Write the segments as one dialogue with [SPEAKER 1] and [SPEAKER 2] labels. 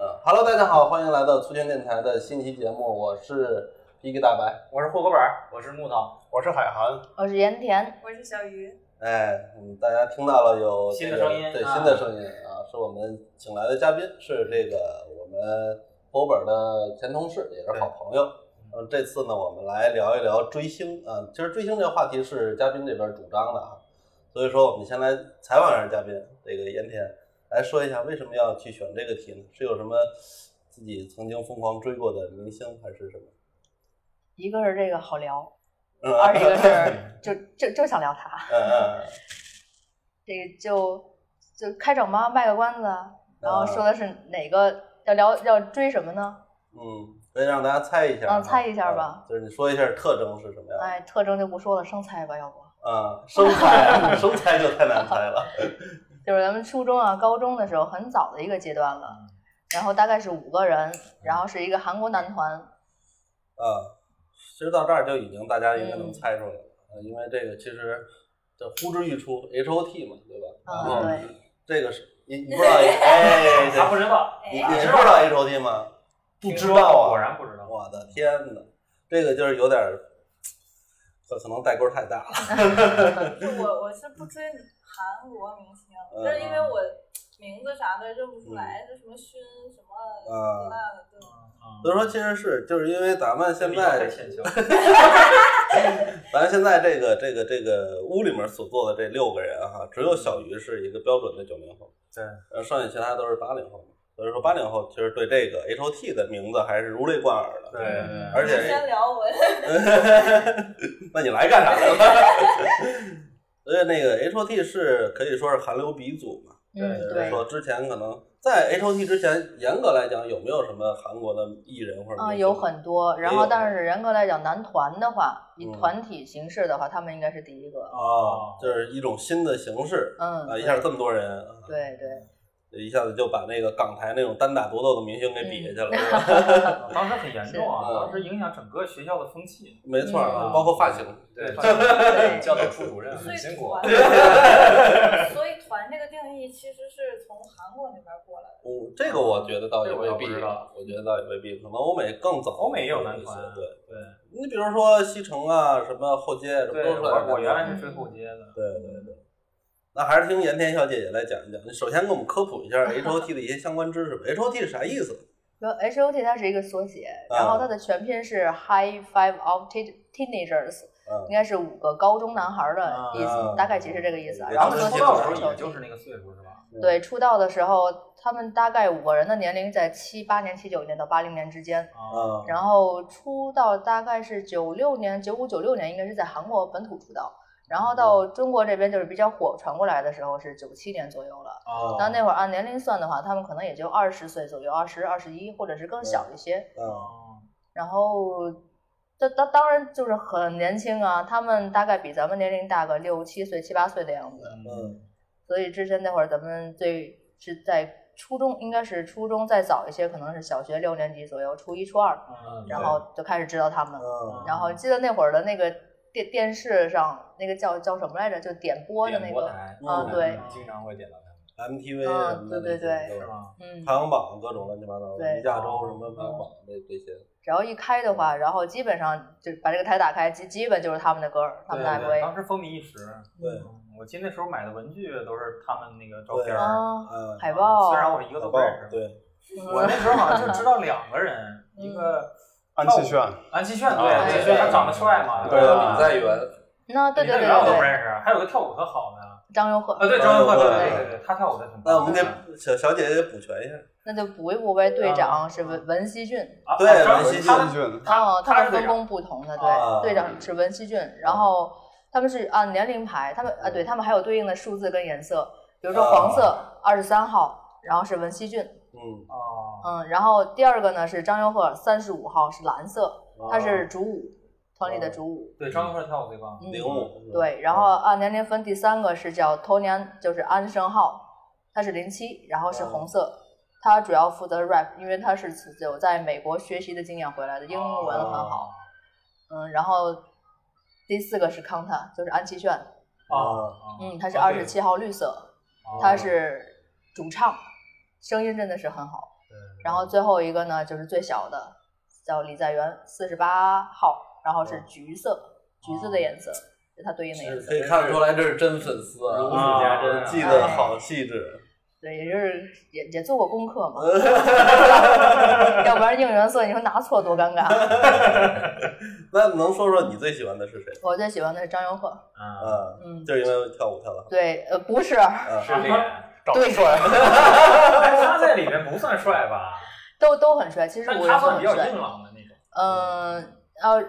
[SPEAKER 1] 呃 Hello，大家好，欢迎来到粗圈电台的新期节目，我是 P K 大白。
[SPEAKER 2] 我是户口本儿，我是木头，
[SPEAKER 3] 我是海涵，
[SPEAKER 4] 我呃是盐田，
[SPEAKER 5] 我是小鱼，
[SPEAKER 1] 哎，嗯，大家听到了有
[SPEAKER 2] 新
[SPEAKER 1] 这
[SPEAKER 2] 的
[SPEAKER 1] 个
[SPEAKER 2] 声音
[SPEAKER 1] 对
[SPEAKER 2] 啊
[SPEAKER 1] 新的声音啊，是我们请来的嘉宾，是这个我们博本的前同事，也是好朋友。嗯，这次呢，我们来聊一聊追星啊。其实追星这个话题是嘉宾这边主张的啊，所以说我们先来采访一下嘉宾这个盐田，来说一下为什么要去选这个题呢？是有什么自己曾经疯狂追过的明星还是什么？
[SPEAKER 4] 一个是这个好聊，
[SPEAKER 1] 嗯
[SPEAKER 4] 二一个是就就就想聊他，
[SPEAKER 1] 嗯嗯，
[SPEAKER 4] 这个就就开整吧，卖个关子，然后
[SPEAKER 1] 啊
[SPEAKER 4] 说的是哪个要聊要追什么呢？
[SPEAKER 1] 嗯，可以让大家猜一下啊。
[SPEAKER 4] 嗯猜一下吧
[SPEAKER 1] 嗯就是你说一下特征是什么样？
[SPEAKER 4] 哎，特征就不说了，生猜吧，要不
[SPEAKER 1] 啊，生猜，生猜就太难猜了。
[SPEAKER 4] 就是咱们初中啊、高中的时候很早的一个阶段
[SPEAKER 1] 嗯
[SPEAKER 4] 了，然后大概是五个人，然后是一个韩国男团，
[SPEAKER 1] 啊，其实到这儿就已经大家应该能猜出来了，啊因为这个其实这呼之欲出，H O T 嘛，对吧？然
[SPEAKER 4] 嗯，
[SPEAKER 1] 后
[SPEAKER 4] 对，
[SPEAKER 1] 这个是你你不知道，哎，
[SPEAKER 2] 他
[SPEAKER 1] 对
[SPEAKER 2] 不知道，
[SPEAKER 1] 你
[SPEAKER 2] 哎
[SPEAKER 1] 你知道 H O T 吗？不知道
[SPEAKER 2] 果
[SPEAKER 1] 啊！
[SPEAKER 2] 然不知道。
[SPEAKER 1] 我的天哪，这个就是有点儿，可可能代沟太大了。
[SPEAKER 5] 我我是不追韩国明星，
[SPEAKER 1] 嗯
[SPEAKER 5] 但是因为我名字啥的认不出来，就什么勋什么这
[SPEAKER 1] 嗯，
[SPEAKER 5] 那的，
[SPEAKER 1] 所
[SPEAKER 5] 对，
[SPEAKER 1] 以说其实是就是因为咱们现在
[SPEAKER 2] 太浅求，
[SPEAKER 1] 咱现在这个这个这个屋里面所坐的这六个人哈、只有小鱼是一个标准的九零后，
[SPEAKER 2] 对，
[SPEAKER 1] 呃，剩下其他都是八零后嘛。所以说八零后其实对这个 H O T 的名字还是如雷贯耳的。
[SPEAKER 2] 对对对
[SPEAKER 1] 而且
[SPEAKER 5] 先聊我，
[SPEAKER 1] 那你来干啥来了？ 所以那个 H O T 是可以说是韩流鼻祖嘛。
[SPEAKER 4] 嗯，
[SPEAKER 1] 就是
[SPEAKER 4] 对，
[SPEAKER 1] 说之前可能在 H O T 之前，严格来讲有没有什么韩国的艺人或者
[SPEAKER 4] 嗯，
[SPEAKER 1] 明星
[SPEAKER 4] 有很多，然
[SPEAKER 1] 也
[SPEAKER 4] 后
[SPEAKER 1] 有
[SPEAKER 4] 但是严格来讲，男团的话，以
[SPEAKER 1] 嗯
[SPEAKER 4] 团体形式的话，他们应该是第一个，
[SPEAKER 1] 哦，就是一种新的形式
[SPEAKER 4] 嗯，
[SPEAKER 1] 啊，
[SPEAKER 4] 对
[SPEAKER 1] 一下这么多人，啊
[SPEAKER 4] 对对。
[SPEAKER 1] 一下子就把那个港台那种单打独斗的明星给比下去
[SPEAKER 4] 嗯
[SPEAKER 1] 了，是吧
[SPEAKER 2] 当时很严重啊，
[SPEAKER 1] 是
[SPEAKER 2] 当时影响整个学校的风气。
[SPEAKER 1] 没错儿，啊
[SPEAKER 2] 嗯
[SPEAKER 1] 包括发型，
[SPEAKER 3] 对，
[SPEAKER 4] 对
[SPEAKER 3] 教导处主任
[SPEAKER 5] 所
[SPEAKER 3] 很
[SPEAKER 5] 以
[SPEAKER 3] 辛苦，
[SPEAKER 5] 团，所以团这个定义其实是从韩国那边过来的，
[SPEAKER 1] 我这个我觉得倒也
[SPEAKER 2] 这我
[SPEAKER 1] 未
[SPEAKER 2] 倒
[SPEAKER 1] 必
[SPEAKER 2] 不知道，
[SPEAKER 1] 我觉得倒也未必，可能欧美更早，
[SPEAKER 2] 欧美也有男团啊
[SPEAKER 1] 对，
[SPEAKER 2] 对
[SPEAKER 1] 你比如说西城啊，什么后街，什么都
[SPEAKER 2] 对，
[SPEAKER 1] 是
[SPEAKER 2] 我我原来
[SPEAKER 1] 男团
[SPEAKER 2] 是追后街的，
[SPEAKER 1] 对对对。那还是听盐田小姐姐来讲一讲。首先给我们科普一下 H O T 的一些相关知识吧。H O T 是啥意思？
[SPEAKER 4] 然后 H O T 它是一个缩写，
[SPEAKER 1] 啊
[SPEAKER 4] 然
[SPEAKER 2] 嗯
[SPEAKER 4] 后它的全拼是 High Five of Teen- Teenagers，
[SPEAKER 1] 嗯
[SPEAKER 4] 应该是五个高中男孩的意
[SPEAKER 1] 啊
[SPEAKER 2] 嗯
[SPEAKER 4] 思，大概其实这个意思啊。
[SPEAKER 1] 对
[SPEAKER 4] 然
[SPEAKER 2] 当时
[SPEAKER 4] 后缩
[SPEAKER 2] 出
[SPEAKER 4] 写
[SPEAKER 2] 道的时
[SPEAKER 4] 成
[SPEAKER 2] 候
[SPEAKER 4] H O
[SPEAKER 2] 也就是
[SPEAKER 4] T。
[SPEAKER 2] 那个岁数是吧？
[SPEAKER 4] 对，出道的时候，他们大概五个人的年龄在七八年、七九年到八零年之间。
[SPEAKER 2] 啊，
[SPEAKER 1] 啊，
[SPEAKER 4] 然后出道大概是九六年、九五、九六年，应该是在韩国本土出道。然后到
[SPEAKER 2] 嗯
[SPEAKER 4] 中国这边就是比较火传过来的时候是九七年左右了。
[SPEAKER 1] 啊
[SPEAKER 2] 哦
[SPEAKER 4] 然后那会儿按年龄算的话，他们可能也就二十岁左右，二十、二十一，或者是更小一些。
[SPEAKER 1] 嗯
[SPEAKER 2] 哦
[SPEAKER 4] 然后，这当当然就是很年轻啊，他们大概比咱们年龄大个六七岁、七八岁的样子。
[SPEAKER 1] 嗯
[SPEAKER 4] 所以之前那会儿咱们最是在初中，应该是初中再早一些，可能是小学六年级左右，初一、初二，
[SPEAKER 2] 嗯
[SPEAKER 4] 然后就开始知道他们了。
[SPEAKER 1] 嗯
[SPEAKER 4] 然后记得那会儿的那个电电视上那个叫叫什么来着，就点播的那
[SPEAKER 3] 点播
[SPEAKER 4] 个，
[SPEAKER 3] 台，
[SPEAKER 4] 啊
[SPEAKER 1] 嗯
[SPEAKER 4] 对
[SPEAKER 3] 经常会点到他们，
[SPEAKER 1] M T V
[SPEAKER 4] 嗯
[SPEAKER 1] 什么的，
[SPEAKER 4] 对对对
[SPEAKER 2] 是吗？
[SPEAKER 4] 嗯，
[SPEAKER 1] 排行榜各种乱七八糟的，
[SPEAKER 4] 对
[SPEAKER 1] 离亚洲什么排行榜这这些，
[SPEAKER 4] 只要一开的话，然后基本上就把这个台打开，基基本就是他们的歌儿，他
[SPEAKER 2] 对
[SPEAKER 4] 们的
[SPEAKER 2] 对对，当
[SPEAKER 4] MV。
[SPEAKER 2] 时风靡一时。
[SPEAKER 1] 对
[SPEAKER 2] 嗯，我记得那时候买的文具都是他们那个照
[SPEAKER 1] 对
[SPEAKER 2] 片儿，
[SPEAKER 4] 啊，
[SPEAKER 1] 嗯，
[SPEAKER 4] 海报
[SPEAKER 2] 虽然我一个
[SPEAKER 1] 海
[SPEAKER 2] 都不
[SPEAKER 1] 报
[SPEAKER 2] 认识，
[SPEAKER 1] 对，
[SPEAKER 2] 我那时候好像就知道两个人，
[SPEAKER 4] 嗯
[SPEAKER 2] 一个
[SPEAKER 3] 安七炫，
[SPEAKER 2] 安七炫，对，
[SPEAKER 3] 啊
[SPEAKER 2] 安七
[SPEAKER 4] 对
[SPEAKER 2] 炫他长得帅嘛，
[SPEAKER 1] 还
[SPEAKER 3] 对
[SPEAKER 1] 有
[SPEAKER 2] 吧
[SPEAKER 1] 李在元，
[SPEAKER 4] 那啊对对
[SPEAKER 2] 李
[SPEAKER 4] 对
[SPEAKER 2] 泰源我都
[SPEAKER 4] 对
[SPEAKER 2] 不
[SPEAKER 4] 对，
[SPEAKER 2] 认识，还有个跳舞特好的，
[SPEAKER 4] 张佑赫
[SPEAKER 2] 啊，对，张元赫，对
[SPEAKER 1] 对
[SPEAKER 2] 对对对，他跳舞的很棒。
[SPEAKER 1] 那我们给小小姐姐补全一下，
[SPEAKER 4] 那就补一补呗。队
[SPEAKER 2] 啊
[SPEAKER 4] 长是文文熙俊，
[SPEAKER 2] 啊
[SPEAKER 1] 对
[SPEAKER 2] 啊张
[SPEAKER 1] 文熙俊
[SPEAKER 2] 他
[SPEAKER 3] 安七炫，
[SPEAKER 2] 他
[SPEAKER 4] 哦，他
[SPEAKER 2] 是
[SPEAKER 4] 们
[SPEAKER 2] 队
[SPEAKER 4] 分
[SPEAKER 2] 长
[SPEAKER 4] 工不同的，
[SPEAKER 1] 啊
[SPEAKER 4] 对，队长是文熙俊，
[SPEAKER 2] 啊
[SPEAKER 4] 然后他们是按年龄排，他们啊，
[SPEAKER 2] 嗯
[SPEAKER 4] 对他们还有对应的数字跟颜色，比如说
[SPEAKER 2] 啊
[SPEAKER 4] 黄色二十三号，然后是文熙俊，
[SPEAKER 1] 嗯，
[SPEAKER 2] 哦，
[SPEAKER 4] 嗯，然后第二个呢是张佑赫三十五号是蓝色，
[SPEAKER 2] 啊
[SPEAKER 4] 他是主舞团里的主舞，
[SPEAKER 2] 对，张元赫跳舞最棒。
[SPEAKER 4] 嗯
[SPEAKER 1] 零五，
[SPEAKER 4] 对，然后按年龄分，第三个是叫 Tony，安就是安生浩，他是零七，然后是
[SPEAKER 2] 哦
[SPEAKER 4] 红色，他主要负责 rap，因为他是有在美国学习的经验回来的，英文很
[SPEAKER 2] 哦
[SPEAKER 4] 好。嗯，然后第四个是康塔，就是安七炫，
[SPEAKER 2] 哦，
[SPEAKER 4] 嗯，他是二十七号绿色，
[SPEAKER 2] 哦，
[SPEAKER 4] 他是主唱，声音真的是很好。然后最后一个呢就是最小的，叫李在元，四十八号，然后
[SPEAKER 2] 哦
[SPEAKER 4] 是橘色，橘色的颜色，是它对应的颜色
[SPEAKER 1] 可。以看得出来这是真粉丝啊，哎
[SPEAKER 3] 如数家珍啊
[SPEAKER 1] 记得好细致。
[SPEAKER 4] 对，也就是也也做过功课嘛要，要不然应援色你说拿错多尴尬。
[SPEAKER 1] 那能说说你最喜欢的是谁？
[SPEAKER 4] 我最喜欢的是张佑赫，
[SPEAKER 3] 啊，
[SPEAKER 1] 啊，
[SPEAKER 4] 嗯，
[SPEAKER 1] 就是因为跳舞跳的好。
[SPEAKER 4] 对，呃，不是，
[SPEAKER 1] 啊
[SPEAKER 3] 是脸，
[SPEAKER 6] 长得
[SPEAKER 4] 对
[SPEAKER 6] 帅，
[SPEAKER 7] 哎他在里面不算帅吧？
[SPEAKER 4] 都都很帅，其实
[SPEAKER 7] 但
[SPEAKER 4] 我也
[SPEAKER 7] 他
[SPEAKER 4] 是
[SPEAKER 7] 算
[SPEAKER 4] 很
[SPEAKER 7] 比较
[SPEAKER 4] 帅
[SPEAKER 7] 硬。朗的那种。
[SPEAKER 4] 嗯，呃，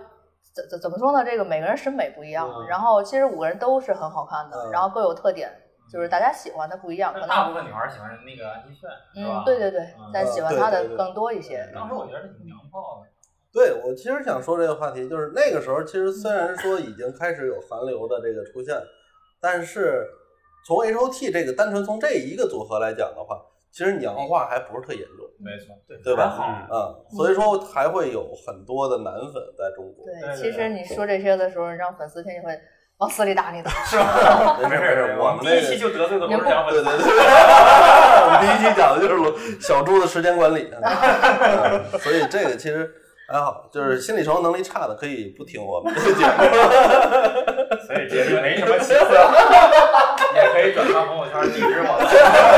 [SPEAKER 4] 怎怎怎么说呢？这个每个人审美不一样，
[SPEAKER 1] 嗯
[SPEAKER 4] 然后其实五个人都是很好看的，
[SPEAKER 1] 嗯
[SPEAKER 4] 然后各有特点，
[SPEAKER 2] 嗯
[SPEAKER 7] 嗯
[SPEAKER 4] 就是大家喜欢的不一样，可
[SPEAKER 7] 但大部
[SPEAKER 4] 能
[SPEAKER 7] 分女孩喜欢那个安妮炫，是吧
[SPEAKER 4] 嗯，？对对对，但喜欢他
[SPEAKER 1] 对对
[SPEAKER 4] 的
[SPEAKER 1] 对
[SPEAKER 4] 更多一些。
[SPEAKER 7] 当时我觉得挺娘炮的。
[SPEAKER 1] 对，我其实想说这个话题，就是那个时候，其实虽然说已经开始有韩流的这个出现，但是从 H O T 这个单纯从这一个组合来讲的话，其实娘化还不是特严重，
[SPEAKER 7] 没错，对
[SPEAKER 1] 对吧
[SPEAKER 7] 还好，
[SPEAKER 1] 嗯，所以说还会有很多的男粉在中国。
[SPEAKER 4] 对，
[SPEAKER 7] 对
[SPEAKER 4] 其实你说这些的时候，让粉丝听见会往死里打你的。
[SPEAKER 7] 是吧？
[SPEAKER 1] 没事没事，我
[SPEAKER 7] 我
[SPEAKER 1] 们
[SPEAKER 7] 们
[SPEAKER 1] 那
[SPEAKER 7] 第
[SPEAKER 1] 个
[SPEAKER 7] 一期就得罪的
[SPEAKER 4] 您
[SPEAKER 7] 不
[SPEAKER 4] 不
[SPEAKER 7] 是梁
[SPEAKER 1] 对对
[SPEAKER 7] 文道，
[SPEAKER 1] 对，我们第一期讲的就是罗小猪的时间管理，啊嗯所以这个其实还好，就是心理承受能力差的可以不听我们这个节目。
[SPEAKER 3] 所以这没什么起色，
[SPEAKER 7] 也可以转发朋友圈，地址我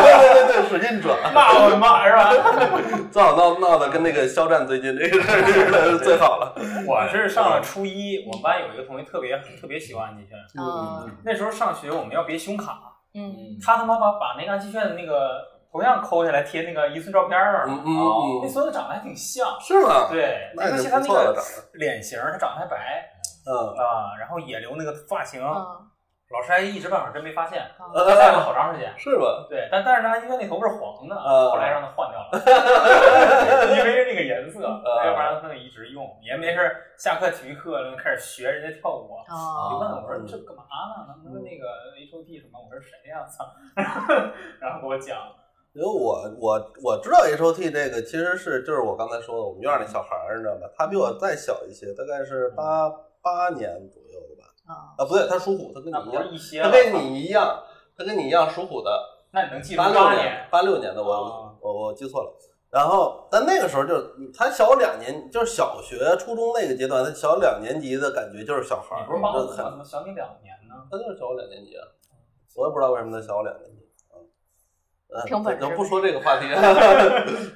[SPEAKER 1] 对对对，使劲转，
[SPEAKER 7] 骂我骂是吧？
[SPEAKER 1] 最好闹闹的跟那个肖战最近这个事儿似的，最好了。
[SPEAKER 7] 我是上了初一，我们班有一个同学特别特别喜欢安妮炫，
[SPEAKER 4] 嗯
[SPEAKER 7] 那时候上学我们要别熊卡，
[SPEAKER 4] 嗯，
[SPEAKER 7] 他他妈把把那个安妮炫的那个头像抠下来贴那个一寸照片那儿
[SPEAKER 1] 嗯
[SPEAKER 7] 了，
[SPEAKER 1] 嗯
[SPEAKER 7] 那
[SPEAKER 1] 嗯，
[SPEAKER 7] 孙子长得还挺像，
[SPEAKER 1] 是吗？
[SPEAKER 7] 对，
[SPEAKER 1] 那
[SPEAKER 7] 尤
[SPEAKER 1] 已
[SPEAKER 7] 其
[SPEAKER 1] 经
[SPEAKER 7] 他
[SPEAKER 1] 不
[SPEAKER 7] 那
[SPEAKER 1] 错了，
[SPEAKER 7] 个
[SPEAKER 1] 长得。
[SPEAKER 7] 脸型儿，他长得还白
[SPEAKER 1] 嗯，
[SPEAKER 7] 啊，然后也留那个发型，
[SPEAKER 4] 嗯
[SPEAKER 7] 老师还一时半会儿真没发现，
[SPEAKER 4] 嗯
[SPEAKER 7] 他戴
[SPEAKER 1] 呃，
[SPEAKER 7] 了好长时间。
[SPEAKER 1] 是吧？
[SPEAKER 7] 对，但但是他因为那头发是黄的，
[SPEAKER 1] 啊
[SPEAKER 7] 后来让他换掉 了，因为那个颜色，
[SPEAKER 1] 啊
[SPEAKER 7] 要不然他就一直用，也没事儿下课体育课就开始学人家跳舞。我就
[SPEAKER 4] 哦，
[SPEAKER 7] 问我
[SPEAKER 1] 嗯
[SPEAKER 7] 说这干嘛呢？能不能那个 H O T 什么？我说谁呀？ 操！然后给我讲，
[SPEAKER 1] 因为我我我知道 H O T 这个其实是就是我刚才说的，我们院儿那小孩儿，你知道吧？他比我再小一些，大概是八八年左右吧。
[SPEAKER 4] 嗯
[SPEAKER 1] 啊，不对，他属虎，他跟
[SPEAKER 7] 那
[SPEAKER 1] 你一
[SPEAKER 7] 不是
[SPEAKER 1] 样，
[SPEAKER 7] 一些了
[SPEAKER 1] 他，跟你一样，他跟你一样属虎的，
[SPEAKER 7] 那你能记住
[SPEAKER 1] 八六
[SPEAKER 7] 八
[SPEAKER 1] 年
[SPEAKER 7] 年？
[SPEAKER 1] 八六年的
[SPEAKER 7] 啊
[SPEAKER 1] 我我我记错了。然后，但那个时候就是他小两年，就是小学、初中那个阶段，他小两年级的感觉就是小孩
[SPEAKER 7] 你
[SPEAKER 1] 儿，
[SPEAKER 7] 不是帮我
[SPEAKER 1] 就
[SPEAKER 7] 怎
[SPEAKER 1] 很
[SPEAKER 7] 么小你两年 呢？
[SPEAKER 1] 他就是小我两年级啊，我也不知道为什么他小我两年级啊。呃
[SPEAKER 4] 挺本事
[SPEAKER 1] 咱咱不说这个话题了。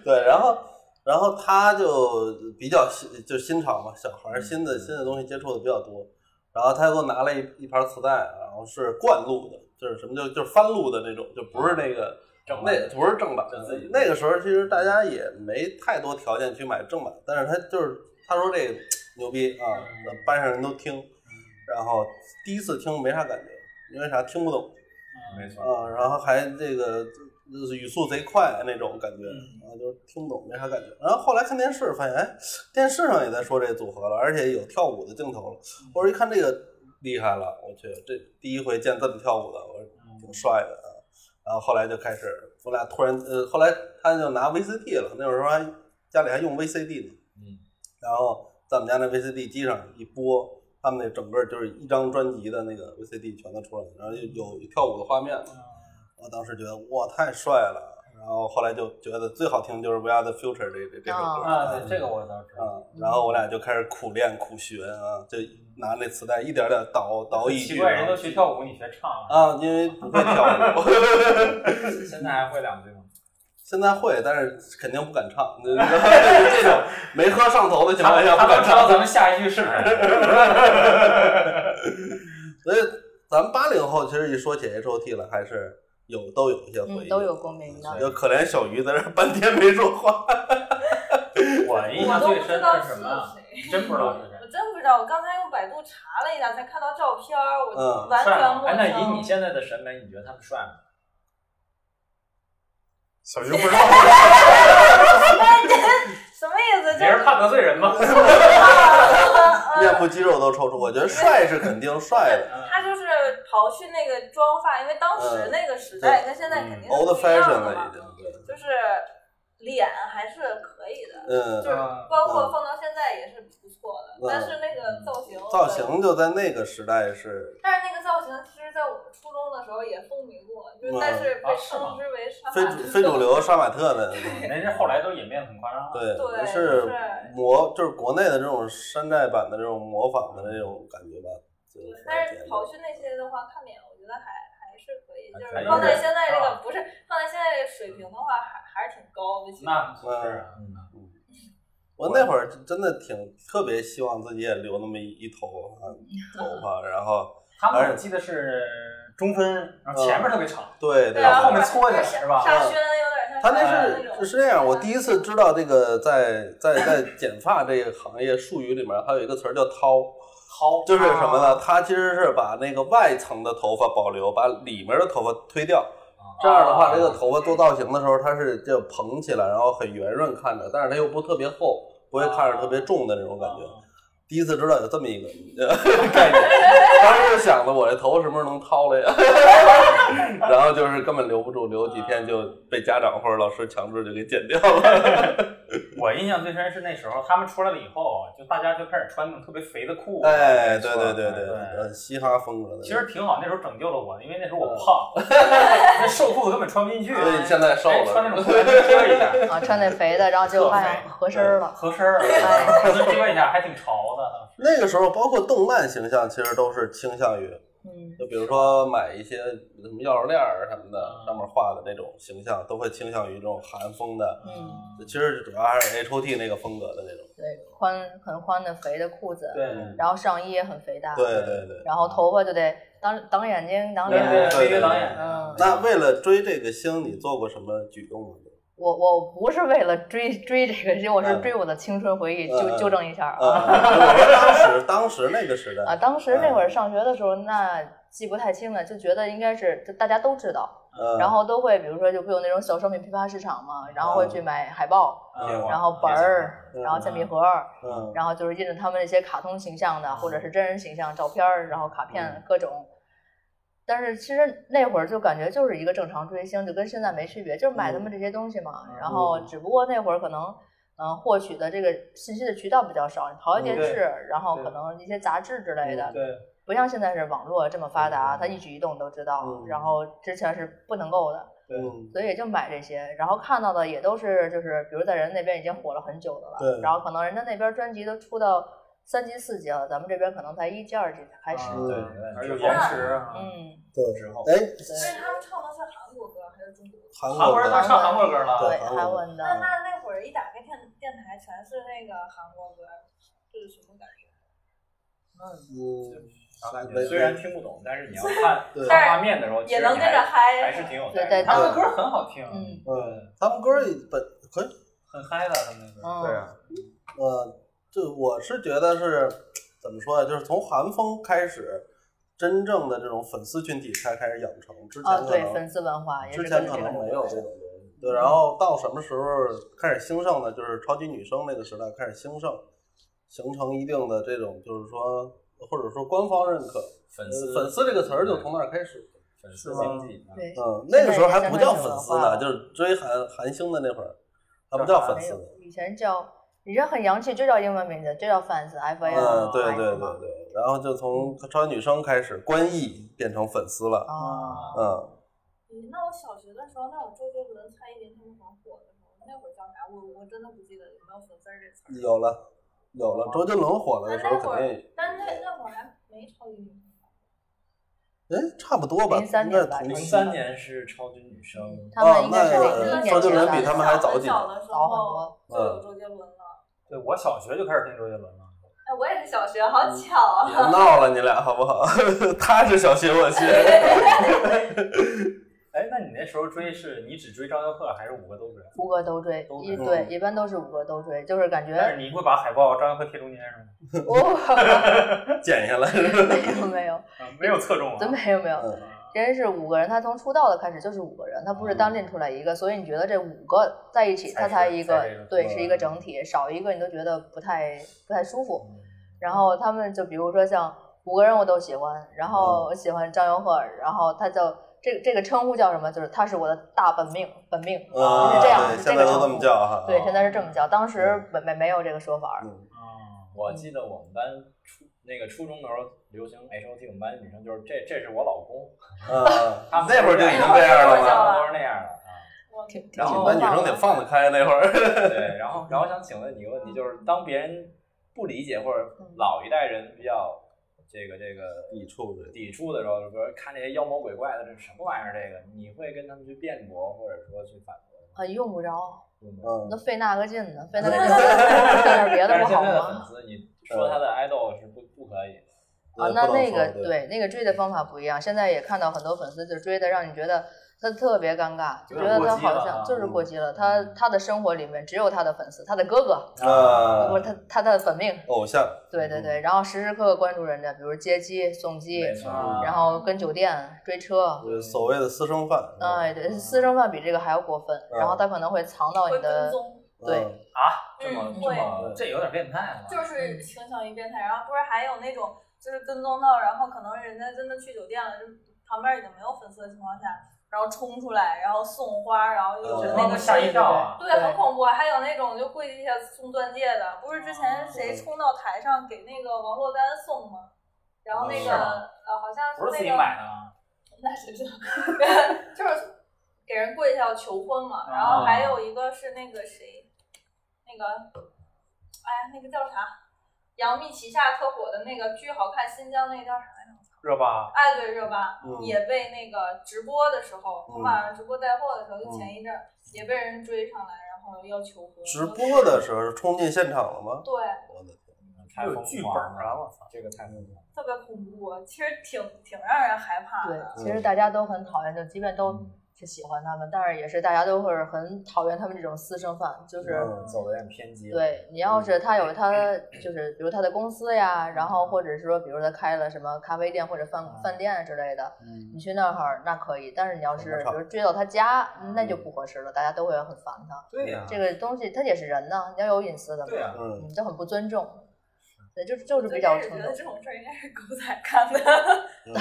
[SPEAKER 1] 对，然后然后他就比较新，就新潮嘛，小孩儿新的新的东西接触的比较多。然后他给我拿了一一盘磁带，然后是灌录的，就是什么就就是翻录的那种，就不是那个。
[SPEAKER 7] 正版
[SPEAKER 1] 那不是正版
[SPEAKER 7] 就自己
[SPEAKER 1] 那个时候其实大家也没太多条件去买正版，但是他就是他说这个牛逼啊，咱班上人都听，然后第一次听没啥感觉，因为啥听不懂
[SPEAKER 3] 没
[SPEAKER 7] 嗯
[SPEAKER 3] 错，
[SPEAKER 1] 啊，然后还这个就是语速贼快那种感觉啊，就是听不懂没啥感觉。然后后来看电视发现，哎，电视上也在说这组合了，而且有跳舞的镜头了。我说一看这个厉害了，我去，这第一回见这么跳舞的，我说挺帅的啊。然后后来就开始，我俩突然呃，后来他就拿 VCD 了，那会儿还家里还用 VCD 呢，
[SPEAKER 3] 嗯，
[SPEAKER 1] 然后在我们家那 VCD 机上一播，他们那整个就是一张专辑的那个 VCD 全都出来了，然后有有跳舞的画面
[SPEAKER 7] 啊
[SPEAKER 1] 了。我当时觉得哇太帅了，然后后来就觉得最好听就是《We Are the Future 这》这这首歌
[SPEAKER 7] 啊，对，这个我倒知道。
[SPEAKER 1] 啊，然后我俩就开始苦练苦学啊，就拿那磁带一点点倒倒一句，
[SPEAKER 7] 奇怪，人都学跳舞，你学唱啊？
[SPEAKER 1] 啊，因为不会跳 舞，
[SPEAKER 7] 现在还会 两句吗？
[SPEAKER 1] 现在会，但是肯定不敢唱， 这种没喝上头的情况下
[SPEAKER 7] 他
[SPEAKER 1] 不
[SPEAKER 7] 们
[SPEAKER 1] 敢
[SPEAKER 7] 知道
[SPEAKER 1] 唱，
[SPEAKER 7] 咱们下一句是什么？
[SPEAKER 1] 所以咱们八零后其实一说起 H O T 了，还是有都有一些回忆，
[SPEAKER 4] 嗯，都有共鸣的。
[SPEAKER 1] 就可怜小鱼在这儿半天没说话，
[SPEAKER 7] 我印
[SPEAKER 5] 我
[SPEAKER 7] 象
[SPEAKER 5] 都
[SPEAKER 7] 最
[SPEAKER 5] 不
[SPEAKER 7] 深的
[SPEAKER 5] 知道
[SPEAKER 7] 是
[SPEAKER 5] 是
[SPEAKER 7] 什么啊？
[SPEAKER 5] 谁。
[SPEAKER 7] 真不知道是谁。
[SPEAKER 5] 我真不知道，我刚才用百度查了一下，才看到照片儿，我
[SPEAKER 1] 嗯
[SPEAKER 5] 完
[SPEAKER 7] 帅
[SPEAKER 5] 全
[SPEAKER 7] 吗？
[SPEAKER 5] 陌
[SPEAKER 7] 哎，
[SPEAKER 5] 生。
[SPEAKER 7] 那以你现在的审美，你觉得他们帅吗？
[SPEAKER 3] 小鱼不知道，
[SPEAKER 5] 什么意思？
[SPEAKER 7] 你
[SPEAKER 5] 就是
[SPEAKER 7] 怕得罪人吗？
[SPEAKER 1] 面部肌肉都抽搐。我觉得帅是肯定帅的。
[SPEAKER 5] 他就是刨去那个妆发，因为当时那个时代跟现在肯定是
[SPEAKER 1] 嗯 old
[SPEAKER 5] 不一样
[SPEAKER 1] fashion
[SPEAKER 5] 的
[SPEAKER 1] 了已
[SPEAKER 5] 嘛
[SPEAKER 1] 经，，对，
[SPEAKER 5] 就是脸还是可以的，就
[SPEAKER 1] 嗯，
[SPEAKER 5] 是包括放到现在也是不错的
[SPEAKER 1] 嗯，
[SPEAKER 5] 但是那个造型，
[SPEAKER 1] 造，型就在那个时代是，
[SPEAKER 5] 但是那个造型其实在我们初中的时候也风靡过，就就是但是
[SPEAKER 2] 啊
[SPEAKER 5] 被
[SPEAKER 2] 是吗
[SPEAKER 5] 称之为杀
[SPEAKER 1] 嗯非
[SPEAKER 5] 马
[SPEAKER 1] 主
[SPEAKER 5] 特
[SPEAKER 1] 非主流杀马特的，
[SPEAKER 2] 人家后来都演变得很夸张了。
[SPEAKER 1] 对，
[SPEAKER 5] 对
[SPEAKER 1] 但
[SPEAKER 5] 是
[SPEAKER 1] 模就是国内的这种山寨版的这种模仿的这种感觉吧。就
[SPEAKER 5] 对
[SPEAKER 1] 是
[SPEAKER 5] 但是刨去那些的话，看脸我觉得还还是可以，
[SPEAKER 3] 还
[SPEAKER 5] 就
[SPEAKER 3] 可以
[SPEAKER 5] 是放在现在这
[SPEAKER 2] 啊
[SPEAKER 5] 个不是放在现在这个水平的话，还还是挺高的。其实
[SPEAKER 2] 那是啊
[SPEAKER 1] 嗯我那会儿真的挺特别希望自己也留那么一一头 啊头发，然后
[SPEAKER 2] 他们我记得是中分，然后前面特别长，
[SPEAKER 1] 对
[SPEAKER 5] 对
[SPEAKER 1] 然
[SPEAKER 5] 啊，
[SPEAKER 1] 后
[SPEAKER 2] 后面搓点是吧
[SPEAKER 5] 沙宣有点像
[SPEAKER 1] 嗯他那
[SPEAKER 5] 沙宣
[SPEAKER 1] 是
[SPEAKER 5] 种啊
[SPEAKER 1] 是这样，我第一次知道这个在在在剪发这个行业术语里面还有一个词儿叫掏。
[SPEAKER 2] 薅
[SPEAKER 1] 就是什么
[SPEAKER 5] 啊
[SPEAKER 1] 呢？它其实是把那个外层的头发保留，把里面的头发推掉。这样的
[SPEAKER 2] 啊
[SPEAKER 1] 话，这个头发做造型的时候，它是就蓬起来，然后很圆润看着，但是它又不特别厚，不会看着特别重的那种感觉。第一次知道有这么一个 呃概念，当时就想着我这头什么时候能掏了呀？ 然后就是根本留不住，留几天就被家长或者老师强制就给剪掉了。
[SPEAKER 2] 我印象最深是那时候他们出来了以后，就大家就开始穿那种特别肥的裤子。
[SPEAKER 1] 哎，对对对嗯
[SPEAKER 3] 对
[SPEAKER 1] 呃，嘻哈风格的。
[SPEAKER 2] 其实挺好，那时候拯救了我，因为那时候我胖， 那瘦裤子根本穿不进去。
[SPEAKER 1] 所以现在瘦
[SPEAKER 2] 哎穿那
[SPEAKER 1] 了
[SPEAKER 2] 种。裤子遮一下，
[SPEAKER 4] 啊，穿那肥的，然后就哎呀合身儿了。
[SPEAKER 2] 合身儿，
[SPEAKER 4] 哎
[SPEAKER 2] 就遮一下，还挺潮的。啊
[SPEAKER 1] 那个时候，包括动漫形象，其实都是倾向于
[SPEAKER 4] 嗯，
[SPEAKER 1] 就比如说买一些什么钥匙链儿什么的
[SPEAKER 2] 嗯，
[SPEAKER 1] 上面画的那种形象，都会倾向于这种韩风的。
[SPEAKER 4] 嗯
[SPEAKER 1] 其实主要还是 H O T 那个风格的那种。
[SPEAKER 4] 对，宽很宽的肥的裤子，
[SPEAKER 2] 对，
[SPEAKER 4] 然后上衣也很肥大，
[SPEAKER 1] 对对对。
[SPEAKER 4] 然后头发就得挡挡眼睛、挡
[SPEAKER 2] 对
[SPEAKER 4] 脸。
[SPEAKER 2] 对对，
[SPEAKER 1] 对
[SPEAKER 2] 微微导演，
[SPEAKER 4] 嗯
[SPEAKER 1] 那为了追这个星，你做过什么举动吗？
[SPEAKER 4] 我我不是为了追追这个，是我是追我的青春回忆，
[SPEAKER 1] 嗯嗯
[SPEAKER 4] 纠纠正一下啊。
[SPEAKER 1] 啊，我说当时当时那个时代
[SPEAKER 4] 啊，当时那
[SPEAKER 1] 嗯
[SPEAKER 4] 会儿上学的时候，那记不太清了，就觉得应该是就大家都知道，
[SPEAKER 1] 嗯
[SPEAKER 4] 然后都会比如说就会有那种小商品批发市场嘛，然后
[SPEAKER 1] 嗯
[SPEAKER 4] 会去买海报，
[SPEAKER 2] 嗯
[SPEAKER 4] 然后本儿，然后铅笔盒，
[SPEAKER 1] 嗯
[SPEAKER 4] 然后就是印着他们那些卡通形象的，或者是真人形象照片儿，然后卡片
[SPEAKER 1] 嗯
[SPEAKER 4] 各种。但是其实那会儿就感觉就是一个正常追星，就跟现在没区别，就是买他
[SPEAKER 1] 嗯
[SPEAKER 4] 们这些东西嘛。然后只不过那会儿可能，嗯、获取的这个信息的渠道比较少，
[SPEAKER 1] 嗯
[SPEAKER 4] 淘一电视，然后可
[SPEAKER 2] 对
[SPEAKER 4] 能一些杂志之类的，
[SPEAKER 2] 对，
[SPEAKER 4] 不像现在是网络这么发达，
[SPEAKER 1] 嗯
[SPEAKER 4] 它一举一动都知道。
[SPEAKER 1] 嗯
[SPEAKER 4] 然后之前是不能够的，
[SPEAKER 1] 嗯
[SPEAKER 4] 所以也就买这些，然后看到的也都是就是，比如在人那边已经火了很久的了，
[SPEAKER 1] 对
[SPEAKER 4] 然后可能人家那边专辑都出到三级四级了，咱们这边可能才一级二级才开始，
[SPEAKER 1] 嗯
[SPEAKER 2] 对，而有
[SPEAKER 3] 嗯
[SPEAKER 2] 延迟啊。
[SPEAKER 4] 嗯，
[SPEAKER 1] 对
[SPEAKER 3] 之后，
[SPEAKER 1] 哎，
[SPEAKER 5] 所以他们唱的是韩国歌还是中国歌？
[SPEAKER 1] 韩
[SPEAKER 2] 韩国
[SPEAKER 1] 国
[SPEAKER 2] 人
[SPEAKER 1] 的
[SPEAKER 2] 都唱韩国歌了，
[SPEAKER 4] 对，
[SPEAKER 1] 韩
[SPEAKER 4] 韩
[SPEAKER 1] 文
[SPEAKER 4] 文的
[SPEAKER 5] 那，那那会儿一打开电电台，全是那个韩国歌，这是什么感觉？
[SPEAKER 1] 嗯，
[SPEAKER 2] 啊
[SPEAKER 3] 感觉虽然听不懂，但是你要看
[SPEAKER 1] 对
[SPEAKER 3] 看画面的时候，
[SPEAKER 5] 也能
[SPEAKER 3] 其
[SPEAKER 5] 跟
[SPEAKER 3] 实你
[SPEAKER 5] 着
[SPEAKER 3] 还
[SPEAKER 5] 嗨，
[SPEAKER 3] 还是挺有
[SPEAKER 4] 对
[SPEAKER 3] 代
[SPEAKER 4] 对
[SPEAKER 3] 入
[SPEAKER 2] 他
[SPEAKER 3] 感
[SPEAKER 2] 们
[SPEAKER 3] 的
[SPEAKER 2] 的歌很好听，
[SPEAKER 4] 嗯
[SPEAKER 1] 嗯，他们歌儿本可以
[SPEAKER 2] 很嗨的他们的歌。
[SPEAKER 4] 嗯，
[SPEAKER 3] 对啊，
[SPEAKER 1] 呃，这我是觉得是怎么说呀？就是从韩风开始，真正的这种粉丝群体才开始养成。之前
[SPEAKER 4] 啊，
[SPEAKER 1] 可
[SPEAKER 4] 对，
[SPEAKER 1] 能、
[SPEAKER 4] 粉丝文化也是
[SPEAKER 1] 之前
[SPEAKER 4] 跟着
[SPEAKER 1] 可
[SPEAKER 4] 这个
[SPEAKER 1] 能
[SPEAKER 4] 路
[SPEAKER 1] 没有这种东西。对，然后到什么时候开始兴盛呢？就是超级女声那个时代开始兴盛，形成一定的这种，就是说，或者说官方认可，
[SPEAKER 3] 粉
[SPEAKER 1] 呃
[SPEAKER 3] 丝
[SPEAKER 1] 粉丝这个词儿就从那儿开始。
[SPEAKER 3] 粉丝经济，
[SPEAKER 4] 对，
[SPEAKER 1] 嗯，
[SPEAKER 4] 现在
[SPEAKER 1] 那个时候还不叫粉丝
[SPEAKER 4] 也相当有文化
[SPEAKER 1] 呢，
[SPEAKER 4] 了
[SPEAKER 1] 就是追韩韩星的那会儿，还不叫粉
[SPEAKER 4] 没
[SPEAKER 1] 丝
[SPEAKER 4] 有
[SPEAKER 1] 呢。，
[SPEAKER 4] 以前叫以前很洋气，就叫英文名字，就叫 fans F A
[SPEAKER 1] 嗯，
[SPEAKER 4] N，哦
[SPEAKER 1] 对对对对，然后就从
[SPEAKER 4] 嗯
[SPEAKER 1] 超级女生开始，关艺变成粉丝了，
[SPEAKER 4] 啊，
[SPEAKER 1] 嗯，
[SPEAKER 5] 嗯那我小学的时候，那会儿周杰伦、蔡依林他们很火的时候，那会儿叫啥？我我真的不记得有没有粉丝儿这词儿。
[SPEAKER 1] 有了有了，周杰伦火了的时候肯定，
[SPEAKER 5] 但那那会儿还没超级女声。
[SPEAKER 1] 哎，差不多吧，应
[SPEAKER 4] 03
[SPEAKER 1] 该
[SPEAKER 4] 年吧
[SPEAKER 1] 同
[SPEAKER 3] 零
[SPEAKER 1] 期
[SPEAKER 3] 三年是超级女声，
[SPEAKER 4] 他们应该是
[SPEAKER 1] 哦那周
[SPEAKER 4] 零一年
[SPEAKER 1] 杰
[SPEAKER 4] 出
[SPEAKER 1] 伦
[SPEAKER 4] 来
[SPEAKER 1] 比他
[SPEAKER 4] 的
[SPEAKER 1] 们还早几年嗯
[SPEAKER 5] 很小的时候就有周杰伦了。
[SPEAKER 2] 对我小学就开始听周杰伦了，
[SPEAKER 5] 哎，我也是小学，好
[SPEAKER 1] 嗯
[SPEAKER 5] 巧啊！
[SPEAKER 1] 别闹了，你俩好不好？ 他是小学， 我学，
[SPEAKER 2] 哎，那你那时候追是你只追张佑赫还是五个都追？
[SPEAKER 4] 五个都追
[SPEAKER 2] 都，
[SPEAKER 4] 一
[SPEAKER 2] 追
[SPEAKER 1] 嗯
[SPEAKER 4] 对一般都是五个都追，就是感觉
[SPEAKER 2] 但是你会把海报张佑赫贴中间是吗？
[SPEAKER 4] 哦，
[SPEAKER 1] 剪 下来是吧？
[SPEAKER 4] 没有没有，
[SPEAKER 2] 啊没有侧重啊。
[SPEAKER 4] 真没有没有，
[SPEAKER 1] 嗯
[SPEAKER 4] 真是五个人，他从出道的开始就是五个人，他不是单练出来一个，所以你觉得这五个在一起，
[SPEAKER 2] 才
[SPEAKER 4] 他才
[SPEAKER 2] 是
[SPEAKER 4] 一
[SPEAKER 2] 才是一
[SPEAKER 4] 个
[SPEAKER 2] 个
[SPEAKER 4] 对
[SPEAKER 1] 嗯
[SPEAKER 4] 是一个整体，少一个你都觉得不太不太舒服。然后他们就比如说像五个人我都喜欢，然后我喜欢张佑赫，然后他叫这个这个称呼叫什么？就是他是我的大本命本命，
[SPEAKER 1] 嗯，
[SPEAKER 4] 哦是这样
[SPEAKER 1] 对
[SPEAKER 4] 是
[SPEAKER 1] 现
[SPEAKER 4] 这
[SPEAKER 1] 在
[SPEAKER 4] 个
[SPEAKER 1] 都
[SPEAKER 4] 称
[SPEAKER 1] 这么
[SPEAKER 4] 呼
[SPEAKER 1] 叫哈，
[SPEAKER 4] 对，现在是这么叫，当时没没没有这个说法儿。
[SPEAKER 1] 哦嗯
[SPEAKER 2] 啊
[SPEAKER 3] 我记得我们班初那个初中的时候流行 H O T，我们班女生就是这这是我老公，
[SPEAKER 1] 啊，
[SPEAKER 3] 他们
[SPEAKER 1] 那会儿就已经这样了吗？
[SPEAKER 3] 都是那样的啊。
[SPEAKER 5] 我
[SPEAKER 4] 挺挺
[SPEAKER 3] 然
[SPEAKER 1] 你
[SPEAKER 3] 后
[SPEAKER 1] 们班女生得放得开那会儿。
[SPEAKER 3] 对，然后然后想请问你一个问题，就是当别人不理解或者
[SPEAKER 4] 嗯
[SPEAKER 3] 老一代人比较这个这个
[SPEAKER 1] 抵触的，
[SPEAKER 3] 抵触的时候，比如看这些妖魔鬼怪的，这是什么玩意儿？这个你会跟他们去辩驳，或者说去反驳吗？
[SPEAKER 4] 啊，用不着，
[SPEAKER 3] 用不着
[SPEAKER 1] 嗯
[SPEAKER 4] 那，费那个劲呢，费那个劲干点别
[SPEAKER 3] 但
[SPEAKER 4] 的不
[SPEAKER 3] 是现
[SPEAKER 4] 好
[SPEAKER 3] 在的粉
[SPEAKER 7] 呃
[SPEAKER 4] 吗？
[SPEAKER 3] 丝，你说他的 idol 是不不可以。
[SPEAKER 4] 啊，
[SPEAKER 1] 也
[SPEAKER 4] 那
[SPEAKER 1] 不能
[SPEAKER 4] 那个
[SPEAKER 1] 说
[SPEAKER 4] 对那个追的方法不一样，现在也看到很多粉丝就追的让你觉得他特别尴尬，就
[SPEAKER 2] 有
[SPEAKER 4] 觉
[SPEAKER 2] 点
[SPEAKER 4] 得
[SPEAKER 2] 过
[SPEAKER 4] 他
[SPEAKER 2] 激
[SPEAKER 4] 好
[SPEAKER 2] 了
[SPEAKER 4] 像
[SPEAKER 2] 啊
[SPEAKER 4] 就是过
[SPEAKER 1] 嗯
[SPEAKER 4] 激了，他他的生活里面只有他的粉丝，他的哥哥，
[SPEAKER 2] 呃
[SPEAKER 1] 啊
[SPEAKER 4] 不是他他的本命，
[SPEAKER 1] 偶像，
[SPEAKER 4] 对对对，然后时时刻刻关注人家，比如接机、送机，
[SPEAKER 3] 没错
[SPEAKER 2] 啊
[SPEAKER 4] 然后跟酒店、追车，
[SPEAKER 1] 呃所谓的私生饭。
[SPEAKER 4] 哎，对，私生饭比这个还要过分，
[SPEAKER 1] 嗯
[SPEAKER 4] 然后他可能会藏到你
[SPEAKER 5] 会跟
[SPEAKER 4] 的，
[SPEAKER 5] 踪，
[SPEAKER 4] 对
[SPEAKER 3] 这么
[SPEAKER 5] 嗯
[SPEAKER 3] 这
[SPEAKER 1] 会
[SPEAKER 3] 么
[SPEAKER 2] 这有点变态了。
[SPEAKER 5] 就是倾向于变态。然后不是还有那种就是跟踪到，然后可能人家真的去酒店了，就是旁边已经没有粉丝的情况下，然后冲出来，然后送花，然后有
[SPEAKER 1] 这
[SPEAKER 2] 这
[SPEAKER 5] 那
[SPEAKER 2] 他妈
[SPEAKER 4] 嗯
[SPEAKER 5] 个
[SPEAKER 2] 吓
[SPEAKER 5] 谁
[SPEAKER 2] 一跳啊！
[SPEAKER 5] 对，很恐怖。还有那种就跪地下送钻戒的，不是之
[SPEAKER 2] 哦
[SPEAKER 5] 前谁冲到台上给那个王珞丹送吗？然后那
[SPEAKER 2] 哦是
[SPEAKER 5] 个
[SPEAKER 2] 吗
[SPEAKER 5] 呃，好像
[SPEAKER 2] 不是自
[SPEAKER 5] 那
[SPEAKER 2] 己
[SPEAKER 5] 个
[SPEAKER 2] 买的吗？
[SPEAKER 5] 那谁知道？就是给人跪下求婚
[SPEAKER 1] 啊
[SPEAKER 5] 嘛。然后还有一个是那个谁，那个，哎呀，那个叫啥？杨幂旗下特火的那个巨好看新疆那个叫啥呀？
[SPEAKER 2] 热巴，
[SPEAKER 5] 哎，对，热巴、
[SPEAKER 1] 嗯
[SPEAKER 5] 也被那个直播的时候，
[SPEAKER 1] 嗯
[SPEAKER 5] 他晚上直播带货的时候，就前一阵儿也被人追上来，然后要求婚。
[SPEAKER 1] 直播的时候是冲进现场了吗？
[SPEAKER 5] 对，
[SPEAKER 1] 我的天，
[SPEAKER 3] 太
[SPEAKER 2] 有
[SPEAKER 3] 疯
[SPEAKER 2] 剧
[SPEAKER 3] 狂
[SPEAKER 2] 本儿啊
[SPEAKER 3] 了，
[SPEAKER 2] 我操
[SPEAKER 3] 这个太疯狂了。
[SPEAKER 5] 特别恐怖，其实挺挺让人害怕
[SPEAKER 4] 对
[SPEAKER 5] 的。，
[SPEAKER 4] 其实大家都很讨厌，就即便都
[SPEAKER 3] 嗯
[SPEAKER 4] 是喜欢他们，但是也是大家都会很讨厌他们这种私生饭，就是。
[SPEAKER 1] 嗯
[SPEAKER 3] 走的有点偏激了。
[SPEAKER 4] 对你要是他有他就是比如他的公司呀，然后或者是说比如他开了什么咖啡店或者饭
[SPEAKER 3] 嗯
[SPEAKER 4] 饭店之类的，
[SPEAKER 1] 嗯
[SPEAKER 4] 你去那儿那可以，但是你要是
[SPEAKER 1] 没错
[SPEAKER 4] 比如追到他家，那就不合适了，大家都会很烦他。
[SPEAKER 2] 对呀
[SPEAKER 4] 这个东西他也是人呐，你要有隐私的嘛，
[SPEAKER 2] 对呀
[SPEAKER 1] 嗯，
[SPEAKER 4] 嗯，就很不尊重，对，就就是比
[SPEAKER 5] 最
[SPEAKER 4] 较
[SPEAKER 5] 开始
[SPEAKER 4] 冲
[SPEAKER 5] 觉
[SPEAKER 4] 动
[SPEAKER 5] 得。这种事儿应该是狗仔干的，
[SPEAKER 1] 嗯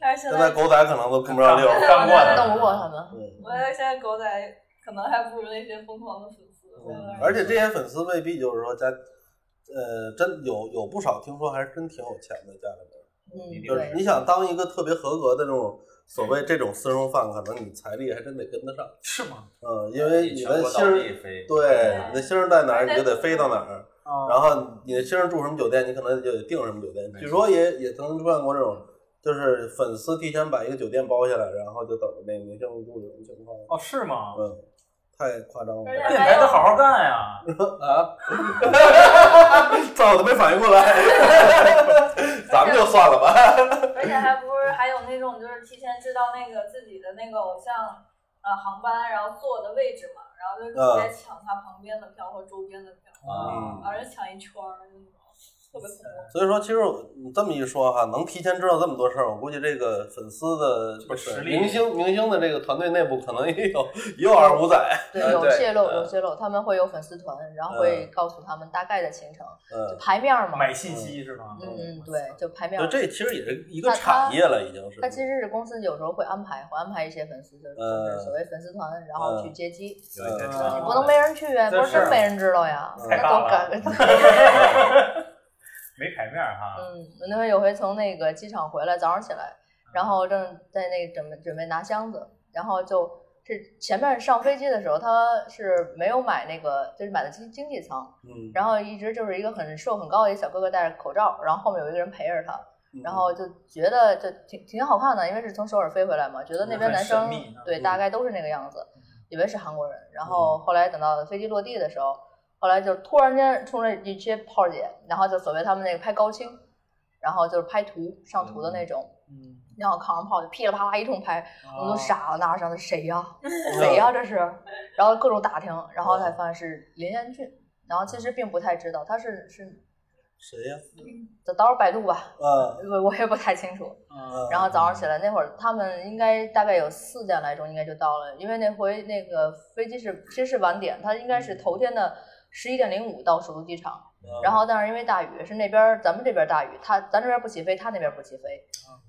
[SPEAKER 5] 但是现
[SPEAKER 1] 现在狗仔可能都跟不上溜儿。
[SPEAKER 2] 干过的
[SPEAKER 4] 弄不过他们，
[SPEAKER 1] 嗯
[SPEAKER 5] 我觉得现在狗仔可能还不如那些疯狂的粉丝。
[SPEAKER 1] 嗯而且这些粉丝未必就是说家，呃，真有有不少听说还是真挺有钱的家里边儿，
[SPEAKER 4] 嗯，
[SPEAKER 3] 你
[SPEAKER 1] 就是
[SPEAKER 4] 对，
[SPEAKER 1] 你想当一个特别合格的这种所谓这种私生饭，可能你财力还真得跟得上。
[SPEAKER 2] 是吗？
[SPEAKER 1] 嗯，因为你
[SPEAKER 3] 全
[SPEAKER 1] 的
[SPEAKER 3] 国
[SPEAKER 1] 星
[SPEAKER 3] 倒
[SPEAKER 1] 儿，
[SPEAKER 3] 地飞。
[SPEAKER 1] 对，你的星儿在哪儿，你就得飞到哪儿。
[SPEAKER 4] 哦
[SPEAKER 2] 啊
[SPEAKER 1] 然后你的星儿住什么酒店，你可能就得订什么酒店。据说也也曾经出现过这种，就是粉丝提前把一个酒店包下来，然后就等着那明星入住这种情况。
[SPEAKER 2] 哦，是吗？
[SPEAKER 1] 嗯，太夸张了
[SPEAKER 5] 而且
[SPEAKER 2] 电台得好好干呀！
[SPEAKER 1] 啊！ 早都没反应过 来，咱们就算了吧。
[SPEAKER 5] 而且还不是还有那种就是提前知道那个自己的那个偶像呃航班，然后坐的位置嘛，然后就直接抢他旁边的票或周边的票，
[SPEAKER 4] 啊
[SPEAKER 2] 啊
[SPEAKER 1] 嗯
[SPEAKER 5] 反正抢一圈儿那种，特别恐怖。
[SPEAKER 1] 所以说，其实我你这么一说哈，能提前知道这么多事儿，我估计这个粉丝的
[SPEAKER 2] 这个实力
[SPEAKER 1] 明星明星的这个团队内部可能也有也有二五仔，
[SPEAKER 4] 对
[SPEAKER 1] 呃
[SPEAKER 4] 有
[SPEAKER 1] 对
[SPEAKER 4] 泄露
[SPEAKER 1] 呃
[SPEAKER 4] 有泄露，他们会有粉丝团，然后会告诉他们大概的行程，就
[SPEAKER 1] 嗯，
[SPEAKER 4] 排面儿嘛，
[SPEAKER 2] 买信息是吗？
[SPEAKER 4] 嗯嗯，对，就排面
[SPEAKER 1] 就
[SPEAKER 4] 儿。
[SPEAKER 1] 这其实也是一个
[SPEAKER 4] 那他
[SPEAKER 1] 产业了，已经是。
[SPEAKER 4] 他其实是公司有时候会安排，会安排一些粉丝，就是
[SPEAKER 1] 呃
[SPEAKER 4] 就是所谓粉丝团，然后去接机。
[SPEAKER 3] 有一些
[SPEAKER 1] 嗯
[SPEAKER 3] 传
[SPEAKER 4] 你
[SPEAKER 3] 统
[SPEAKER 4] 不能没人去呀，
[SPEAKER 2] 这
[SPEAKER 4] 不是真
[SPEAKER 2] 是
[SPEAKER 4] 没人知道呀，
[SPEAKER 1] 嗯
[SPEAKER 4] 那
[SPEAKER 2] 太大
[SPEAKER 4] 都
[SPEAKER 2] 了啊
[SPEAKER 4] 感。
[SPEAKER 2] 没牌面儿哈。
[SPEAKER 4] 嗯，我那回有回从那个机场回来，早上起
[SPEAKER 1] 嗯
[SPEAKER 4] 来，然后正在那准备准备拿箱子，然后就这前面上飞机的时候，他是没有买那个，就是买的经经济舱，
[SPEAKER 1] 嗯，
[SPEAKER 4] 然后一直就是一个很瘦很高的一小哥哥戴着口罩，然后后面有一个人陪着他，
[SPEAKER 1] 嗯
[SPEAKER 4] 然后就觉得就挺挺好看的，因为是从首尔飞回来嘛，觉得那边男生
[SPEAKER 2] 很神秘啊嗯
[SPEAKER 4] 对
[SPEAKER 1] 嗯
[SPEAKER 4] 大概都是那个样子，以为是韩国人。然后后来等到飞机落地的时候，后来就突然间冲着一些炮姐，然后就所谓他们那个拍高清，然后就是拍图上图的那种，
[SPEAKER 2] 嗯，啊
[SPEAKER 4] 然后扛着炮就噼里啪啦一通拍，我们都
[SPEAKER 2] 傻。
[SPEAKER 4] 傻了，那上的谁呀、谁呀、这是？然后各种打听，然后才发现是林彦俊，然后其实并不太知道他是是，
[SPEAKER 1] 谁呀？
[SPEAKER 4] 到时候百度吧，
[SPEAKER 1] 啊，
[SPEAKER 4] 我我也不太清楚。
[SPEAKER 1] 呃
[SPEAKER 2] 嗯
[SPEAKER 4] 嗯然后早上起来那会儿，他们应该大概有四点来钟，应该就到了，因为那回那个飞机是其实是晚点，它应该是头天的十一点零五到首都机场，然后但是因为大雨，是那边儿咱们这边儿大雨，他咱这边儿不起飞，他
[SPEAKER 1] 嗯
[SPEAKER 4] 那边儿不起飞，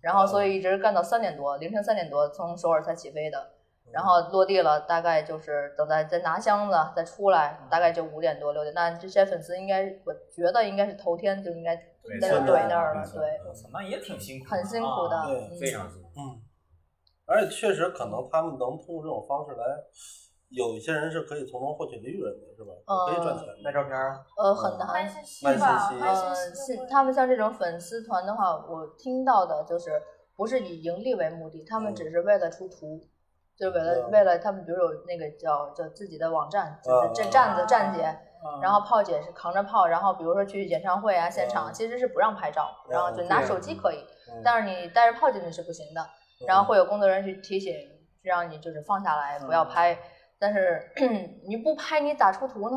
[SPEAKER 4] 然后所以一直干到三点多，凌晨三点多从首尔才起飞的，然后落地了，大概就是等咱再拿箱子再出来，大概就五点多六点。那这些粉丝应该，我觉得应该是头天就应该
[SPEAKER 3] 没
[SPEAKER 4] 在
[SPEAKER 3] 错
[SPEAKER 4] 那怼那儿
[SPEAKER 1] 没
[SPEAKER 4] 了，
[SPEAKER 1] 错
[SPEAKER 4] 对，
[SPEAKER 1] 嗯
[SPEAKER 2] 我操，那也挺辛苦的啊，
[SPEAKER 4] 很辛苦的
[SPEAKER 1] 对
[SPEAKER 4] 嗯
[SPEAKER 3] 非常辛苦。
[SPEAKER 1] 嗯，而且确实可能他们能通过这种方式来，有一些人是可以从中获取利润的，是吧？
[SPEAKER 4] 嗯
[SPEAKER 1] 可以赚钱的。
[SPEAKER 7] 卖照片儿，
[SPEAKER 4] 呃，
[SPEAKER 1] 嗯
[SPEAKER 4] 很难。
[SPEAKER 5] 慢信息
[SPEAKER 1] 慢
[SPEAKER 5] 吧
[SPEAKER 1] 信息，
[SPEAKER 5] 慢
[SPEAKER 4] 呃，
[SPEAKER 5] 信息
[SPEAKER 4] 像
[SPEAKER 5] 会。
[SPEAKER 4] 他们像这种粉丝团的话，我听到的就是不是以盈利为目的，他们
[SPEAKER 1] 嗯
[SPEAKER 4] 只是为了出图，就是为了
[SPEAKER 1] 嗯
[SPEAKER 4] 为了他们，比如有那个叫叫自己的网站，就
[SPEAKER 1] 嗯
[SPEAKER 4] 是这站子站姐，
[SPEAKER 2] 嗯
[SPEAKER 4] 然后炮姐是扛着炮，然后比如说去演唱会啊现场，
[SPEAKER 1] 嗯
[SPEAKER 4] 其实是不让拍照，然后就
[SPEAKER 1] 嗯
[SPEAKER 4] 拿
[SPEAKER 3] 对
[SPEAKER 4] 手机可以，
[SPEAKER 1] 嗯
[SPEAKER 4] 但是你带着炮进去是不行的，然后会有工作人员去提醒，让你就是放下来不
[SPEAKER 2] 嗯
[SPEAKER 4] 要拍，但是 你不拍你咋出图呢？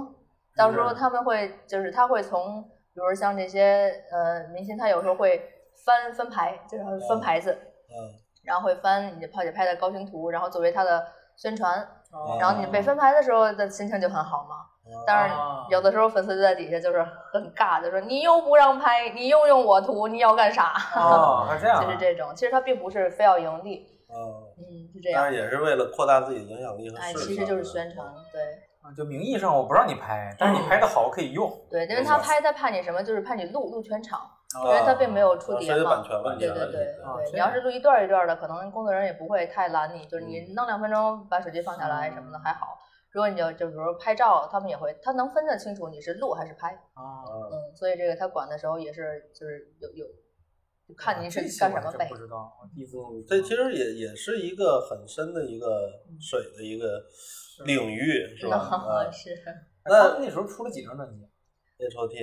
[SPEAKER 4] 到时候他们会就是他会从，比如像这些呃明星，他有时候会翻分牌，就是分牌子，
[SPEAKER 1] 嗯，
[SPEAKER 4] 然后会翻你的炮姐拍的高清图，然后作为他的宣传，
[SPEAKER 2] 哦
[SPEAKER 4] 然后你被分牌的时候的心情就很好嘛。
[SPEAKER 1] 嗯
[SPEAKER 4] 当然
[SPEAKER 2] 啊，
[SPEAKER 4] 有的时候粉丝就在底下就是很尬，就说你又不让拍，你又用我图，你要干啥？
[SPEAKER 2] 哦，还这 样啊，
[SPEAKER 4] 就是这种，其实他并不是非要盈利，
[SPEAKER 1] 嗯，
[SPEAKER 4] 嗯，是这
[SPEAKER 1] 当
[SPEAKER 4] 样
[SPEAKER 1] 然。也是为了扩大自己的影响力和
[SPEAKER 4] 哎，
[SPEAKER 1] 势力。
[SPEAKER 4] 其实就是宣传，对
[SPEAKER 7] 啊就名义上我不让你拍，但
[SPEAKER 4] 嗯
[SPEAKER 7] 是你拍的好可以用。
[SPEAKER 4] 对，因为
[SPEAKER 1] 没
[SPEAKER 4] 他
[SPEAKER 1] 错
[SPEAKER 4] 拍他怕你什么，就是怕你录录全场，
[SPEAKER 2] 哦，
[SPEAKER 4] 因为他并没有出
[SPEAKER 1] 啊
[SPEAKER 4] 碟
[SPEAKER 1] 涉及
[SPEAKER 4] 嘛
[SPEAKER 1] 版。权问题
[SPEAKER 4] 对
[SPEAKER 1] 啊。
[SPEAKER 4] 对对
[SPEAKER 7] 啊
[SPEAKER 4] 对，
[SPEAKER 7] 这
[SPEAKER 4] 你要
[SPEAKER 7] 样
[SPEAKER 4] 是录一段儿一段儿的，可能工作人员也不会太拦你，就是你弄两分钟把手机放下来什么的还好。如果你要就比如说拍照，他们也会，他能分得清楚你是录还是拍。
[SPEAKER 2] 哦
[SPEAKER 7] 呃
[SPEAKER 1] 嗯
[SPEAKER 4] 嗯，所以这个他管的时候也是，就是有有，就看您是
[SPEAKER 7] 啊这些
[SPEAKER 4] 干
[SPEAKER 7] 我
[SPEAKER 4] 什么
[SPEAKER 7] 还真
[SPEAKER 4] 呗
[SPEAKER 7] 不。知道，啊我第一
[SPEAKER 3] 嗯
[SPEAKER 7] 次
[SPEAKER 1] 这其实也也是一个很深的一个
[SPEAKER 4] 嗯
[SPEAKER 1] 水的一个领域，是吧？ 啊
[SPEAKER 4] 是
[SPEAKER 7] 那那时候出了几张专辑？啊
[SPEAKER 1] ，H O T，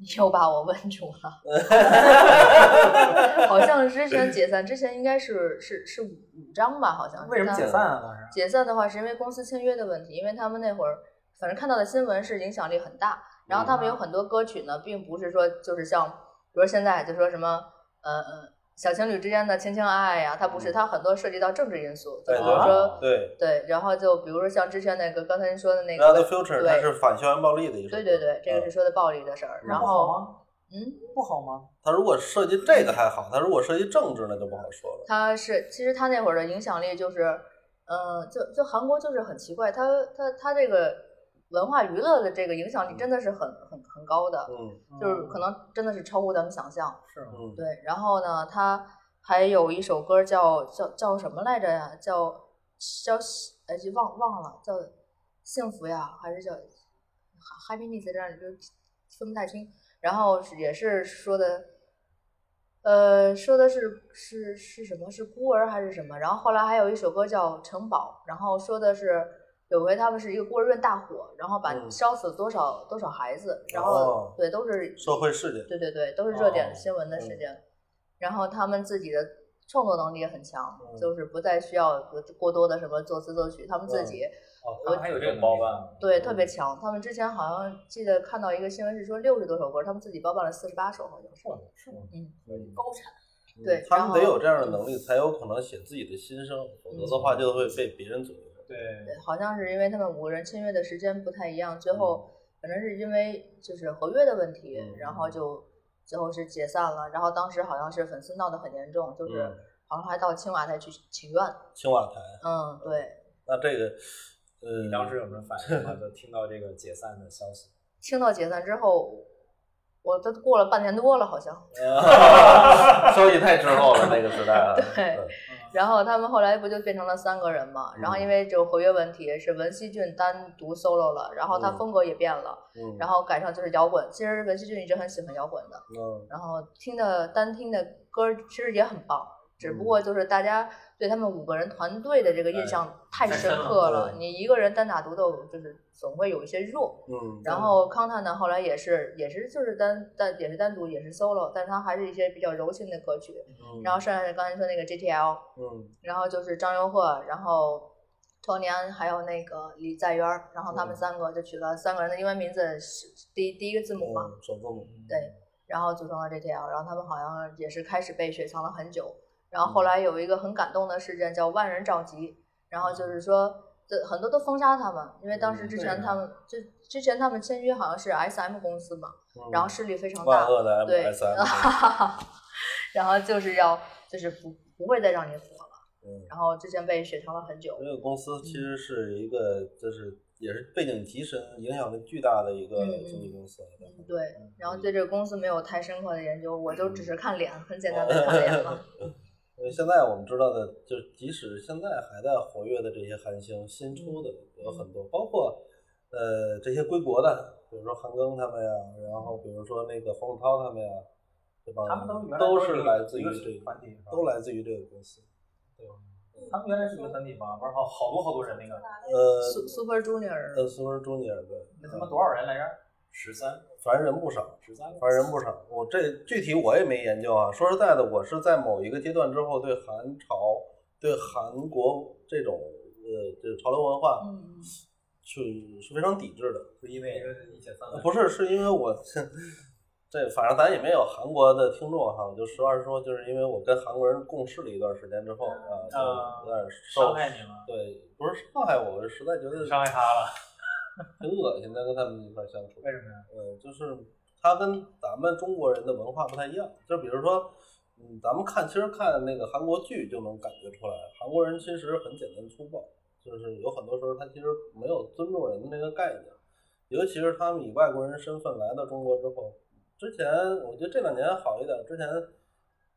[SPEAKER 4] 你又把我问住了。 好像之前解散之前应该是是是五五张吧，好像是。
[SPEAKER 7] 为什么
[SPEAKER 4] 但
[SPEAKER 7] 解散啊？当时
[SPEAKER 4] 解散的话，是因为公司签约的问题，因为他们那会儿反正看到的新闻是影响力很大，然后他们有很多歌曲呢，并不是说就是像，比如现在就说什么呃呃小情侣之间的情情爱爱呀，它
[SPEAKER 7] 嗯
[SPEAKER 4] 不是，它很多涉及到政治因素，就
[SPEAKER 1] 对
[SPEAKER 4] 比
[SPEAKER 1] 对
[SPEAKER 4] 如
[SPEAKER 1] 对
[SPEAKER 4] 说
[SPEAKER 1] 对。
[SPEAKER 4] 对，然后就比如说像之前那个刚才您说的那
[SPEAKER 1] r o u t
[SPEAKER 4] 个，
[SPEAKER 1] Future，
[SPEAKER 4] 对
[SPEAKER 1] 它是反校园暴力的一首歌。
[SPEAKER 4] 对对对，这个是
[SPEAKER 1] 嗯。
[SPEAKER 4] 说的暴力的事儿，然
[SPEAKER 7] 不好
[SPEAKER 4] 后
[SPEAKER 7] 吗？
[SPEAKER 4] 嗯。
[SPEAKER 7] 不好吗？
[SPEAKER 1] 它如果涉及这个还好，它如果涉及政治那就不好说了。
[SPEAKER 4] 他是其实他那会儿的影响力就是，嗯、就就韩国就是很奇怪，他他他这个文化娱乐的这个影响力真的是很很很高的，
[SPEAKER 1] 嗯
[SPEAKER 4] 就是可能真的是超乎咱们想象。
[SPEAKER 2] 是
[SPEAKER 3] 哦
[SPEAKER 2] 吗？
[SPEAKER 1] 嗯，
[SPEAKER 4] 对，然后呢，他还有一首歌叫叫叫什么来着呀？叫叫哎，就忘忘了，叫幸福呀，还是叫 happiness 这样，就分不太清。然后是也是说的，呃，说的是是是什么？是孤儿还是什么？然后后来还有一首歌叫《城堡》，然后说的是有回他们是一个孤儿院大火，然后把
[SPEAKER 1] 嗯
[SPEAKER 4] 烧死多少、多少孩子，然后、
[SPEAKER 1] 哦
[SPEAKER 4] 对都是
[SPEAKER 1] 社会事件。
[SPEAKER 4] 对对对，都是热点
[SPEAKER 1] 哦
[SPEAKER 4] 新闻的
[SPEAKER 1] 嗯
[SPEAKER 4] 事件。然后他们自己的创作能力也很强，
[SPEAKER 1] 嗯
[SPEAKER 4] 就是不再需要过过多的什么作词作曲，他们自己、
[SPEAKER 1] 嗯
[SPEAKER 3] 哦，
[SPEAKER 4] 我
[SPEAKER 3] 他们还有这种包办，
[SPEAKER 4] 对特别强。他们之前好像记得看到一个新闻是说六十多首歌，他们自己包办了四十八首，好像是。
[SPEAKER 3] 是吗？
[SPEAKER 4] 嗯，
[SPEAKER 5] 高产，
[SPEAKER 4] 对
[SPEAKER 1] 哦他们得
[SPEAKER 4] 然后嗯
[SPEAKER 1] 有这样的能力，才有可能写自己的心声，否则的话就会被别人左右。
[SPEAKER 2] 对，
[SPEAKER 4] 对，好像是因为他们五个人签约的时间不太一样，最后可能是因为就是合约的问题，
[SPEAKER 1] 嗯
[SPEAKER 4] 然后就最后是解散了。然后当时好像是粉丝闹得很严重，就是
[SPEAKER 1] 嗯
[SPEAKER 4] 好像还到青瓦台去请愿。
[SPEAKER 1] 青瓦台，
[SPEAKER 4] 嗯，对，
[SPEAKER 1] 那这个，呃，
[SPEAKER 3] 你当时有什么反应吗？就听到这个解散的消息，
[SPEAKER 4] 听到解散之后，我都过了半年多了，好像。
[SPEAKER 1] 消息太滞后了，那个时代啊。
[SPEAKER 4] 对然后他们后来不就变成了三个人嘛？然后
[SPEAKER 1] 嗯
[SPEAKER 4] 因为这个合约问题，是文熙俊单独 solo 了，然后他
[SPEAKER 1] 嗯
[SPEAKER 4] 风格也变了，
[SPEAKER 1] 嗯，
[SPEAKER 4] 然后改成就是摇滚。其实文熙俊一直很喜欢摇滚的，
[SPEAKER 1] 嗯
[SPEAKER 4] 然后听的单听的歌儿其实也很棒，只不
[SPEAKER 1] 嗯
[SPEAKER 4] 过就是大家对他们五个人团队的这个印象太
[SPEAKER 2] 太
[SPEAKER 4] 深
[SPEAKER 2] 深
[SPEAKER 4] 刻
[SPEAKER 1] 哎了
[SPEAKER 4] 了，你一个人单打独斗就是总会有一些弱。
[SPEAKER 1] 嗯，
[SPEAKER 4] 然后康泰呢，后来也是也是就是单单也是单独也是 solo，但是他还是一些比较柔情的歌曲。
[SPEAKER 1] 嗯
[SPEAKER 4] 然后剩下的刚才说那个 GTL，
[SPEAKER 1] 嗯
[SPEAKER 4] 然后就是张佑赫，然后托尼安还有那个李在渊儿，然后他们
[SPEAKER 1] 嗯
[SPEAKER 4] 三个就取了三个人的英文名字是第第一个字母嘛，
[SPEAKER 1] 嗯首字母，
[SPEAKER 4] 对，然后组成了 GTL，然后他们好像也是开始被雪藏了很久，然
[SPEAKER 1] 嗯
[SPEAKER 4] 后后来有一个很感动的事件叫万人召集，然后就是说。这很多都封杀他们，因为当时
[SPEAKER 1] 嗯
[SPEAKER 4] 之
[SPEAKER 2] 对
[SPEAKER 4] 前
[SPEAKER 2] 啊
[SPEAKER 4] 他们、就之前他们签约好像是 S M 公司嘛，
[SPEAKER 1] 嗯
[SPEAKER 4] 然后势力非常
[SPEAKER 1] 万
[SPEAKER 4] 大，
[SPEAKER 1] 恶的
[SPEAKER 4] 对
[SPEAKER 1] MSM，
[SPEAKER 4] 然后就是要就是不不会再让你火了，
[SPEAKER 1] 嗯
[SPEAKER 4] 然后之前被雪藏了很久
[SPEAKER 1] 这。个公司其实是一个，就是也是背景极深、影响力巨大的一个
[SPEAKER 4] 嗯
[SPEAKER 1] 经纪公司。啊对吧
[SPEAKER 4] 对，
[SPEAKER 1] 嗯
[SPEAKER 4] 然后对这个公司没有太深刻的研究，我就只是看脸，很简单的
[SPEAKER 1] 哦
[SPEAKER 4] 看脸 嘛。
[SPEAKER 1] 因为现在我们知道的，就即使现在还在活跃的这些韩星，新出的有很多，包括呃这些归国的，比如说韩庚他们呀，然后比如说那个黄子韬他们呀，对吧？
[SPEAKER 7] 嗯他们都原来
[SPEAKER 1] 都
[SPEAKER 7] 是
[SPEAKER 1] 是来自于
[SPEAKER 7] 一个
[SPEAKER 1] 这个，
[SPEAKER 7] 团体，是吧
[SPEAKER 1] 都来自于这个公司。
[SPEAKER 7] 他们原来是一个团体吧？玩好好多好多人那个，
[SPEAKER 1] 呃
[SPEAKER 4] Su- Super
[SPEAKER 1] 呃
[SPEAKER 4] Junior，
[SPEAKER 1] 苏文中年对，
[SPEAKER 7] 那他妈多少人来着？
[SPEAKER 3] 十三
[SPEAKER 1] 反正人不少。
[SPEAKER 3] 十三个
[SPEAKER 1] 反正人不少。我这具体我也没研究啊。说实在的，我是在某一个阶段之后，对韩潮、对韩国这种呃这潮流文化
[SPEAKER 4] 嗯，
[SPEAKER 1] 是是非常抵制的。
[SPEAKER 7] 是因为一千三
[SPEAKER 1] 呃
[SPEAKER 7] 百，
[SPEAKER 1] 不是，是因为我这反正咱也没有韩国的听众哈，我就实话实说，就是因为我跟韩国人共事了一段时间之后啊，就
[SPEAKER 7] 啊
[SPEAKER 1] 有点
[SPEAKER 7] 伤
[SPEAKER 1] 受。
[SPEAKER 7] 害你了，
[SPEAKER 1] 对，不是伤害我，我是实在觉得
[SPEAKER 7] 伤害他了，
[SPEAKER 1] 挺恶心的，跟他们一块儿相处。
[SPEAKER 7] 为什么呀？
[SPEAKER 1] 呃，就是它跟咱们中国人的文化不太一样。就比如说，嗯，咱们看其实看那个韩国剧就能感觉出来，韩国人其实很简单粗暴，就是有很多时候他其实没有尊重人的那个概念，尤其是他们以外国人身份来到中国之后，之前我觉得这两年好一点，之前。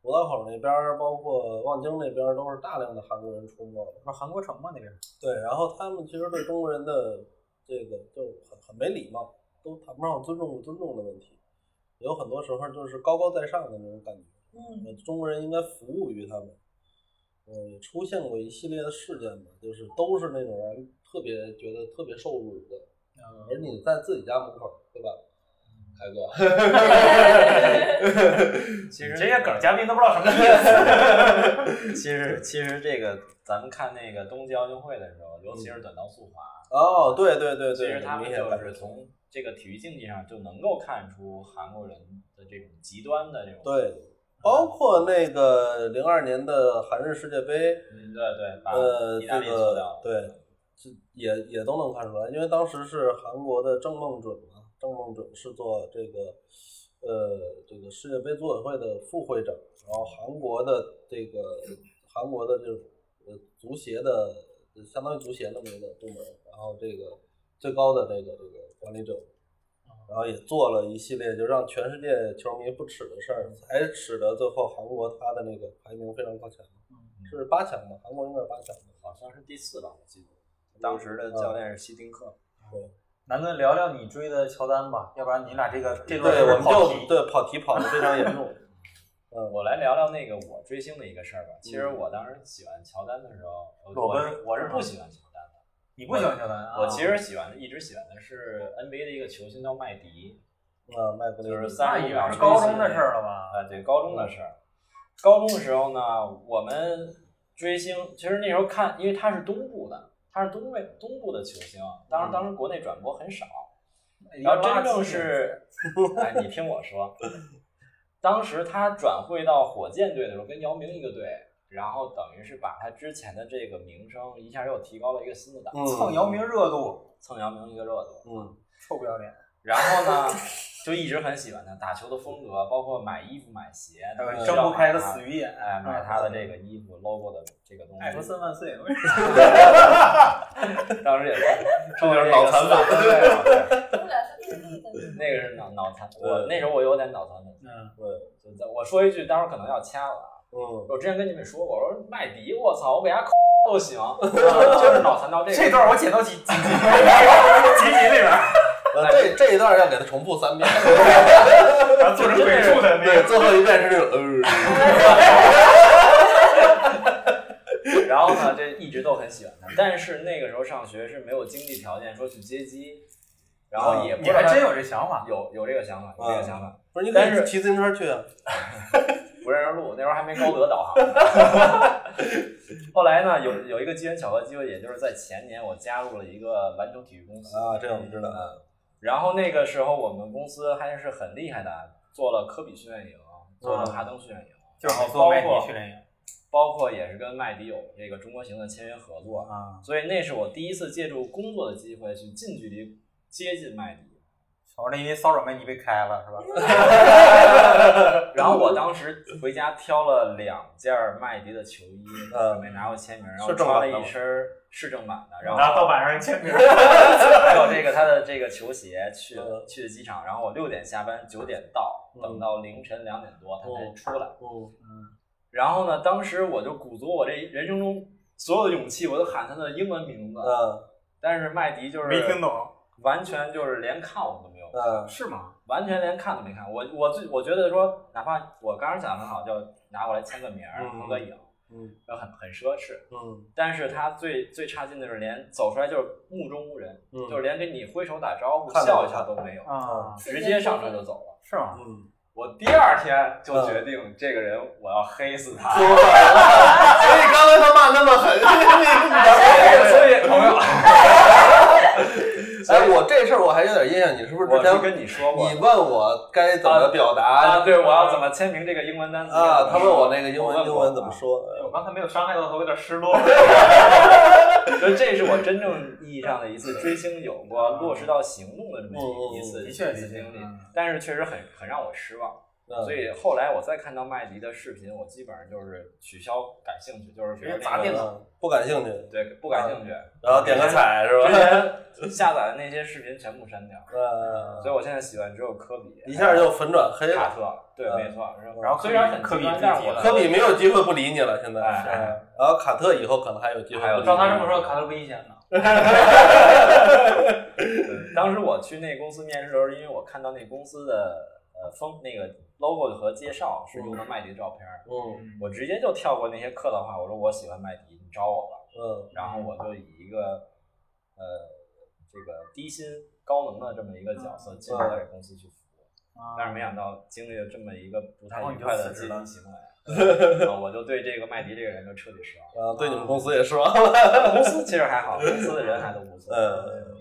[SPEAKER 1] 五道口那边儿，包括望京那边儿，都是大量的韩国人出没的。
[SPEAKER 7] 不是韩国城吗？那边
[SPEAKER 1] 对，然后他们其实对中国人的这个就很很没礼貌，都谈不上尊重不尊重的问题，有很多时候就是高高在上的那种感觉。嗯，中国人应该服务于他们。嗯，出现过一系列的事件嘛，就是都是那种让人特别觉得特别受辱的，
[SPEAKER 3] 啊
[SPEAKER 1] 而你在自己家门口，对吧？
[SPEAKER 3] 嗯
[SPEAKER 1] 凯哥，
[SPEAKER 3] 其实
[SPEAKER 7] 这些梗嘉宾都不知道什么意思。
[SPEAKER 3] 其实其实这个咱们看那个冬季奥运会的时候，尤其是短道速滑，
[SPEAKER 1] 哦，对对对对，
[SPEAKER 3] 其实他
[SPEAKER 1] 明
[SPEAKER 3] 们
[SPEAKER 1] 显
[SPEAKER 3] 就
[SPEAKER 1] 感
[SPEAKER 3] 是
[SPEAKER 1] 觉
[SPEAKER 3] 从这个体育竞技上就能够看出韩国人的这种极端的这种
[SPEAKER 1] 对，包括那个零二年的韩日世界杯，
[SPEAKER 3] 嗯 对对，把
[SPEAKER 1] 呃，
[SPEAKER 3] 意
[SPEAKER 1] 这
[SPEAKER 3] 大利做
[SPEAKER 1] 个
[SPEAKER 3] 掉，
[SPEAKER 1] 对，这也也都能看出来，因为当时是韩国的郑梦准嘛，郑梦准是做这个呃这个世界杯组委会的副会长，然后韩国的这个韩国的这种呃足协的呃相当于足协那么一个部门，然后这个最高的这个这个管理者。
[SPEAKER 3] 哦
[SPEAKER 1] 然后也做了一系列就让全世界球迷不耻的事儿，才使得最后韩国他的那个排名非常靠前，
[SPEAKER 3] 嗯
[SPEAKER 1] 是八强吧？韩国应该是八强吧？
[SPEAKER 3] 好像是第四吧，我记得，当时的教练是希丁克，
[SPEAKER 7] 咱们聊聊你追的乔丹吧，要不然你俩这个这段
[SPEAKER 1] 对，
[SPEAKER 7] 有
[SPEAKER 1] 我
[SPEAKER 7] 点
[SPEAKER 1] 们
[SPEAKER 7] 跑
[SPEAKER 1] 就
[SPEAKER 7] 题。
[SPEAKER 1] 对跑题跑的非常严 重。嗯，
[SPEAKER 3] 我来聊聊那个我追星的一个事儿吧。其实我当时喜欢乔丹的时候，我
[SPEAKER 7] 裸奔
[SPEAKER 3] 我是我是不喜欢乔丹的，
[SPEAKER 7] 你不喜欢乔丹啊？
[SPEAKER 3] 我其实喜欢的一直喜欢的是 NBA 的一个球星叫麦迪，
[SPEAKER 1] 啊，麦克雷
[SPEAKER 3] 就是
[SPEAKER 1] 迪
[SPEAKER 3] 三十一
[SPEAKER 7] 嗯那
[SPEAKER 3] 秒
[SPEAKER 7] 也是
[SPEAKER 3] 追
[SPEAKER 7] 高
[SPEAKER 3] 星
[SPEAKER 7] 中的事儿了吧
[SPEAKER 3] 啊，对，高中的事儿。高中的时候呢，我们追星，其实那时候看，因为他是东部的，他是东北东部的球星，
[SPEAKER 7] 嗯
[SPEAKER 3] 当时当时国内转播很少，
[SPEAKER 7] 哎
[SPEAKER 3] 然后真正是，哎，你听我说，当时他转会到火箭队的时候，跟姚明一个队，然后等于是把他之前的这个名声一下又提高了一个新的档次，
[SPEAKER 7] 蹭姚明热度，
[SPEAKER 3] 蹭姚明一个热度。
[SPEAKER 1] 嗯，
[SPEAKER 7] 臭嗯不要脸。
[SPEAKER 3] 然后呢，就一直很喜欢他打球的风格，包括买衣服、买鞋，
[SPEAKER 7] 还有
[SPEAKER 3] 都
[SPEAKER 7] 睁
[SPEAKER 3] 要
[SPEAKER 7] 不开的
[SPEAKER 3] 买他
[SPEAKER 7] 死鱼眼。
[SPEAKER 3] 哎，买他的这个衣服 logo 的这个东西，
[SPEAKER 7] 艾弗森万岁！
[SPEAKER 3] 当时也是，这
[SPEAKER 1] 就是脑残粉
[SPEAKER 3] 粉，
[SPEAKER 5] 他们俩是对立的。
[SPEAKER 3] 那个是脑脑残，
[SPEAKER 1] 对
[SPEAKER 3] 我那时候我有点脑残粉，
[SPEAKER 7] 嗯，
[SPEAKER 1] 对，
[SPEAKER 3] 就在我说一句，当时可能要掐了啊，
[SPEAKER 1] 嗯，
[SPEAKER 3] 我之前跟你们说过，我说麦迪，我操，我给他都 行，啊就是脑残到这
[SPEAKER 7] 这
[SPEAKER 3] 个。
[SPEAKER 7] 段我剪到几几集， 几集那边，
[SPEAKER 1] 呃
[SPEAKER 3] 哎
[SPEAKER 1] 这这一段要给他重复三 遍，
[SPEAKER 7] 然后做成鬼畜的那
[SPEAKER 1] 对，
[SPEAKER 7] 个。
[SPEAKER 1] 最后一遍是那种呃，
[SPEAKER 3] 然后呢，这一直都很喜欢他，但是那个时候上学是没有经济条件说去接机，然后也
[SPEAKER 7] 哦
[SPEAKER 3] 不
[SPEAKER 7] 你
[SPEAKER 3] 知道
[SPEAKER 7] 还
[SPEAKER 3] 他
[SPEAKER 7] 真有这想
[SPEAKER 1] 啊
[SPEAKER 7] 法？
[SPEAKER 3] 有有这个想法，有这个想法。
[SPEAKER 1] 不是你
[SPEAKER 3] 但是
[SPEAKER 1] 可以骑自行车去啊？
[SPEAKER 3] 不认识路，那时候还没高德导航。 后来呢，有有一个机缘巧合机会，也就是在前年，我加入了一个篮球体育公司
[SPEAKER 1] 啊，这我们知道，
[SPEAKER 3] 嗯，然后那个时候我们公司还是很厉害的，做了科比训练营，做
[SPEAKER 1] 啊
[SPEAKER 3] 了哈登训练营，
[SPEAKER 7] 就是
[SPEAKER 3] 然
[SPEAKER 7] 你
[SPEAKER 3] 后
[SPEAKER 7] 做
[SPEAKER 3] 包
[SPEAKER 7] 麦迪
[SPEAKER 3] 括
[SPEAKER 7] 训练营
[SPEAKER 3] 包括也是跟麦迪有这个中国行的签约合作，
[SPEAKER 7] 啊，
[SPEAKER 3] 所以那是我第一次借助工作的机会去近距离接近麦迪。
[SPEAKER 7] 乔治因为骚扰麦你被开了是吧？
[SPEAKER 3] 然后我当时回家挑了两件麦迪的球衣，
[SPEAKER 1] 嗯
[SPEAKER 3] 准备拿过签名，然后
[SPEAKER 1] 是正版
[SPEAKER 3] 穿
[SPEAKER 1] 的
[SPEAKER 3] 了
[SPEAKER 1] 吗
[SPEAKER 3] 一身儿是正版的，然后
[SPEAKER 2] 拿盗版上签名。
[SPEAKER 3] 还有这个他的这个球鞋去
[SPEAKER 1] 嗯
[SPEAKER 3] 去的机场，然后我六点下班，九点到，
[SPEAKER 1] 嗯
[SPEAKER 3] 等到凌晨两点多他才出来。
[SPEAKER 1] 嗯
[SPEAKER 3] 然后呢，当时我就鼓足我这人生中所有的勇气，我就喊他的英文名字，
[SPEAKER 1] 嗯
[SPEAKER 3] 但是麦迪就是
[SPEAKER 7] 没听，懂
[SPEAKER 3] 完全就是连看我都没有，
[SPEAKER 1] 嗯
[SPEAKER 7] 是吗？
[SPEAKER 3] 完全连看都没看。我我最我觉得说，哪怕我刚刚讲得很好，就拿过来签个名儿、
[SPEAKER 1] 嗯
[SPEAKER 3] 合个影，
[SPEAKER 1] 嗯
[SPEAKER 3] 然后很很奢侈。
[SPEAKER 1] 嗯
[SPEAKER 3] 但是他最最差劲的是，连走出来就是目中无人，
[SPEAKER 1] 嗯
[SPEAKER 3] 就是连跟你挥手打招呼、
[SPEAKER 1] 看都
[SPEAKER 3] 笑
[SPEAKER 1] 不
[SPEAKER 3] 一下都没有，
[SPEAKER 7] 啊，
[SPEAKER 3] 直接上车就走了。嗯
[SPEAKER 7] 是吗？
[SPEAKER 1] 嗯，
[SPEAKER 3] 我第二天就决定，这个人我要黑死 他。
[SPEAKER 1] 所以刚才他骂那么狠，
[SPEAKER 3] 所以朋 友，
[SPEAKER 1] 哎，我这事儿我还有点印象，你是不是之
[SPEAKER 3] 我是
[SPEAKER 1] 前
[SPEAKER 3] 跟你说过
[SPEAKER 1] 你问我该怎么表
[SPEAKER 3] 啊，
[SPEAKER 1] 达
[SPEAKER 3] 对，我要怎么签名这个英文单词
[SPEAKER 1] 啊？他问我那个英
[SPEAKER 3] 我
[SPEAKER 1] 文
[SPEAKER 3] 问
[SPEAKER 1] 英
[SPEAKER 3] 过啊
[SPEAKER 1] 文怎么说？嗯
[SPEAKER 7] 我刚才没有伤害到他，我有点失 落。
[SPEAKER 3] 就这是我真正意义上的一次追星有过落实到行动的这么一一次
[SPEAKER 7] 嗯
[SPEAKER 3] 一
[SPEAKER 7] 的确
[SPEAKER 3] 次经历
[SPEAKER 7] 的确，
[SPEAKER 3] 但是确实很很让我失望。
[SPEAKER 1] 嗯
[SPEAKER 3] 所以后来我再看到麦迪的视频，我基本上就是取消感兴趣，就是觉得那个
[SPEAKER 7] 砸电脑，
[SPEAKER 1] 嗯不感兴趣，
[SPEAKER 3] 对不感兴趣，
[SPEAKER 1] 然后点个彩是
[SPEAKER 3] 之
[SPEAKER 1] 吧？
[SPEAKER 3] 前 下载的那些视频全部删掉，
[SPEAKER 1] 嗯，
[SPEAKER 3] 所以我现在喜欢只有科比，
[SPEAKER 1] 一下就粉转黑
[SPEAKER 3] 卡
[SPEAKER 1] 了。
[SPEAKER 3] 特，对，
[SPEAKER 1] 嗯
[SPEAKER 3] 没错。
[SPEAKER 7] 然后
[SPEAKER 3] 虽然很
[SPEAKER 7] 科比
[SPEAKER 3] 极端
[SPEAKER 7] 追
[SPEAKER 3] 但
[SPEAKER 7] 击
[SPEAKER 3] 是我
[SPEAKER 7] 了
[SPEAKER 1] 科比没有机会不理你了，现在。
[SPEAKER 3] 哎哎
[SPEAKER 1] 嗯然后卡特以后可能还有机会不理你。
[SPEAKER 7] 照他这么说，卡特危险呢。
[SPEAKER 3] 当时我去那公司面试的时候，因为我看到那公司的呃封那个 logo 和介绍是用的麦迪的照片儿，
[SPEAKER 1] 嗯
[SPEAKER 3] 我直接就跳过那些客套话，我说我喜欢麦迪，你招我吧。
[SPEAKER 1] 嗯
[SPEAKER 3] 然后我就以一个呃这个低薪高能的这么一个角色进入到这公司去服务，
[SPEAKER 7] 啊
[SPEAKER 3] 但是没想到经历了这么一个不太愉快的阶级行 为。然后我就对这个麦迪这个人就彻底失望了。
[SPEAKER 1] 然嗯后对你们公司也失望
[SPEAKER 3] 哎
[SPEAKER 1] 了。
[SPEAKER 3] 公司其实还好，公司的人还都不错。
[SPEAKER 1] 嗯，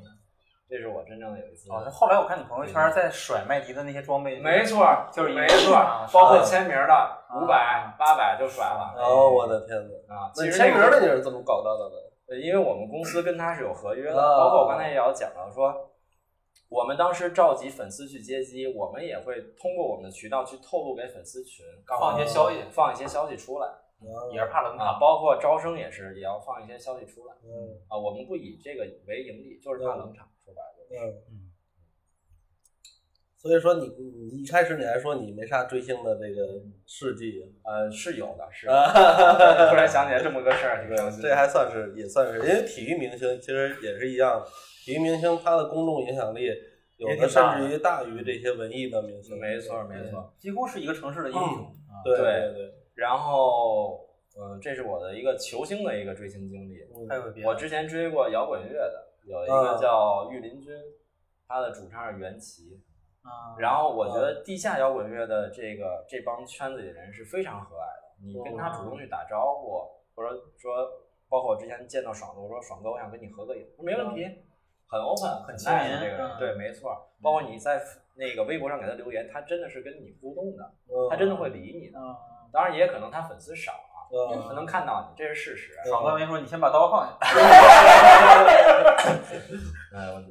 [SPEAKER 3] 这是我真正的有一次。
[SPEAKER 7] 哦，后来我看你朋友圈在甩麦迪的那些装备，
[SPEAKER 3] 没错儿，
[SPEAKER 7] 就是一
[SPEAKER 3] 没错儿，啊
[SPEAKER 7] 啊
[SPEAKER 3] 包括签名的
[SPEAKER 7] 嗯
[SPEAKER 3] 五百、八百就甩了
[SPEAKER 1] 哦，我的天哪！
[SPEAKER 3] 啊。其
[SPEAKER 1] 那
[SPEAKER 3] 实
[SPEAKER 1] 签
[SPEAKER 3] 那
[SPEAKER 1] 名
[SPEAKER 3] 个
[SPEAKER 1] 儿的你是怎么搞到的呢？
[SPEAKER 3] 呃因为我们公司跟他是有合约的，
[SPEAKER 7] 哦
[SPEAKER 1] 啊
[SPEAKER 3] 包括我刚才也要讲到说，我们当时召集粉丝去接机，我们也会通过我们的渠道去透露给粉丝群，告诉
[SPEAKER 7] 放一些消息嗯
[SPEAKER 3] 放一些消息出来
[SPEAKER 7] 也是怕冷
[SPEAKER 3] 啊，
[SPEAKER 7] 场。
[SPEAKER 3] 包括招生也是也要放一些消息出来
[SPEAKER 1] 嗯
[SPEAKER 3] 啊。我们不以这个为盈利，就是怕冷场，说白了就是。
[SPEAKER 1] 嗯。所以说你你一开始你还说你没啥追星的这个事迹
[SPEAKER 3] 呃，是有的，是有的。
[SPEAKER 1] 啊，
[SPEAKER 3] 突然想起来这么个事儿，挺伤心的。
[SPEAKER 1] 这还算是也算是，因为体育明星其实也是一样，体育明星他的公众影响力有
[SPEAKER 7] 也
[SPEAKER 1] 的
[SPEAKER 7] 挺大
[SPEAKER 1] 甚至于大于这些文艺的明星。
[SPEAKER 3] 没错，没错。
[SPEAKER 7] 几乎是一个城市的英雄。
[SPEAKER 1] 嗯
[SPEAKER 7] 啊
[SPEAKER 1] 对
[SPEAKER 3] 对
[SPEAKER 1] 对，
[SPEAKER 3] 然后，呃，这是我的一个球星的一个追星经历。
[SPEAKER 7] 还有别的
[SPEAKER 3] 我之前追过摇滚乐的，有一
[SPEAKER 7] 嗯
[SPEAKER 3] 个叫御林军，他的主唱是袁琪。
[SPEAKER 7] 啊
[SPEAKER 3] 然后我觉得地下摇滚乐的这个这帮圈子里人是非常和蔼的，你跟他
[SPEAKER 7] 嗯
[SPEAKER 3] 主动去打招呼，或者说，包括我之前见到爽哥，我说爽哥，我想跟你合个影，他说没问题，很 open，
[SPEAKER 7] 嗯很
[SPEAKER 3] nice
[SPEAKER 7] 亲民
[SPEAKER 3] 这个人
[SPEAKER 7] 嗯，
[SPEAKER 3] 对，没错。包括你在那个微博上给他留言，他真的是跟你互动的，
[SPEAKER 7] 嗯
[SPEAKER 1] 嗯呃
[SPEAKER 3] 他真的会理你的。当然也可能他粉丝少啊，
[SPEAKER 1] 呃
[SPEAKER 7] 嗯
[SPEAKER 3] 他能看到你，这是事实。啊
[SPEAKER 7] 爽哥没说，你先把刀放下。
[SPEAKER 3] 呃，我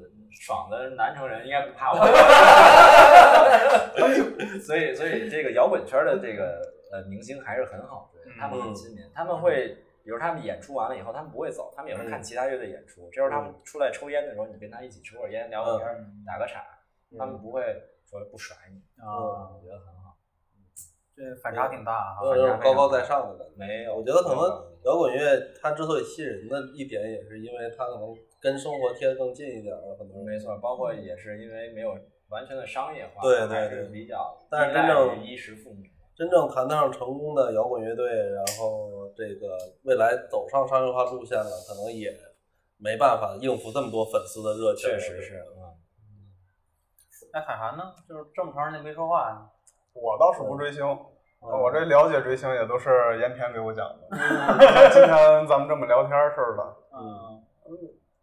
[SPEAKER 3] 爽的南城人应该不怕 我。所以，所以这个摇滚圈的这个呃明星还是很好追，他
[SPEAKER 1] 嗯
[SPEAKER 3] 们很亲民，他们会。比如他们演出完了以后，他们不会走，他们也会
[SPEAKER 1] 嗯
[SPEAKER 3] 看其他乐队演出。这时候他们出来抽烟的时候，你跟他一起抽会儿烟、聊会儿天
[SPEAKER 1] 嗯
[SPEAKER 3] 儿、打个岔，他
[SPEAKER 1] 呃
[SPEAKER 3] 们不会说不甩你。
[SPEAKER 7] 啊，
[SPEAKER 3] 我觉得很好，
[SPEAKER 7] 这反差挺大啊。
[SPEAKER 1] 有种高高在上的感觉。
[SPEAKER 3] 没有，
[SPEAKER 1] 我觉得可
[SPEAKER 3] 嗯
[SPEAKER 1] 能摇滚乐它之所以吸引人的一点，也是因为它可能跟生活贴得更近一点儿，很多人。
[SPEAKER 3] 没错，包括也是因为没有完全的商业
[SPEAKER 1] 嗯
[SPEAKER 3] 化，
[SPEAKER 1] 对对
[SPEAKER 3] 还是
[SPEAKER 1] 对
[SPEAKER 3] 比较
[SPEAKER 1] 但是
[SPEAKER 3] 依赖
[SPEAKER 1] 真正
[SPEAKER 3] 于衣食父母。
[SPEAKER 1] 真正谈得上成功的摇滚乐队，然后这个未来走上商业化路线了，可能也没办法应付这么多粉丝的热情。
[SPEAKER 3] 确实是，嗯，
[SPEAKER 7] 那海涵呢？就是这么长时间没说话，
[SPEAKER 8] 我倒是不追星，
[SPEAKER 1] 嗯，
[SPEAKER 8] 我这了解追星也都是岩田给我讲的。 今天咱们这么聊天儿似的，
[SPEAKER 7] 嗯，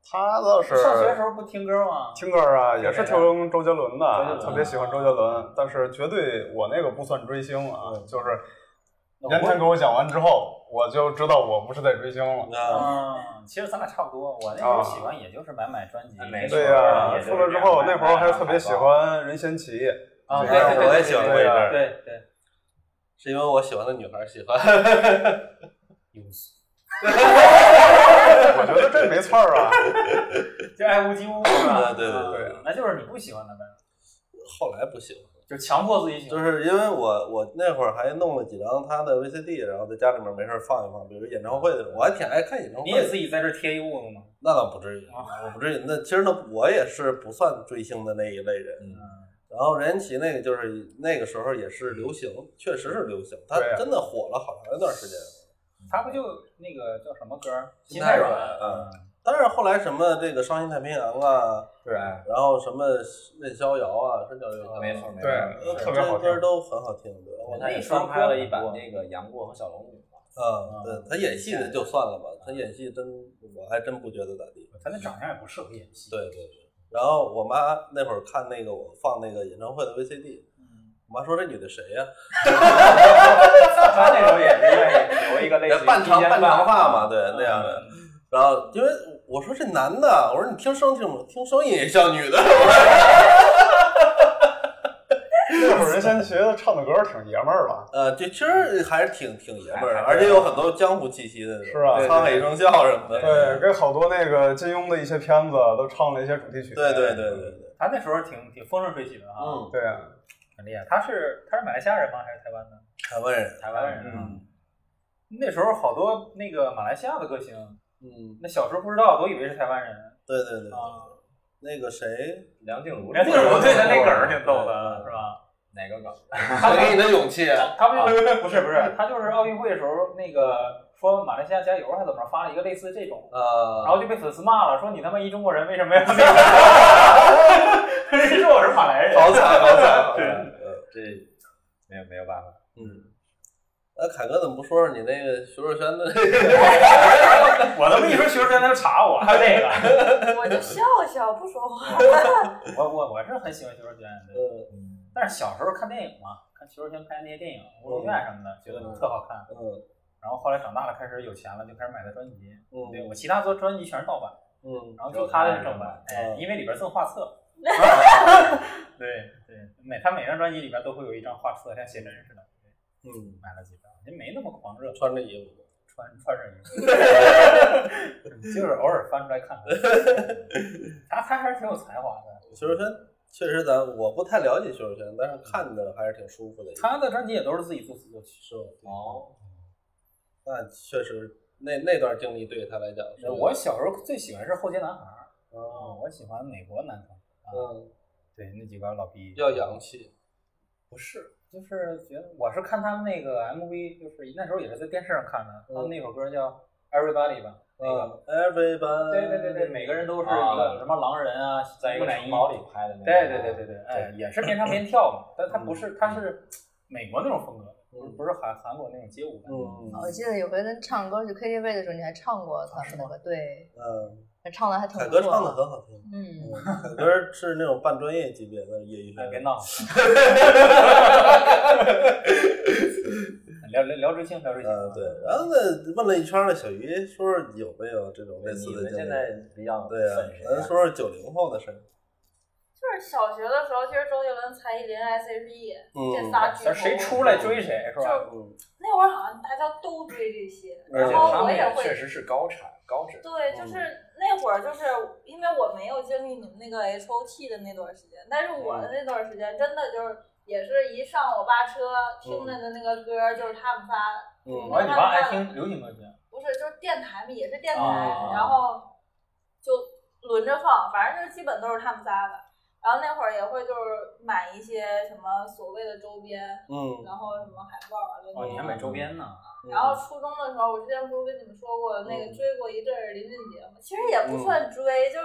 [SPEAKER 8] 他倒是
[SPEAKER 7] 上学的时候不听歌吗？
[SPEAKER 8] 听歌儿啊，
[SPEAKER 7] 听谁
[SPEAKER 8] 也是
[SPEAKER 7] 的
[SPEAKER 8] 听周杰伦
[SPEAKER 7] 周杰
[SPEAKER 8] 的，
[SPEAKER 7] 伦
[SPEAKER 8] 特别喜欢周杰伦，但是绝对我那个不算追星啊，就是
[SPEAKER 7] 我
[SPEAKER 8] 岩田给我讲完之后，我就知道我不是在追星了。
[SPEAKER 1] 啊，
[SPEAKER 7] 嗯，其实咱俩差不多，我那时候喜欢也就是买买专辑，
[SPEAKER 3] 没错
[SPEAKER 8] 对
[SPEAKER 3] 啊
[SPEAKER 8] 呀、
[SPEAKER 3] 也就是
[SPEAKER 8] 出了之后，
[SPEAKER 3] 这
[SPEAKER 8] 那
[SPEAKER 3] 样
[SPEAKER 8] 会儿还特别喜欢任贤齐，
[SPEAKER 7] 啊，
[SPEAKER 8] 对
[SPEAKER 7] 对对对，
[SPEAKER 1] 我也喜欢过一阵儿，
[SPEAKER 7] 对对，
[SPEAKER 1] 是因为我喜欢的女孩喜欢。
[SPEAKER 8] 我觉得这没错儿啊。
[SPEAKER 7] 就爱屋及乌是吧？
[SPEAKER 1] 对对对
[SPEAKER 7] 对，那就是你不喜欢的呗，
[SPEAKER 1] 后来不喜欢，
[SPEAKER 7] 就强迫自己喜
[SPEAKER 1] 就
[SPEAKER 7] 欢。
[SPEAKER 1] 是因为我我那会儿还弄了几张她的 VCD，然后在家里面没事儿放一放，比如演唱会那种，我还挺爱看演唱会
[SPEAKER 7] 你
[SPEAKER 1] 的。
[SPEAKER 7] 也自己在这儿贴一痦子吗？
[SPEAKER 1] 那倒不至于，
[SPEAKER 7] 啊
[SPEAKER 1] 我不至于。那其实呢，我也是不算追星的那一类人。
[SPEAKER 3] 嗯
[SPEAKER 1] 然后任贤齐那个就是那个时候也是流行，确实是流行，他
[SPEAKER 8] 对啊
[SPEAKER 1] 真的火了好长一段时间。
[SPEAKER 2] 他不就那个叫什么歌儿？
[SPEAKER 7] 心太软，
[SPEAKER 1] 嗯，但是后来什么这个伤心太平洋啊，
[SPEAKER 3] 对，
[SPEAKER 1] 然后什么任逍遥啊，是叫任逍遥吗，
[SPEAKER 3] 没错没错，
[SPEAKER 8] 对
[SPEAKER 1] 呃
[SPEAKER 8] 特别好
[SPEAKER 1] 这些歌
[SPEAKER 8] 听
[SPEAKER 1] 都很好听。对，我
[SPEAKER 3] 他也
[SPEAKER 1] 那时候
[SPEAKER 3] 翻拍了一版
[SPEAKER 1] 歌很多
[SPEAKER 3] 那个杨过和小龙女嘛，
[SPEAKER 1] 嗯，对他演戏的就算了吧，他演戏真我还真不觉得咋地。
[SPEAKER 7] 他那长相也不适合演戏。
[SPEAKER 1] 对对对。然后我妈那会儿看那个我放那个演唱会的 VCD，我妈说这女的谁呀、
[SPEAKER 7] 他那时候也是 愿意留一个类似于
[SPEAKER 1] 半长
[SPEAKER 7] 披肩
[SPEAKER 1] 半长发嘛，
[SPEAKER 7] 的，
[SPEAKER 1] 对
[SPEAKER 3] 嗯
[SPEAKER 1] 那样的。然后因为我说这男的，我说你听声听不听声音也像女的，
[SPEAKER 8] 那会儿任贤齐的唱的歌儿挺爷们儿的，
[SPEAKER 1] 呃，这其实还是挺挺爷们儿的，
[SPEAKER 3] 还还
[SPEAKER 1] 而且有很多江湖气息的那种，
[SPEAKER 8] 是吧
[SPEAKER 1] 沧海一声笑什么的，
[SPEAKER 8] 对，跟好多那个金庸的一些片子都唱了一些主题曲。
[SPEAKER 1] 对对对对对，
[SPEAKER 7] 他那时候挺挺风生水起的啊，
[SPEAKER 1] 嗯，
[SPEAKER 8] 对啊，
[SPEAKER 7] 很厉害。他是他是马来西亚人吗？还是台湾的？
[SPEAKER 1] 台湾人，
[SPEAKER 7] 台湾人。嗯，那时候好多那个马来西亚的歌星，
[SPEAKER 1] 嗯，
[SPEAKER 7] 那小时候不知道，都以为是台湾人
[SPEAKER 1] 对对对，
[SPEAKER 7] 啊。
[SPEAKER 1] 那个谁，
[SPEAKER 3] 梁静茹，
[SPEAKER 7] 梁静茹对他那梗儿挺逗的，啊是吧？
[SPEAKER 3] 哪个梗？
[SPEAKER 1] 谁给你的勇 气？
[SPEAKER 7] 他不就是
[SPEAKER 1] 啊
[SPEAKER 7] 不是不是，他就是奥运会的时候那个说马来西亚加油还怎么着，发了一个类似这种，然
[SPEAKER 1] 啊，
[SPEAKER 7] 后就被粉丝骂了，说你他妈一中国人为什么 要那个？人说我是马来人，
[SPEAKER 1] 好惨好惨，
[SPEAKER 7] 对
[SPEAKER 1] 呃
[SPEAKER 3] 嗯这没有没有办法，
[SPEAKER 1] 嗯，那凯哥怎么不说说你那个徐若瑄的？
[SPEAKER 7] 我他妈一说学生他就查我，还有这个。
[SPEAKER 5] 我就笑笑不说话。
[SPEAKER 7] 我我我是很喜欢徐若瑄，对
[SPEAKER 1] 嗯
[SPEAKER 7] 但是小时候看电影嘛，看徐若瑄拍那些电影《乌龙院》什么的，觉得特好看。
[SPEAKER 1] 嗯
[SPEAKER 7] 然后后来长大了，开始有钱了，就开始买她专辑。
[SPEAKER 1] 嗯
[SPEAKER 7] 对我其他做专辑全是盗版，
[SPEAKER 1] 嗯，
[SPEAKER 7] 然后就她的是正版，
[SPEAKER 1] 嗯
[SPEAKER 7] 哎，因为里边赠画 册。对对，每她每张专辑里边都会有一张画册，像写真似的。对
[SPEAKER 1] 嗯，
[SPEAKER 7] 买了几张，也没那么狂热，
[SPEAKER 1] 穿着衣服。
[SPEAKER 7] 穿穿上衣服，就是偶尔翻出来看看。她她还是挺有才华的。
[SPEAKER 1] 徐若瑄确实咱我不太了解徐若瑄，但是看着还是挺舒服的。
[SPEAKER 7] 她的专辑也都是自己作词作曲。
[SPEAKER 1] 是吧？
[SPEAKER 7] 哦，
[SPEAKER 1] 那确实那那段经历对于他来讲是，
[SPEAKER 7] 我小时候最喜欢是后街男孩儿，
[SPEAKER 3] 哦
[SPEAKER 7] 嗯，我喜欢美国男团，
[SPEAKER 1] 嗯
[SPEAKER 7] 对那几个老逼
[SPEAKER 1] 要洋气，
[SPEAKER 7] 不是，就是觉得我是看他们那个 MV，就是那时候也是在电视上看的，他们那首歌叫《Everybody》吧，那个，
[SPEAKER 1] 嗯，everybody，
[SPEAKER 7] 对对对对，每个人都是一个
[SPEAKER 3] 啊
[SPEAKER 7] 什么狼人啊，
[SPEAKER 3] 在一个
[SPEAKER 7] 木乃
[SPEAKER 3] 城
[SPEAKER 7] 伊，
[SPEAKER 3] 堡里拍的那个，
[SPEAKER 7] 对对对对对，哎，也是边唱边跳嘛，但他不是，他是美国那种风格，不是不是韩韩国那种街舞感，
[SPEAKER 1] 嗯
[SPEAKER 4] 我记得有回跟唱歌去 KTV 的时候，你还唱过他
[SPEAKER 7] 是
[SPEAKER 4] 们那
[SPEAKER 7] 吗
[SPEAKER 4] 个，对，
[SPEAKER 1] 嗯，
[SPEAKER 4] 还唱的还挺
[SPEAKER 1] 凯
[SPEAKER 4] 不
[SPEAKER 1] 哥
[SPEAKER 4] 错。
[SPEAKER 1] 唱的很好 听，
[SPEAKER 4] 嗯，
[SPEAKER 1] 凯哥是那种半专业级别的 业余选
[SPEAKER 7] 哎，别
[SPEAKER 1] 手。
[SPEAKER 7] 闹，聊聊聊追星，聊啊追星，
[SPEAKER 1] 嗯，对，然后呢，问了一圈儿呢，小鱼说说有没有这种类似
[SPEAKER 3] 你
[SPEAKER 1] 的
[SPEAKER 3] 们
[SPEAKER 1] 经
[SPEAKER 3] 现
[SPEAKER 1] 历？
[SPEAKER 3] 在比较
[SPEAKER 1] 对啊
[SPEAKER 3] 粉谁，
[SPEAKER 1] 咱
[SPEAKER 3] 啊？
[SPEAKER 1] 说说九零后的事儿。
[SPEAKER 5] 就是小学的时候，其实周杰伦、蔡依林、S.H.E 这
[SPEAKER 1] 嗯，
[SPEAKER 5] 仨巨头，
[SPEAKER 7] 咱谁出来追谁是吧？
[SPEAKER 1] 嗯
[SPEAKER 5] 那会儿好像大家都追这些，
[SPEAKER 3] 而且
[SPEAKER 5] 然
[SPEAKER 3] 他
[SPEAKER 5] 哦后我
[SPEAKER 3] 们
[SPEAKER 5] 也
[SPEAKER 3] 也
[SPEAKER 5] 会
[SPEAKER 3] 确实是高产高产，
[SPEAKER 5] 对，就是那会儿，就是因为我没有经历你们那个 H O T 的那段时间，但是我的那段时间真的就是也是一上我爸车听着的那个歌，就是他们仨，
[SPEAKER 1] 嗯
[SPEAKER 7] 我说你妈爱听流行歌曲，
[SPEAKER 5] 不是就是电台嘛，也是电台，
[SPEAKER 7] 啊
[SPEAKER 5] 然后就轮着放，反正就是基本都是他们仨的。然后那会儿也会就是买一些什么所谓的周边，
[SPEAKER 1] 嗯，
[SPEAKER 5] 然后什么海报啊，这
[SPEAKER 7] 哦，你还买周边呢？
[SPEAKER 1] 嗯
[SPEAKER 5] 然后初中的时候，我之前不是跟你们说过那个追过一阵儿林俊杰吗？其实也
[SPEAKER 1] 嗯
[SPEAKER 5] 不算追，就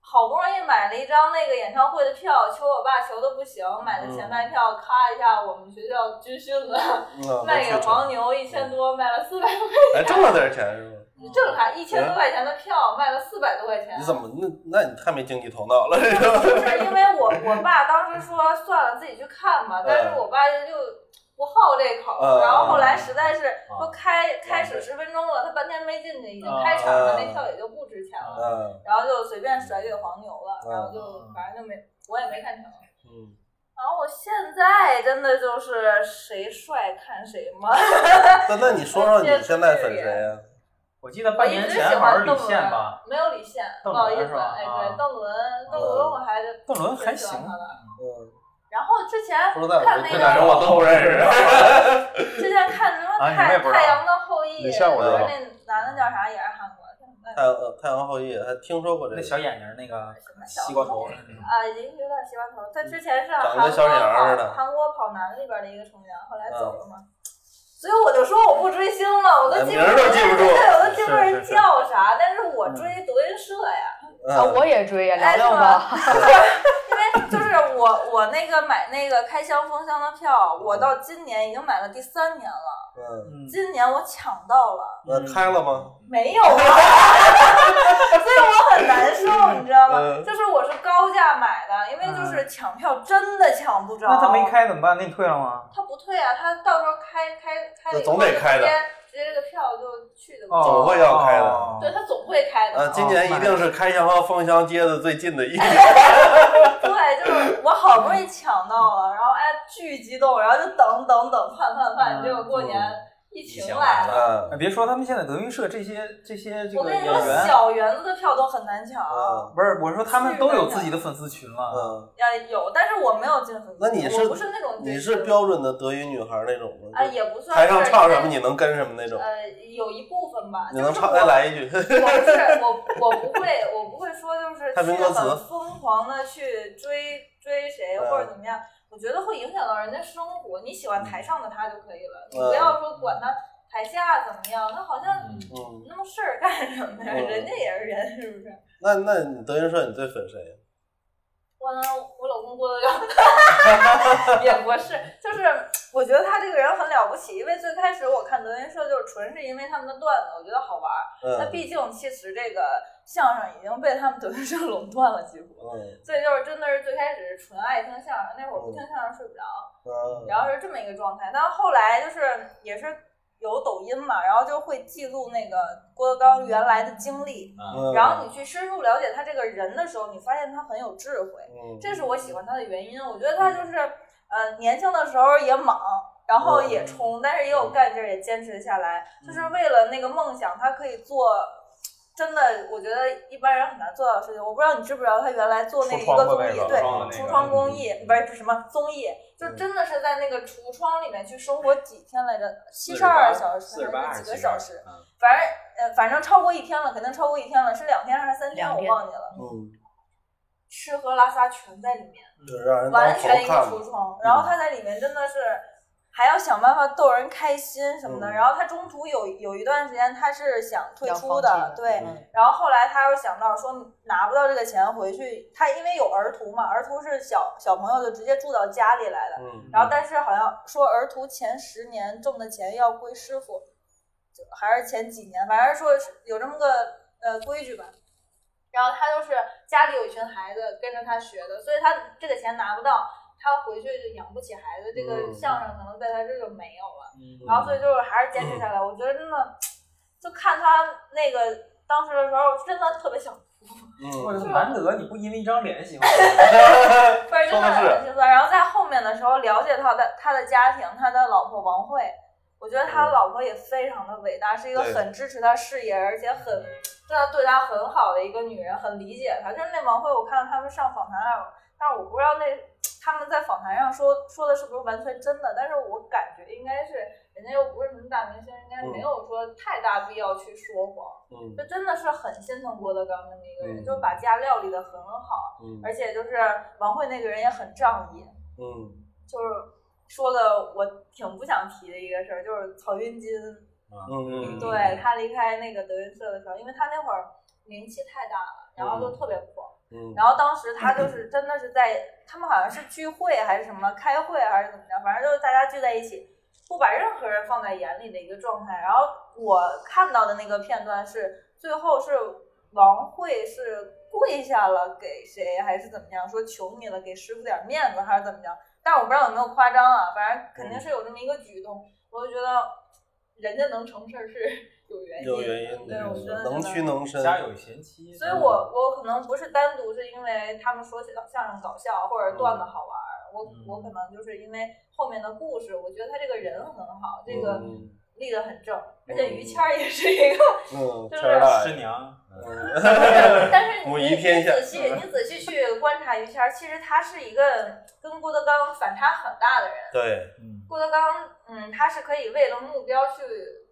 [SPEAKER 5] 好不容易买了一张那个演唱会的票，求我爸求的不行，买的前排票咔一下，我们学校军训了，
[SPEAKER 1] 嗯
[SPEAKER 5] 卖给黄，牛一千多，卖了四百多块
[SPEAKER 1] 哎还挣了点钱是吗？
[SPEAKER 5] 钱，正常一千多块钱的票卖了四百多块钱。
[SPEAKER 1] 你怎么那那你太没经济头脑了，这 个。嗯
[SPEAKER 5] 就是因为我我爸当时说算了，自己去看吧，但是我爸就。不好这口儿，
[SPEAKER 1] 啊
[SPEAKER 5] 然后后来实在是
[SPEAKER 1] 嗯
[SPEAKER 3] 啊
[SPEAKER 5] 都开开始
[SPEAKER 3] 对
[SPEAKER 5] 十分钟了，他半天没进去，已经
[SPEAKER 2] 啊
[SPEAKER 5] 开场了，
[SPEAKER 1] 啊
[SPEAKER 5] 那票也就不值钱了，
[SPEAKER 1] 嗯
[SPEAKER 5] 然后就随便甩给黄牛了，然后就
[SPEAKER 2] 啊
[SPEAKER 5] 反正就没我也没看成。
[SPEAKER 1] 嗯，
[SPEAKER 5] 然后我现在真的就是谁帅看谁嘛，
[SPEAKER 1] 那那你说 说你现在粉谁呀？
[SPEAKER 2] 我记得
[SPEAKER 5] 我
[SPEAKER 2] 半
[SPEAKER 5] 一
[SPEAKER 2] 年
[SPEAKER 5] 直喜
[SPEAKER 2] 前好像
[SPEAKER 5] 欢
[SPEAKER 2] 是
[SPEAKER 5] 邓
[SPEAKER 2] 李现
[SPEAKER 5] 伦
[SPEAKER 2] 吧，，
[SPEAKER 5] 没有李现，不
[SPEAKER 2] 邓
[SPEAKER 5] 好意
[SPEAKER 2] 伦
[SPEAKER 5] 思
[SPEAKER 2] 是吧，
[SPEAKER 5] 哎，
[SPEAKER 2] 啊
[SPEAKER 5] 对，邓伦，邓伦我还是
[SPEAKER 2] 邓伦还
[SPEAKER 5] 挺喜欢
[SPEAKER 2] 行
[SPEAKER 5] 他的。
[SPEAKER 1] 嗯，
[SPEAKER 5] 然后之前
[SPEAKER 1] 不知道
[SPEAKER 5] 看
[SPEAKER 1] 我
[SPEAKER 5] 那
[SPEAKER 1] 这
[SPEAKER 5] 个
[SPEAKER 1] 俩人我
[SPEAKER 8] 都不认识。
[SPEAKER 5] 之前看什么
[SPEAKER 7] 啊
[SPEAKER 1] 哎
[SPEAKER 5] 太
[SPEAKER 7] 你们也不知道
[SPEAKER 5] 太阳的后裔，
[SPEAKER 8] 李现我
[SPEAKER 1] 知道
[SPEAKER 5] 不是那男的叫啥也是韩国的，
[SPEAKER 1] 太阳呃太阳后裔还听说过这
[SPEAKER 2] 那
[SPEAKER 1] 个，
[SPEAKER 2] 小眼睛那个
[SPEAKER 5] 什么小
[SPEAKER 2] 西瓜头，
[SPEAKER 5] 啊，已经有点西瓜头。他之前是
[SPEAKER 1] 长得
[SPEAKER 5] 韩国
[SPEAKER 1] 跟小沈阳似的嗯
[SPEAKER 5] 跑韩国跑男里边的一个成员，后来走了嘛。所以我就说我不追星嘛，我都记不
[SPEAKER 1] 哎名儿都记不住
[SPEAKER 5] 对，我都记不住
[SPEAKER 1] 是
[SPEAKER 5] 人
[SPEAKER 1] 是是
[SPEAKER 5] 叫啥。但是我追德云社呀，
[SPEAKER 4] 啊，
[SPEAKER 1] 嗯
[SPEAKER 4] 我也追呀，聊
[SPEAKER 5] 哎，是
[SPEAKER 4] 聊吧。
[SPEAKER 5] 吗？ 因为就是我我那个买那个开箱封箱的票，我到今年已经买了第三年了，
[SPEAKER 1] 嗯，
[SPEAKER 2] 嗯
[SPEAKER 5] 今年我抢到了。
[SPEAKER 1] 那开了吗？
[SPEAKER 5] 没有啊， 所以我很难受，你知道吗？
[SPEAKER 1] 嗯
[SPEAKER 5] 就是我是高价买的，因为就是抢票真的抢不着。
[SPEAKER 7] 那他没，开怎么办？给你退了吗？
[SPEAKER 5] 他不退啊，他到时候开开开了以后，
[SPEAKER 1] 总得开的
[SPEAKER 5] 直接直接这个票就去的。
[SPEAKER 7] 哦
[SPEAKER 1] 总会要开的
[SPEAKER 7] 哦
[SPEAKER 5] 对他总会开的，
[SPEAKER 1] 啊，今年一定是开箱和封箱接的最近 的一年。
[SPEAKER 5] 对，就是我好不容易抢到 了，然后哎巨激动，然后就等等等盼盼盼，
[SPEAKER 7] 嗯
[SPEAKER 5] 结果过年
[SPEAKER 1] 嗯
[SPEAKER 5] 疫
[SPEAKER 3] 疫
[SPEAKER 5] 情
[SPEAKER 3] 情
[SPEAKER 5] 来
[SPEAKER 3] 来
[SPEAKER 5] 了。
[SPEAKER 1] 嗯
[SPEAKER 7] 哎别说他们现在德云社这些这些这
[SPEAKER 5] 我
[SPEAKER 7] 个演
[SPEAKER 5] 跟你说，
[SPEAKER 7] 员，
[SPEAKER 5] 小园子的票都很难抢，
[SPEAKER 1] 嗯
[SPEAKER 7] 不是我说他们都有自己的粉丝群了。
[SPEAKER 1] 嗯，
[SPEAKER 5] 要有，但是我没有进粉丝
[SPEAKER 1] 那你
[SPEAKER 5] 群
[SPEAKER 1] 是
[SPEAKER 5] 我不是那种
[SPEAKER 1] 你
[SPEAKER 5] 进
[SPEAKER 1] 是
[SPEAKER 5] 粉丝
[SPEAKER 1] 标准的德云女孩那种吗
[SPEAKER 5] 啊，？也不算
[SPEAKER 1] 台上
[SPEAKER 5] 是
[SPEAKER 1] 唱什
[SPEAKER 5] 因
[SPEAKER 1] 么
[SPEAKER 5] 为
[SPEAKER 1] 你能跟什么那种？
[SPEAKER 5] 呃，有一部分吧，
[SPEAKER 1] 你
[SPEAKER 5] 就是
[SPEAKER 1] 能唱
[SPEAKER 5] 我
[SPEAKER 1] 再来一句？
[SPEAKER 5] 我不是我，我不会，我不会说就是
[SPEAKER 1] 太平
[SPEAKER 5] 去
[SPEAKER 1] 歌词
[SPEAKER 5] 很疯狂的去追追谁
[SPEAKER 1] 嗯
[SPEAKER 5] 或者怎么样，我觉得会影响到人家生活。你喜欢台上的他就可以了，你
[SPEAKER 1] 嗯
[SPEAKER 5] 不要说管他台下怎么样，他好像
[SPEAKER 3] 嗯，
[SPEAKER 1] 嗯，
[SPEAKER 5] 那么事儿干什么呀？
[SPEAKER 1] 嗯
[SPEAKER 5] 人家也是人，是不是？
[SPEAKER 1] 那那你德云社你最粉谁呀？
[SPEAKER 5] 我呢，我老公郭德纲 也不是，就是我觉得他这个人很了不起，因为最开始我看德云社就是纯是因为他们的段子，我觉得好玩儿。那
[SPEAKER 1] 嗯
[SPEAKER 5] 毕竟其实这个相声已经被他们德云社 垄断了，几乎。
[SPEAKER 1] 嗯
[SPEAKER 5] 所以就是真的是最开始是纯爱听相声，那会儿不听相声睡不着，
[SPEAKER 1] 嗯，
[SPEAKER 5] 然后是这么一个状态。但后来就是也是有抖音嘛，然后就会记录那个郭德纲原来的经历，
[SPEAKER 1] 嗯
[SPEAKER 5] 然后你去深入了解他这个人的时候，你发现他很有智慧，
[SPEAKER 1] 嗯
[SPEAKER 5] 这是我喜欢他的原因。我觉得他就是呃年轻的时候也莽。然后
[SPEAKER 8] 嗯
[SPEAKER 5] 也冲，但是也有干劲儿，也坚持下来，就是为了那个梦想，他可以做，真的，我觉得一般人很难做到的事情。我不知道你知不知道，他原来做那个一
[SPEAKER 8] 橱窗
[SPEAKER 5] 个
[SPEAKER 8] 的
[SPEAKER 5] 综
[SPEAKER 8] 那
[SPEAKER 5] 艺，
[SPEAKER 8] 个
[SPEAKER 5] 对
[SPEAKER 8] 橱窗的，那
[SPEAKER 5] 橱
[SPEAKER 8] 个嗯
[SPEAKER 5] 窗工艺不是什么综艺，就是真的是在那个橱窗里面去生活几天来着，七十二小时
[SPEAKER 3] 四十八
[SPEAKER 5] 还
[SPEAKER 3] 还
[SPEAKER 5] 是
[SPEAKER 3] 是
[SPEAKER 5] 几个小时？
[SPEAKER 3] 72嗯
[SPEAKER 5] 反正呃，反正超过一天了，肯定超过一天了，是两天还是三天？
[SPEAKER 4] 两
[SPEAKER 5] 我
[SPEAKER 4] 天
[SPEAKER 5] 忘记了。
[SPEAKER 1] 嗯，
[SPEAKER 5] 吃喝拉撒全在里面。
[SPEAKER 1] 就是让人当
[SPEAKER 5] 完
[SPEAKER 1] 头
[SPEAKER 5] 全一个
[SPEAKER 1] 看
[SPEAKER 5] 橱
[SPEAKER 1] 嘛。
[SPEAKER 5] 窗，然后他在里面真的是还要想办法逗人开心什么的。
[SPEAKER 1] 嗯
[SPEAKER 5] 然后他中途有有一段时间他是想退
[SPEAKER 4] 要
[SPEAKER 5] 出
[SPEAKER 4] 放
[SPEAKER 5] 的，
[SPEAKER 4] 弃
[SPEAKER 5] 对。
[SPEAKER 4] 嗯
[SPEAKER 5] 然后后来他又想到说拿不到这个钱回去，他因为有儿徒嘛，儿徒是小小朋友就直接住到家里来的。
[SPEAKER 1] 嗯
[SPEAKER 5] 然后但是好像说儿徒前十年挣的钱要归师傅，就还是前几年，反正说是有这么个呃规矩吧。然后他就是家里有一群孩子跟着他学的，所以他这个钱拿不到，他回去就养不起孩子，这个
[SPEAKER 1] 嗯
[SPEAKER 5] 相声可能在他这就没有了。
[SPEAKER 2] 嗯
[SPEAKER 5] 然后所以就是还是坚持下来，我觉得真的，就看他那个当时的时候，真的特别想
[SPEAKER 7] 我
[SPEAKER 1] 嗯，
[SPEAKER 7] 操，难得你不因为一张脸喜 欢
[SPEAKER 5] 不是真的很心酸。然后在后面的时候了解到他的他的家庭，他的老婆王慧，我觉得他老婆也非常的伟大，是一个
[SPEAKER 1] 对
[SPEAKER 5] 很支持他事业，而且很真的对他很好的一个女人，很理解他。就是那王慧，我看到他们上访谈啊，但是我不知道那他们在访谈上说说的是不是完全真的，但是我感觉应该是人家又不是什么大明星，应该没有说太大必要去说谎。
[SPEAKER 1] 嗯
[SPEAKER 5] 这真的是很心疼郭德纲这么一个人，
[SPEAKER 1] 嗯
[SPEAKER 5] 就把家料理的很好。
[SPEAKER 1] 嗯
[SPEAKER 5] 而且就是王慧那个人也很仗义，
[SPEAKER 1] 嗯
[SPEAKER 5] 就是说的我挺不想提的一个事儿，就是曹云金，
[SPEAKER 1] 嗯，
[SPEAKER 5] 对他离开那个德云社的时候，因为他那会儿名气太大了，然后就特别火，
[SPEAKER 1] 嗯，
[SPEAKER 5] 然后当时他就是真的是在他们好像是聚会还是什么开会还是怎么着，反正就是大家聚在一起，不把任何人放在眼里的一个状态。然后我看到的那个片段是最后是王慧是跪下了给谁，还是怎么样？说求你了，给师傅点面子，还是怎么样？但我不知道有没有夸张啊，反正肯定
[SPEAKER 1] 嗯
[SPEAKER 5] 是有这么一个举动，我就觉得人家能成事儿是 有原因的，
[SPEAKER 1] 有原因
[SPEAKER 5] 对，我觉得
[SPEAKER 1] 的，能屈能伸。
[SPEAKER 7] 家有嗯贤妻，
[SPEAKER 5] 所以我我可能不是单独是因为他们说相声搞笑啊或
[SPEAKER 1] 嗯
[SPEAKER 5] 者段子好玩儿，我我可能就是因为后面的故事，我觉得他这个人很好，这个
[SPEAKER 1] 嗯
[SPEAKER 5] 立得很正，而且于谦儿也是 一个，
[SPEAKER 1] 嗯，
[SPEAKER 5] 就是
[SPEAKER 1] 谦儿大
[SPEAKER 7] 师
[SPEAKER 1] 爷，
[SPEAKER 7] 娘，
[SPEAKER 5] 但 是
[SPEAKER 1] 母
[SPEAKER 5] 你
[SPEAKER 1] 仪
[SPEAKER 5] 你
[SPEAKER 1] 天下嗯
[SPEAKER 5] 仔细你仔细去观察于谦儿，其实他是一个跟郭德纲反差很大的人。
[SPEAKER 1] 对，
[SPEAKER 7] 嗯，
[SPEAKER 5] 郭德纲，嗯，他是可以为了目标去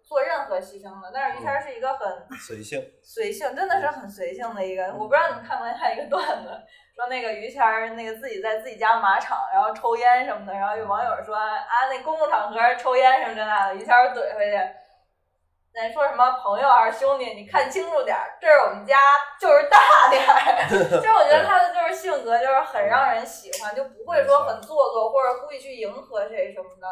[SPEAKER 5] 做任何牺牲的，但是于
[SPEAKER 1] 嗯
[SPEAKER 5] 谦儿是一个很
[SPEAKER 1] 随性，
[SPEAKER 5] 随性，真的是很随性的一个。我不知道你们看没看一个段子，说那个于谦儿那个自己在自己家马场，然后抽烟什么的，然后有网友说啊，那公共场合抽烟什么这那的，于谦儿怼回去，那说什么朋友还是兄弟，你看清楚点儿，这是我们家，就是大点儿。其实我觉得他的就是性格就是很让人喜欢，就不会说很做作或者故意去迎合谁什么的，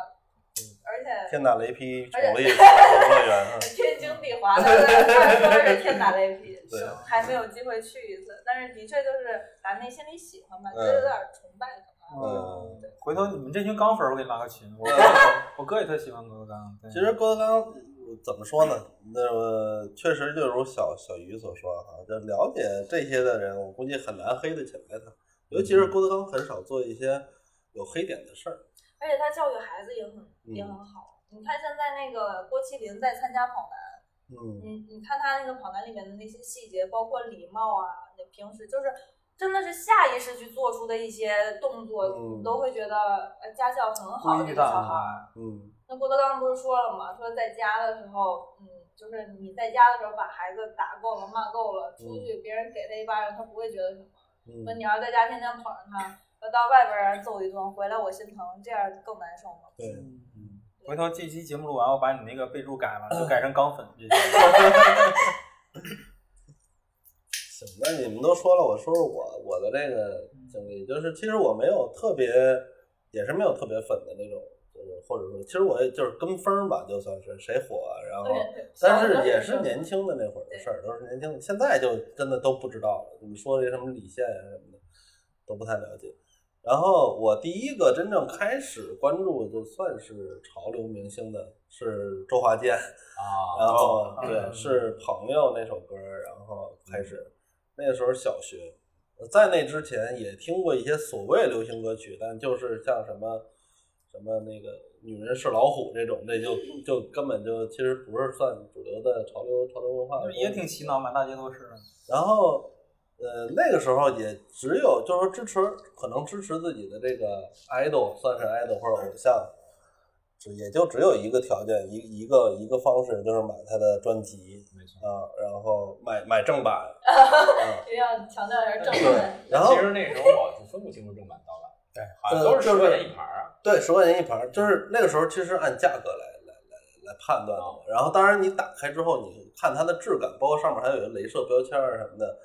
[SPEAKER 5] 而且。
[SPEAKER 1] 天打雷劈，宠
[SPEAKER 5] 而且
[SPEAKER 1] 了一宠乐园啊。
[SPEAKER 5] 天经地华的，但说是天打雷劈，
[SPEAKER 1] 对
[SPEAKER 5] 是还没有机会去一次，但是的确就是打内心里喜欢吧，觉得有点崇拜可能。
[SPEAKER 1] 嗯，
[SPEAKER 7] 回头你们这群钢粉儿，我给你拉个群， 我我哥也特喜欢郭德纲，对
[SPEAKER 1] 其实郭德纲呃怎么说呢？那么确实就如小小鱼所说哈、就了解这些的人，我估计很难黑得起来他。尤其是郭德纲很少做一些有黑点的事儿。
[SPEAKER 5] 而且他教育孩子也很
[SPEAKER 1] 嗯
[SPEAKER 5] 也很好。你看现在那个郭麒麟在参加跑男，
[SPEAKER 1] 嗯，
[SPEAKER 5] 你你看他那个跑男里面的那些细节，包括礼貌啊，你平时就是真的是下意识去做出的一些动作，
[SPEAKER 1] 嗯
[SPEAKER 5] 你都会觉得呃家教很好
[SPEAKER 7] 故
[SPEAKER 5] 的
[SPEAKER 7] 意
[SPEAKER 5] 一
[SPEAKER 7] 遇
[SPEAKER 5] 个
[SPEAKER 7] 到啊
[SPEAKER 5] 小孩儿。
[SPEAKER 7] 他，
[SPEAKER 1] 嗯
[SPEAKER 5] 那郭德纲不是说了吗？说在家的时候，嗯，就是你在家的时候把孩子打够了、骂够了，出去别人给他一巴掌，他不会觉得什么。说
[SPEAKER 1] 嗯，
[SPEAKER 5] 你要是在家天天捧着他，要到外边儿让人揍一顿，回来我心疼，这样更难受吗？
[SPEAKER 1] 对，
[SPEAKER 7] 嗯回头这期节目录完，我把你那个备注改了，就改成钢粉这些。
[SPEAKER 1] 行，那你们都说了，我说说我我的这个经历，就是其实我没有特别，也是没有特别粉的那种，就是或者说，其实我也就是跟风吧，就算是谁火，啊然后
[SPEAKER 5] 对，
[SPEAKER 1] 哦但是也是年轻的那会儿的事儿，都是年轻的，现在就真的都不知道了。你说这什么李现呀、什么的，都不太了解。然后我第一个真正开始关注，就算是潮流明星的，是周华健。然
[SPEAKER 3] 啊，
[SPEAKER 1] 后
[SPEAKER 7] 嗯
[SPEAKER 1] 对，是朋友那首歌，然后开始，那时候小学，在那之前也听过一些所谓流行歌曲，但就是像什么什么那个女人是老虎这种，这就就根本就其实不是算主流的潮流潮流文化的东西，
[SPEAKER 7] 也挺洗脑，满大街都是。
[SPEAKER 1] 然后，呃，那个时候也只有就是说支持，可能支持自己的这个 idol，算是 idol 或者偶像，只也就只有一个条件，一一个一个方式，就是买他的专辑
[SPEAKER 3] 没错。
[SPEAKER 1] 啊，然后买买正版。啊
[SPEAKER 5] 一定要强调一下正
[SPEAKER 1] 对
[SPEAKER 5] 面。
[SPEAKER 1] 然后
[SPEAKER 3] 其实那时候我是分不清楚正版盗版，对，好像都是十块钱一盘儿啊。
[SPEAKER 1] 对，十块钱一盘儿，就是那个时候其实按价格来来来来判断的
[SPEAKER 7] 哦
[SPEAKER 1] 嘛。然后当然你打开之后，你看它的质感，包括上面还有一个镭射标签儿什么的，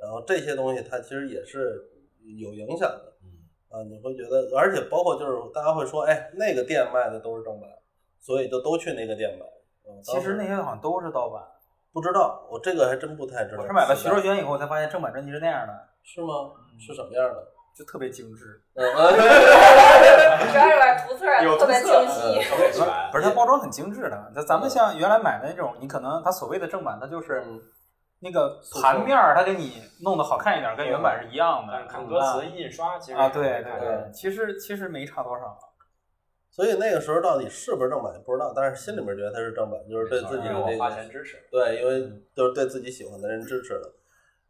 [SPEAKER 1] 然后这些东西它其实也是有影响的。
[SPEAKER 7] 嗯
[SPEAKER 1] 啊，你会觉得，而且包括就是大家会说，哎，那个店卖的都是正版，所以就都去那个店买。嗯，
[SPEAKER 7] 其实
[SPEAKER 1] 当
[SPEAKER 7] 那
[SPEAKER 1] 时
[SPEAKER 7] 些好像都是盗版，
[SPEAKER 1] 不知道，我这个还真不太知道。
[SPEAKER 7] 我是买了
[SPEAKER 1] 是
[SPEAKER 7] 徐嗯
[SPEAKER 1] 吧
[SPEAKER 7] 若瑄以后才发现正版专辑是那样的，
[SPEAKER 1] 是吗？是什么样的？
[SPEAKER 7] 就特别精致。
[SPEAKER 1] 嗯
[SPEAKER 5] 主要里边儿图刺儿
[SPEAKER 3] 有
[SPEAKER 5] 特
[SPEAKER 3] 特
[SPEAKER 5] 别
[SPEAKER 3] 色
[SPEAKER 5] 清晰，
[SPEAKER 3] 特别全
[SPEAKER 7] 不是它包装很精致的，它咱们像原来买的那种，你可能它所谓的正版，它就是那个盘面儿，它给你弄得好看一点，跟原版是一样的。嗯
[SPEAKER 3] 但是看歌词印刷，其实
[SPEAKER 7] 啊，对对
[SPEAKER 3] 看
[SPEAKER 7] 对，其实其实没差多少。
[SPEAKER 1] 所以那个时候到底是不是正版也不知道，但是心里面觉得它是正版，就是对自己
[SPEAKER 3] 因为
[SPEAKER 1] 的这
[SPEAKER 3] 我花钱
[SPEAKER 1] 个
[SPEAKER 3] 支持，
[SPEAKER 1] 对，因为就是对自己喜欢的人支持了。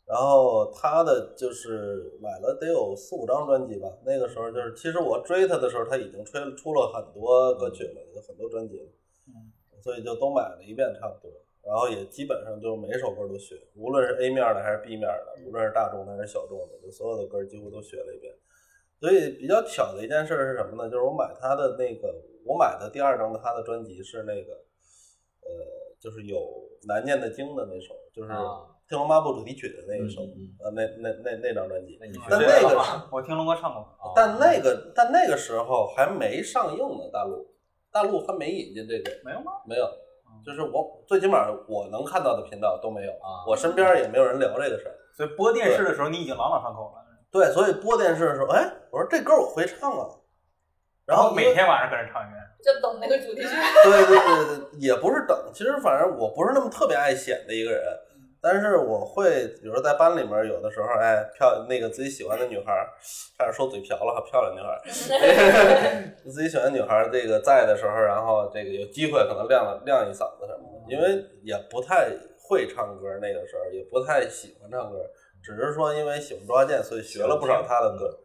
[SPEAKER 1] 然后他的就是买了得有四五张专辑吧，那个时候就是其实我追他的时候，他已经吹出了很多歌曲了，有很多专辑了，
[SPEAKER 7] 嗯，
[SPEAKER 1] 所以就都买了一遍差不多。然后也基本上就每首歌都学，无论是 A 面的还是 B 面的，无论是大众的还是小众的，就所有的歌几乎都学了一遍。所以比较巧的一件事是什么呢？就是我买他的那个，我买的第二张他的专辑是那个，呃，就是有难念的经的那首，就是《
[SPEAKER 3] 啊
[SPEAKER 1] 天龙八部》主题曲的那一首，
[SPEAKER 3] 嗯
[SPEAKER 1] 呃，那那那那张专辑。
[SPEAKER 3] 那你学
[SPEAKER 1] 但
[SPEAKER 3] 会
[SPEAKER 1] 那
[SPEAKER 3] 了
[SPEAKER 1] 个
[SPEAKER 3] 吗？
[SPEAKER 1] 是，
[SPEAKER 7] 我听龙哥唱过。
[SPEAKER 3] 啊
[SPEAKER 1] 但那个，但那个时候还没上映呢，大陆，大陆还没引进这个，
[SPEAKER 7] 没有吗？
[SPEAKER 1] 没有，
[SPEAKER 3] 嗯
[SPEAKER 1] 就是我最起码我能看到的频道都没有
[SPEAKER 3] 啊
[SPEAKER 1] 我身边也没有人聊这个事儿。
[SPEAKER 7] 所以播电视的时候，你已经朗朗上口了。
[SPEAKER 1] 对，所以播电视的时候，哎，我说这歌我会唱啊，然
[SPEAKER 3] 哦
[SPEAKER 1] 后
[SPEAKER 7] 每天晚上搁这唱一遍。
[SPEAKER 5] 就懂那 个主题曲。
[SPEAKER 1] 对对对对，也不是等，其实反正我不是那么特别爱显的一个人，但是我会，比如说在班里面，有的时候，哎，漂那个自己喜欢的女孩儿，差点说嘴瓢了哈，漂亮女孩儿， 自己喜欢的女孩儿这个在的时候，然后这个有机会可能亮了亮一嗓子什么的，因为也不太会唱歌，那个时候也不太喜欢唱歌，只是说因为喜欢周华健，所以学了不少他的歌。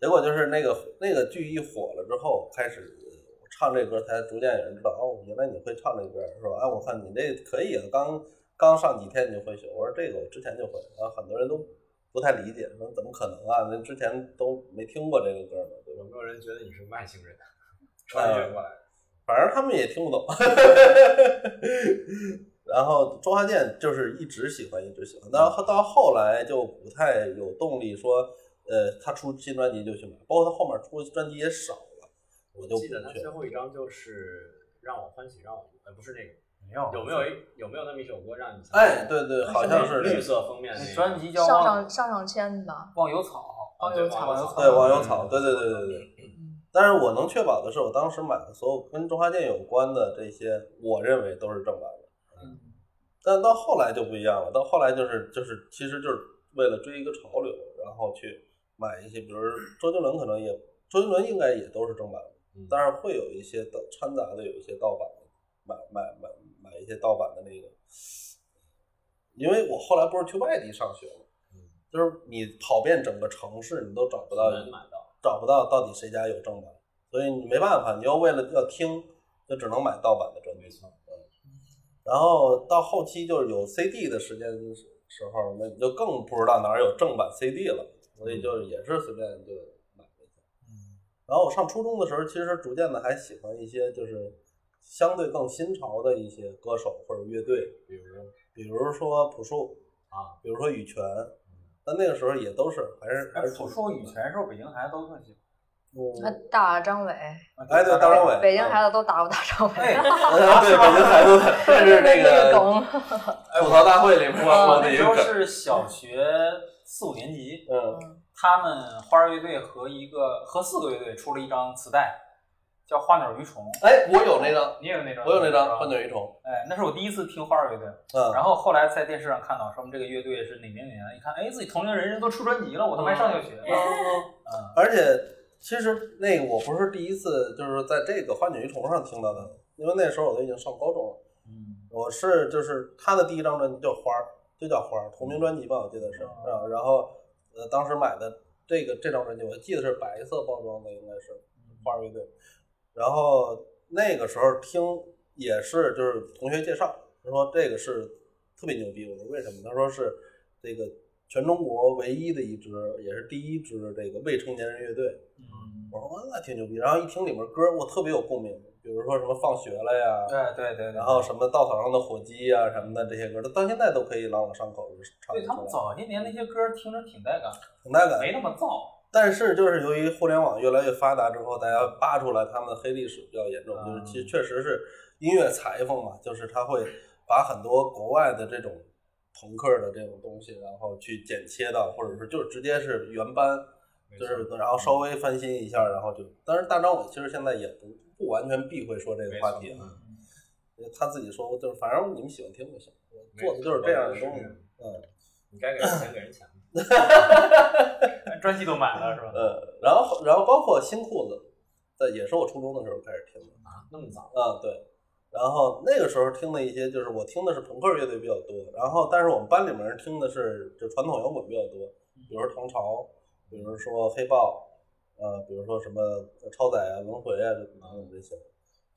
[SPEAKER 1] 结果就是那个那个剧一火了之后，开始我唱这歌，才逐渐有人知道哦，原来你会唱这歌，是吧？哎，我看你这可以啊，刚刚上几天你就会学。我说这个我之前就会，然后很多人都不太理解，说怎么可能啊？那之前都没听过这个歌嘛，对吧
[SPEAKER 3] 有？没有人觉得你是外星人穿越
[SPEAKER 1] 呃
[SPEAKER 3] 过来的？
[SPEAKER 1] 反正他们也听不懂。然后周华健就是一直喜欢，一直喜欢，但是到后来就不太有动力说，呃，他出新专辑就去买，包括他后面出专辑也少了，我就
[SPEAKER 3] 记得
[SPEAKER 1] 不
[SPEAKER 3] 他
[SPEAKER 1] 去
[SPEAKER 3] 最后一张就是让我欢喜让我呃不是那个
[SPEAKER 7] 没有
[SPEAKER 3] 有没有一有没有那么一首歌让你想起来
[SPEAKER 1] 哎，对对，好像是
[SPEAKER 3] 绿色封面那
[SPEAKER 7] 那
[SPEAKER 3] 个
[SPEAKER 7] 哎专辑叫《
[SPEAKER 4] 上
[SPEAKER 7] 忘
[SPEAKER 4] 上上上签吧，
[SPEAKER 7] 忘忧草
[SPEAKER 3] 啊对忘
[SPEAKER 7] 忘
[SPEAKER 3] 忧
[SPEAKER 7] 忧草
[SPEAKER 1] 对忘忧草，对对对对对。但是我能确保的是，我当时买的所有跟周华健有关的这些，我认为都是正版的。
[SPEAKER 7] 嗯，
[SPEAKER 1] 但到后来就不一样了，到后来就是就是，其实就是为了追一个潮流，然后去买一些，比如周杰伦可能也，周杰伦应该也都是正版的，
[SPEAKER 3] 嗯
[SPEAKER 1] 但是会有一些的掺杂的有一些盗版的，买买买买一些盗版的那个，因为我后来不是去外地上学嘛，就是你跑遍整个城市，你都找不到
[SPEAKER 3] 嗯很难买到，
[SPEAKER 1] 找不到到底谁家有正版，所以你没办法，你要为了要听，就只能买盗版的专辑。嗯，然后到后期就是有 CD 的时间时候，那你就更不知道哪儿有正版 CD 了，所以就也是随便就买了一下。
[SPEAKER 7] 嗯，
[SPEAKER 1] 然后我上初中的时候，其实逐渐的还喜欢一些就是相对更新潮的一些歌手或者乐队，
[SPEAKER 3] 比如说
[SPEAKER 1] 比如说朴树，
[SPEAKER 3] 啊，
[SPEAKER 1] 比如说羽泉。但那个时候也都是还是还
[SPEAKER 7] 嗯哎
[SPEAKER 1] 是，
[SPEAKER 7] 朴树、羽泉是不是北京孩子都特喜
[SPEAKER 4] 他
[SPEAKER 1] 嗯
[SPEAKER 4] 打张伟，
[SPEAKER 7] 欢？
[SPEAKER 1] 哎对大张伟，
[SPEAKER 4] 北京
[SPEAKER 1] 嗯
[SPEAKER 4] 孩子都打不打张
[SPEAKER 7] 哎
[SPEAKER 4] 伟？，
[SPEAKER 1] 啊，对，北京孩子 这是那
[SPEAKER 4] 个
[SPEAKER 1] 个
[SPEAKER 4] 梗，
[SPEAKER 1] 哎吐槽大会里面
[SPEAKER 7] 我
[SPEAKER 1] 说的
[SPEAKER 7] 那
[SPEAKER 1] 一
[SPEAKER 7] 时
[SPEAKER 1] 个
[SPEAKER 7] 候
[SPEAKER 1] 梗。
[SPEAKER 7] 啊是小学四五年级，
[SPEAKER 1] 嗯，
[SPEAKER 7] 他们花儿乐队和一个和四个乐队出了一张磁带，叫《花鸟鱼虫》。
[SPEAKER 1] 哎，我有那张，
[SPEAKER 7] 你也有那张？
[SPEAKER 1] 我有那张《幻
[SPEAKER 7] 鸟。
[SPEAKER 1] 觉一虫
[SPEAKER 7] 哎，那是我第一次听花儿乐队，》。
[SPEAKER 1] 嗯，
[SPEAKER 7] 然后后来在电视上看到说我嗯们这个乐队是哪年哪年，一看，哎，自己同龄人人都出专辑了，我他妈还上小学呢。嗯，
[SPEAKER 1] 而且其实那个我不是第一次，就是在这个《幻觉一虫》上听到的，因为那时候我都已经上高中了。
[SPEAKER 7] 嗯，
[SPEAKER 1] 我是就是他的第一张专辑叫《花儿》，就叫《花儿》，同名专辑吧，我记得是。啊，然后呃，当时买的这个这张专辑，我记得是白色包装的，应该是花儿乐队。然后那个时候听也是就是同学介绍，他说这个是特别牛逼，我说为什么？他说是这个全中国唯一的一支，也是第一支这个未成年人乐队。
[SPEAKER 7] 嗯，
[SPEAKER 1] 我说哇那挺牛逼。然后一听里面歌，我特别有共鸣，比如说什么放学了呀，
[SPEAKER 7] 对对对，对
[SPEAKER 1] 然后什么稻草上的火鸡呀、什么的这些歌，到现在都可以朗朗上口，就是唱
[SPEAKER 7] 对
[SPEAKER 1] 得
[SPEAKER 7] 他
[SPEAKER 1] 出
[SPEAKER 7] 们
[SPEAKER 1] 来，
[SPEAKER 7] 早些年那些歌听着挺带感，
[SPEAKER 1] 很带感。
[SPEAKER 7] 没那么燥。
[SPEAKER 1] 但是就是由于互联网越来越发达之后，大家扒出来他们的黑历史比较严重，就是其实确实是音乐裁缝嘛，就是他会把很多国外的这种朋克的这种东西，然后去剪切到，或者是就直接是原班，就是然后稍微翻新一下，然后就。但是大张伟其实现在也不不完全避讳说这个话题啊，他自己说就是反正你们喜欢听就行，我做的就是这样的东西，嗯。
[SPEAKER 3] 你该给人钱给人钱，
[SPEAKER 7] 专辑都买了是吧？
[SPEAKER 1] 呃，然后然后包括新裤子，在也是我初中的时候开始听的
[SPEAKER 3] 啊那么早
[SPEAKER 1] 啊，对。然后那个时候听的一些，就是我听的是朋克乐队比较多，然后但是我们班里面人听的是就传统摇滚比较多，比如说唐朝，比如说黑豹，呃，比如说什么超载啊、轮回啊这等等这些。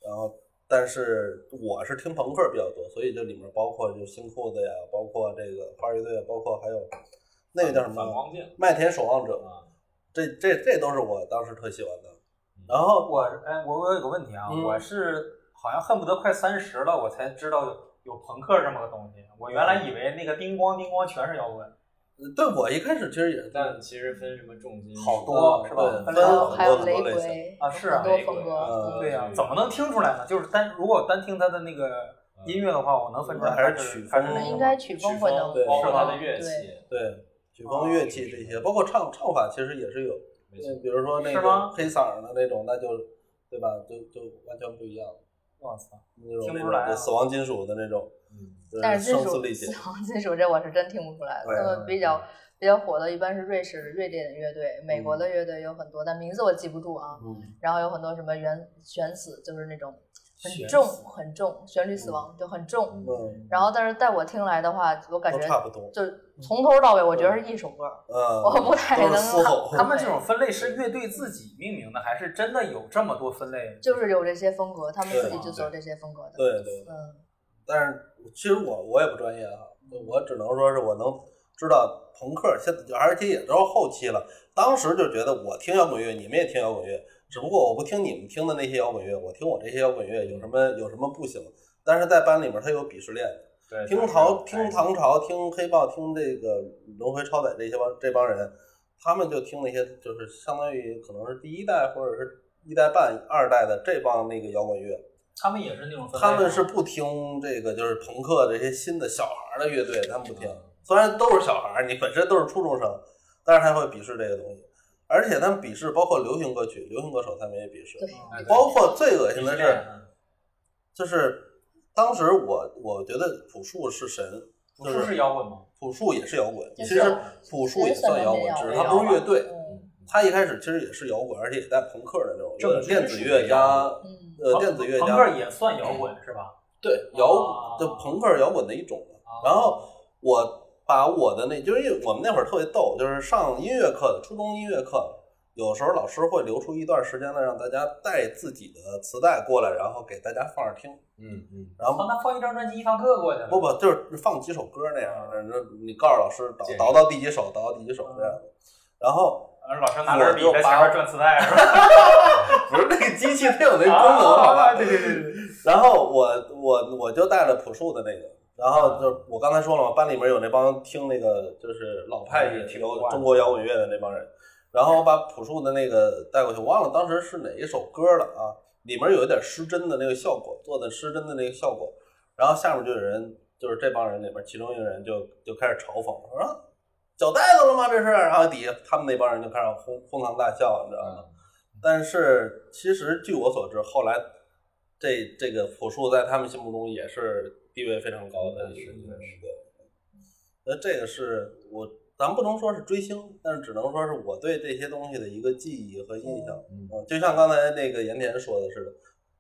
[SPEAKER 1] 然后，但是我是听朋克比较多，所以这里面包括就新裤子呀，包括这个花儿乐队啊，包括还有那个叫什
[SPEAKER 3] 反
[SPEAKER 1] 么
[SPEAKER 3] 光镜
[SPEAKER 1] 麦田守望者，
[SPEAKER 3] 啊，
[SPEAKER 1] 这这这都是我当时特喜欢的。然后
[SPEAKER 7] 我哎，我我有个问题啊，
[SPEAKER 1] 嗯
[SPEAKER 7] 我是好像恨不得快三十了，我才知道有朋克这么个东西。我原来以为那个叮咣叮咣全是摇滚，
[SPEAKER 1] 对我一开始其实也是
[SPEAKER 3] 但其实分什么重金属
[SPEAKER 1] 哦嗯
[SPEAKER 7] 好多是吧
[SPEAKER 1] 对分
[SPEAKER 7] 分了
[SPEAKER 1] 了
[SPEAKER 7] 很
[SPEAKER 4] 还
[SPEAKER 1] 很
[SPEAKER 4] 有
[SPEAKER 1] 多
[SPEAKER 4] 雷
[SPEAKER 1] 很多类型。
[SPEAKER 4] 鬼
[SPEAKER 7] 啊是啊
[SPEAKER 4] 很多
[SPEAKER 3] 雷鬼
[SPEAKER 4] 风格，
[SPEAKER 3] 啊
[SPEAKER 1] 嗯
[SPEAKER 7] 对呀、
[SPEAKER 3] 嗯
[SPEAKER 7] 怎么能听出来呢？就是单如果单听他的那个音乐的话，我能分出来
[SPEAKER 1] 还是
[SPEAKER 7] 它
[SPEAKER 1] 曲
[SPEAKER 7] 它
[SPEAKER 1] 风
[SPEAKER 7] 嗯是
[SPEAKER 4] 那
[SPEAKER 1] 嗯
[SPEAKER 4] 应该曲风会能
[SPEAKER 1] 对
[SPEAKER 3] 包括
[SPEAKER 1] 是
[SPEAKER 3] 它
[SPEAKER 1] 吧
[SPEAKER 3] 的乐器，
[SPEAKER 4] 对
[SPEAKER 1] 对，曲风乐器这些，包括唱唱法，其实也是有，
[SPEAKER 3] 没错
[SPEAKER 1] 嗯比如说那
[SPEAKER 7] 是
[SPEAKER 1] 个
[SPEAKER 7] 吗
[SPEAKER 1] 黑嗓儿的那种，那就对吧，就就完全不一样，
[SPEAKER 7] 我操，
[SPEAKER 1] 那种
[SPEAKER 7] 听
[SPEAKER 1] 那
[SPEAKER 7] 不出来啊
[SPEAKER 1] 种死亡金属的那种，
[SPEAKER 3] 嗯
[SPEAKER 1] 就
[SPEAKER 4] 但是
[SPEAKER 1] 声
[SPEAKER 4] 金
[SPEAKER 1] 嘶
[SPEAKER 4] 属
[SPEAKER 1] 力竭，
[SPEAKER 4] 死亡金 属这我是真听不出来，
[SPEAKER 1] 对
[SPEAKER 4] 他们比较
[SPEAKER 1] 哎
[SPEAKER 4] 比较火的一般是瑞士、瑞典的乐队，美国的乐队有很多，但名字我记不住啊。
[SPEAKER 1] 嗯，
[SPEAKER 4] 然后有很多什么原悬死，就是那种
[SPEAKER 7] 悬
[SPEAKER 4] 很
[SPEAKER 7] 死
[SPEAKER 4] 重很重旋律死亡，就很重。
[SPEAKER 1] 嗯
[SPEAKER 4] 然后但是在我听来的话，我感
[SPEAKER 1] 都
[SPEAKER 4] 觉
[SPEAKER 1] 差不多，
[SPEAKER 4] 就是从头到尾，我觉得是一首歌，
[SPEAKER 1] 嗯，
[SPEAKER 4] 我不太
[SPEAKER 1] 都是
[SPEAKER 4] 能
[SPEAKER 1] 嘶吼，
[SPEAKER 7] 他们这种分类是乐队自己命名的，还是真的有这么多分类？
[SPEAKER 4] 就是有这些风格，他们
[SPEAKER 1] 对
[SPEAKER 4] 自己就是有这些风格的。
[SPEAKER 1] 对对，
[SPEAKER 4] 嗯，
[SPEAKER 1] 但是其实我我也不专业啊，我只能说是我能知道朋克，现在而且也都是后期了。当时就觉得我听摇滚乐，你们也听摇滚乐，只不过我不听你们听的那些摇滚乐，我听我这些摇滚乐有什么有什么不行？但是在班里面，他有鄙视链的，
[SPEAKER 3] 对，
[SPEAKER 1] 听
[SPEAKER 3] 陶
[SPEAKER 1] 唐听唐朝、听黑豹、听这个轮回超载这些帮这帮人，他们就听那些就是相当于可能是第一代或者是一代半、二代的这帮那个摇滚乐，
[SPEAKER 7] 他们也是那种分类
[SPEAKER 1] 他
[SPEAKER 7] 吗，嗯
[SPEAKER 1] 们是不听这个就是朋克这些新的小孩儿的乐队，他们不听。虽然都是小孩儿，你本身都是初中生，但是他会鄙视这个东西，而且他们鄙视包括流行歌曲、流行歌手，他们也鄙视。
[SPEAKER 4] 对，
[SPEAKER 7] 哎对
[SPEAKER 1] 包括最恶心的
[SPEAKER 7] 鄙视链
[SPEAKER 1] 是，就是当时我我觉得朴树是神，
[SPEAKER 7] 朴
[SPEAKER 1] 就
[SPEAKER 7] 树是摇滚吗？
[SPEAKER 1] 朴树也是摇滚，
[SPEAKER 4] 就
[SPEAKER 1] 其
[SPEAKER 4] 是
[SPEAKER 1] 实朴树也算摇滚，只是他不是乐队。
[SPEAKER 4] 嗯
[SPEAKER 1] 他一开始其实也是摇滚，而且也带朋克的那种，有点
[SPEAKER 7] 正军
[SPEAKER 1] 电子
[SPEAKER 7] 属
[SPEAKER 1] 乐
[SPEAKER 7] 于
[SPEAKER 1] 加
[SPEAKER 7] 摇
[SPEAKER 4] 嗯，
[SPEAKER 1] 呃电子乐嗯
[SPEAKER 7] 朋
[SPEAKER 1] 加
[SPEAKER 7] 克也算摇滚是吧？
[SPEAKER 1] 对摇
[SPEAKER 7] 啊
[SPEAKER 1] 就朋克摇滚的一种嘛。然后我把我的那，就是因为我们那会儿特别逗，就是上音乐课的初中音乐课，有时候老师会留出一段时间呢，让大家带自己的磁带过来，然后给大家放着听，
[SPEAKER 3] 嗯嗯，
[SPEAKER 1] 然后。
[SPEAKER 7] 放他放一张专辑一堂课过去了，
[SPEAKER 1] 不不，就是放几首歌那样的，那你告诉老师
[SPEAKER 3] 解释
[SPEAKER 1] 倒倒到第几首，倒到第几首这样的。然后
[SPEAKER 2] 老师拿根笔在前面转磁带是吧？
[SPEAKER 1] 不是那个机器，它有那功能，好吧
[SPEAKER 2] 啊，？对对对对，
[SPEAKER 1] 然后我我我就带了朴树的那个，然后就我刚才说了嘛，班里面有那帮听那个就是老派
[SPEAKER 3] 哎
[SPEAKER 1] 听
[SPEAKER 3] 挺惯的
[SPEAKER 1] 中国摇滚乐的那帮人，然后我把朴树的那个带过去，我忘了当时是哪一首歌了啊，里面有一点失真的那个效果，做的失真的那个效果，然后下面就有人就是这帮人里面其中一个人就就开始嘲讽，说啊脚带子了吗这是，然后底下他们那帮人就开始哄哄堂大笑，你知道吗？但是其实据我所知，后来这这个朴树在他们心目中也是地位非常高的，是一个是的。那这个是我，咱不能说是追星，但是只能说是我对这些东西的一个记忆和印象。
[SPEAKER 3] 嗯
[SPEAKER 1] 嗯，就像刚才那个盐田说的似的，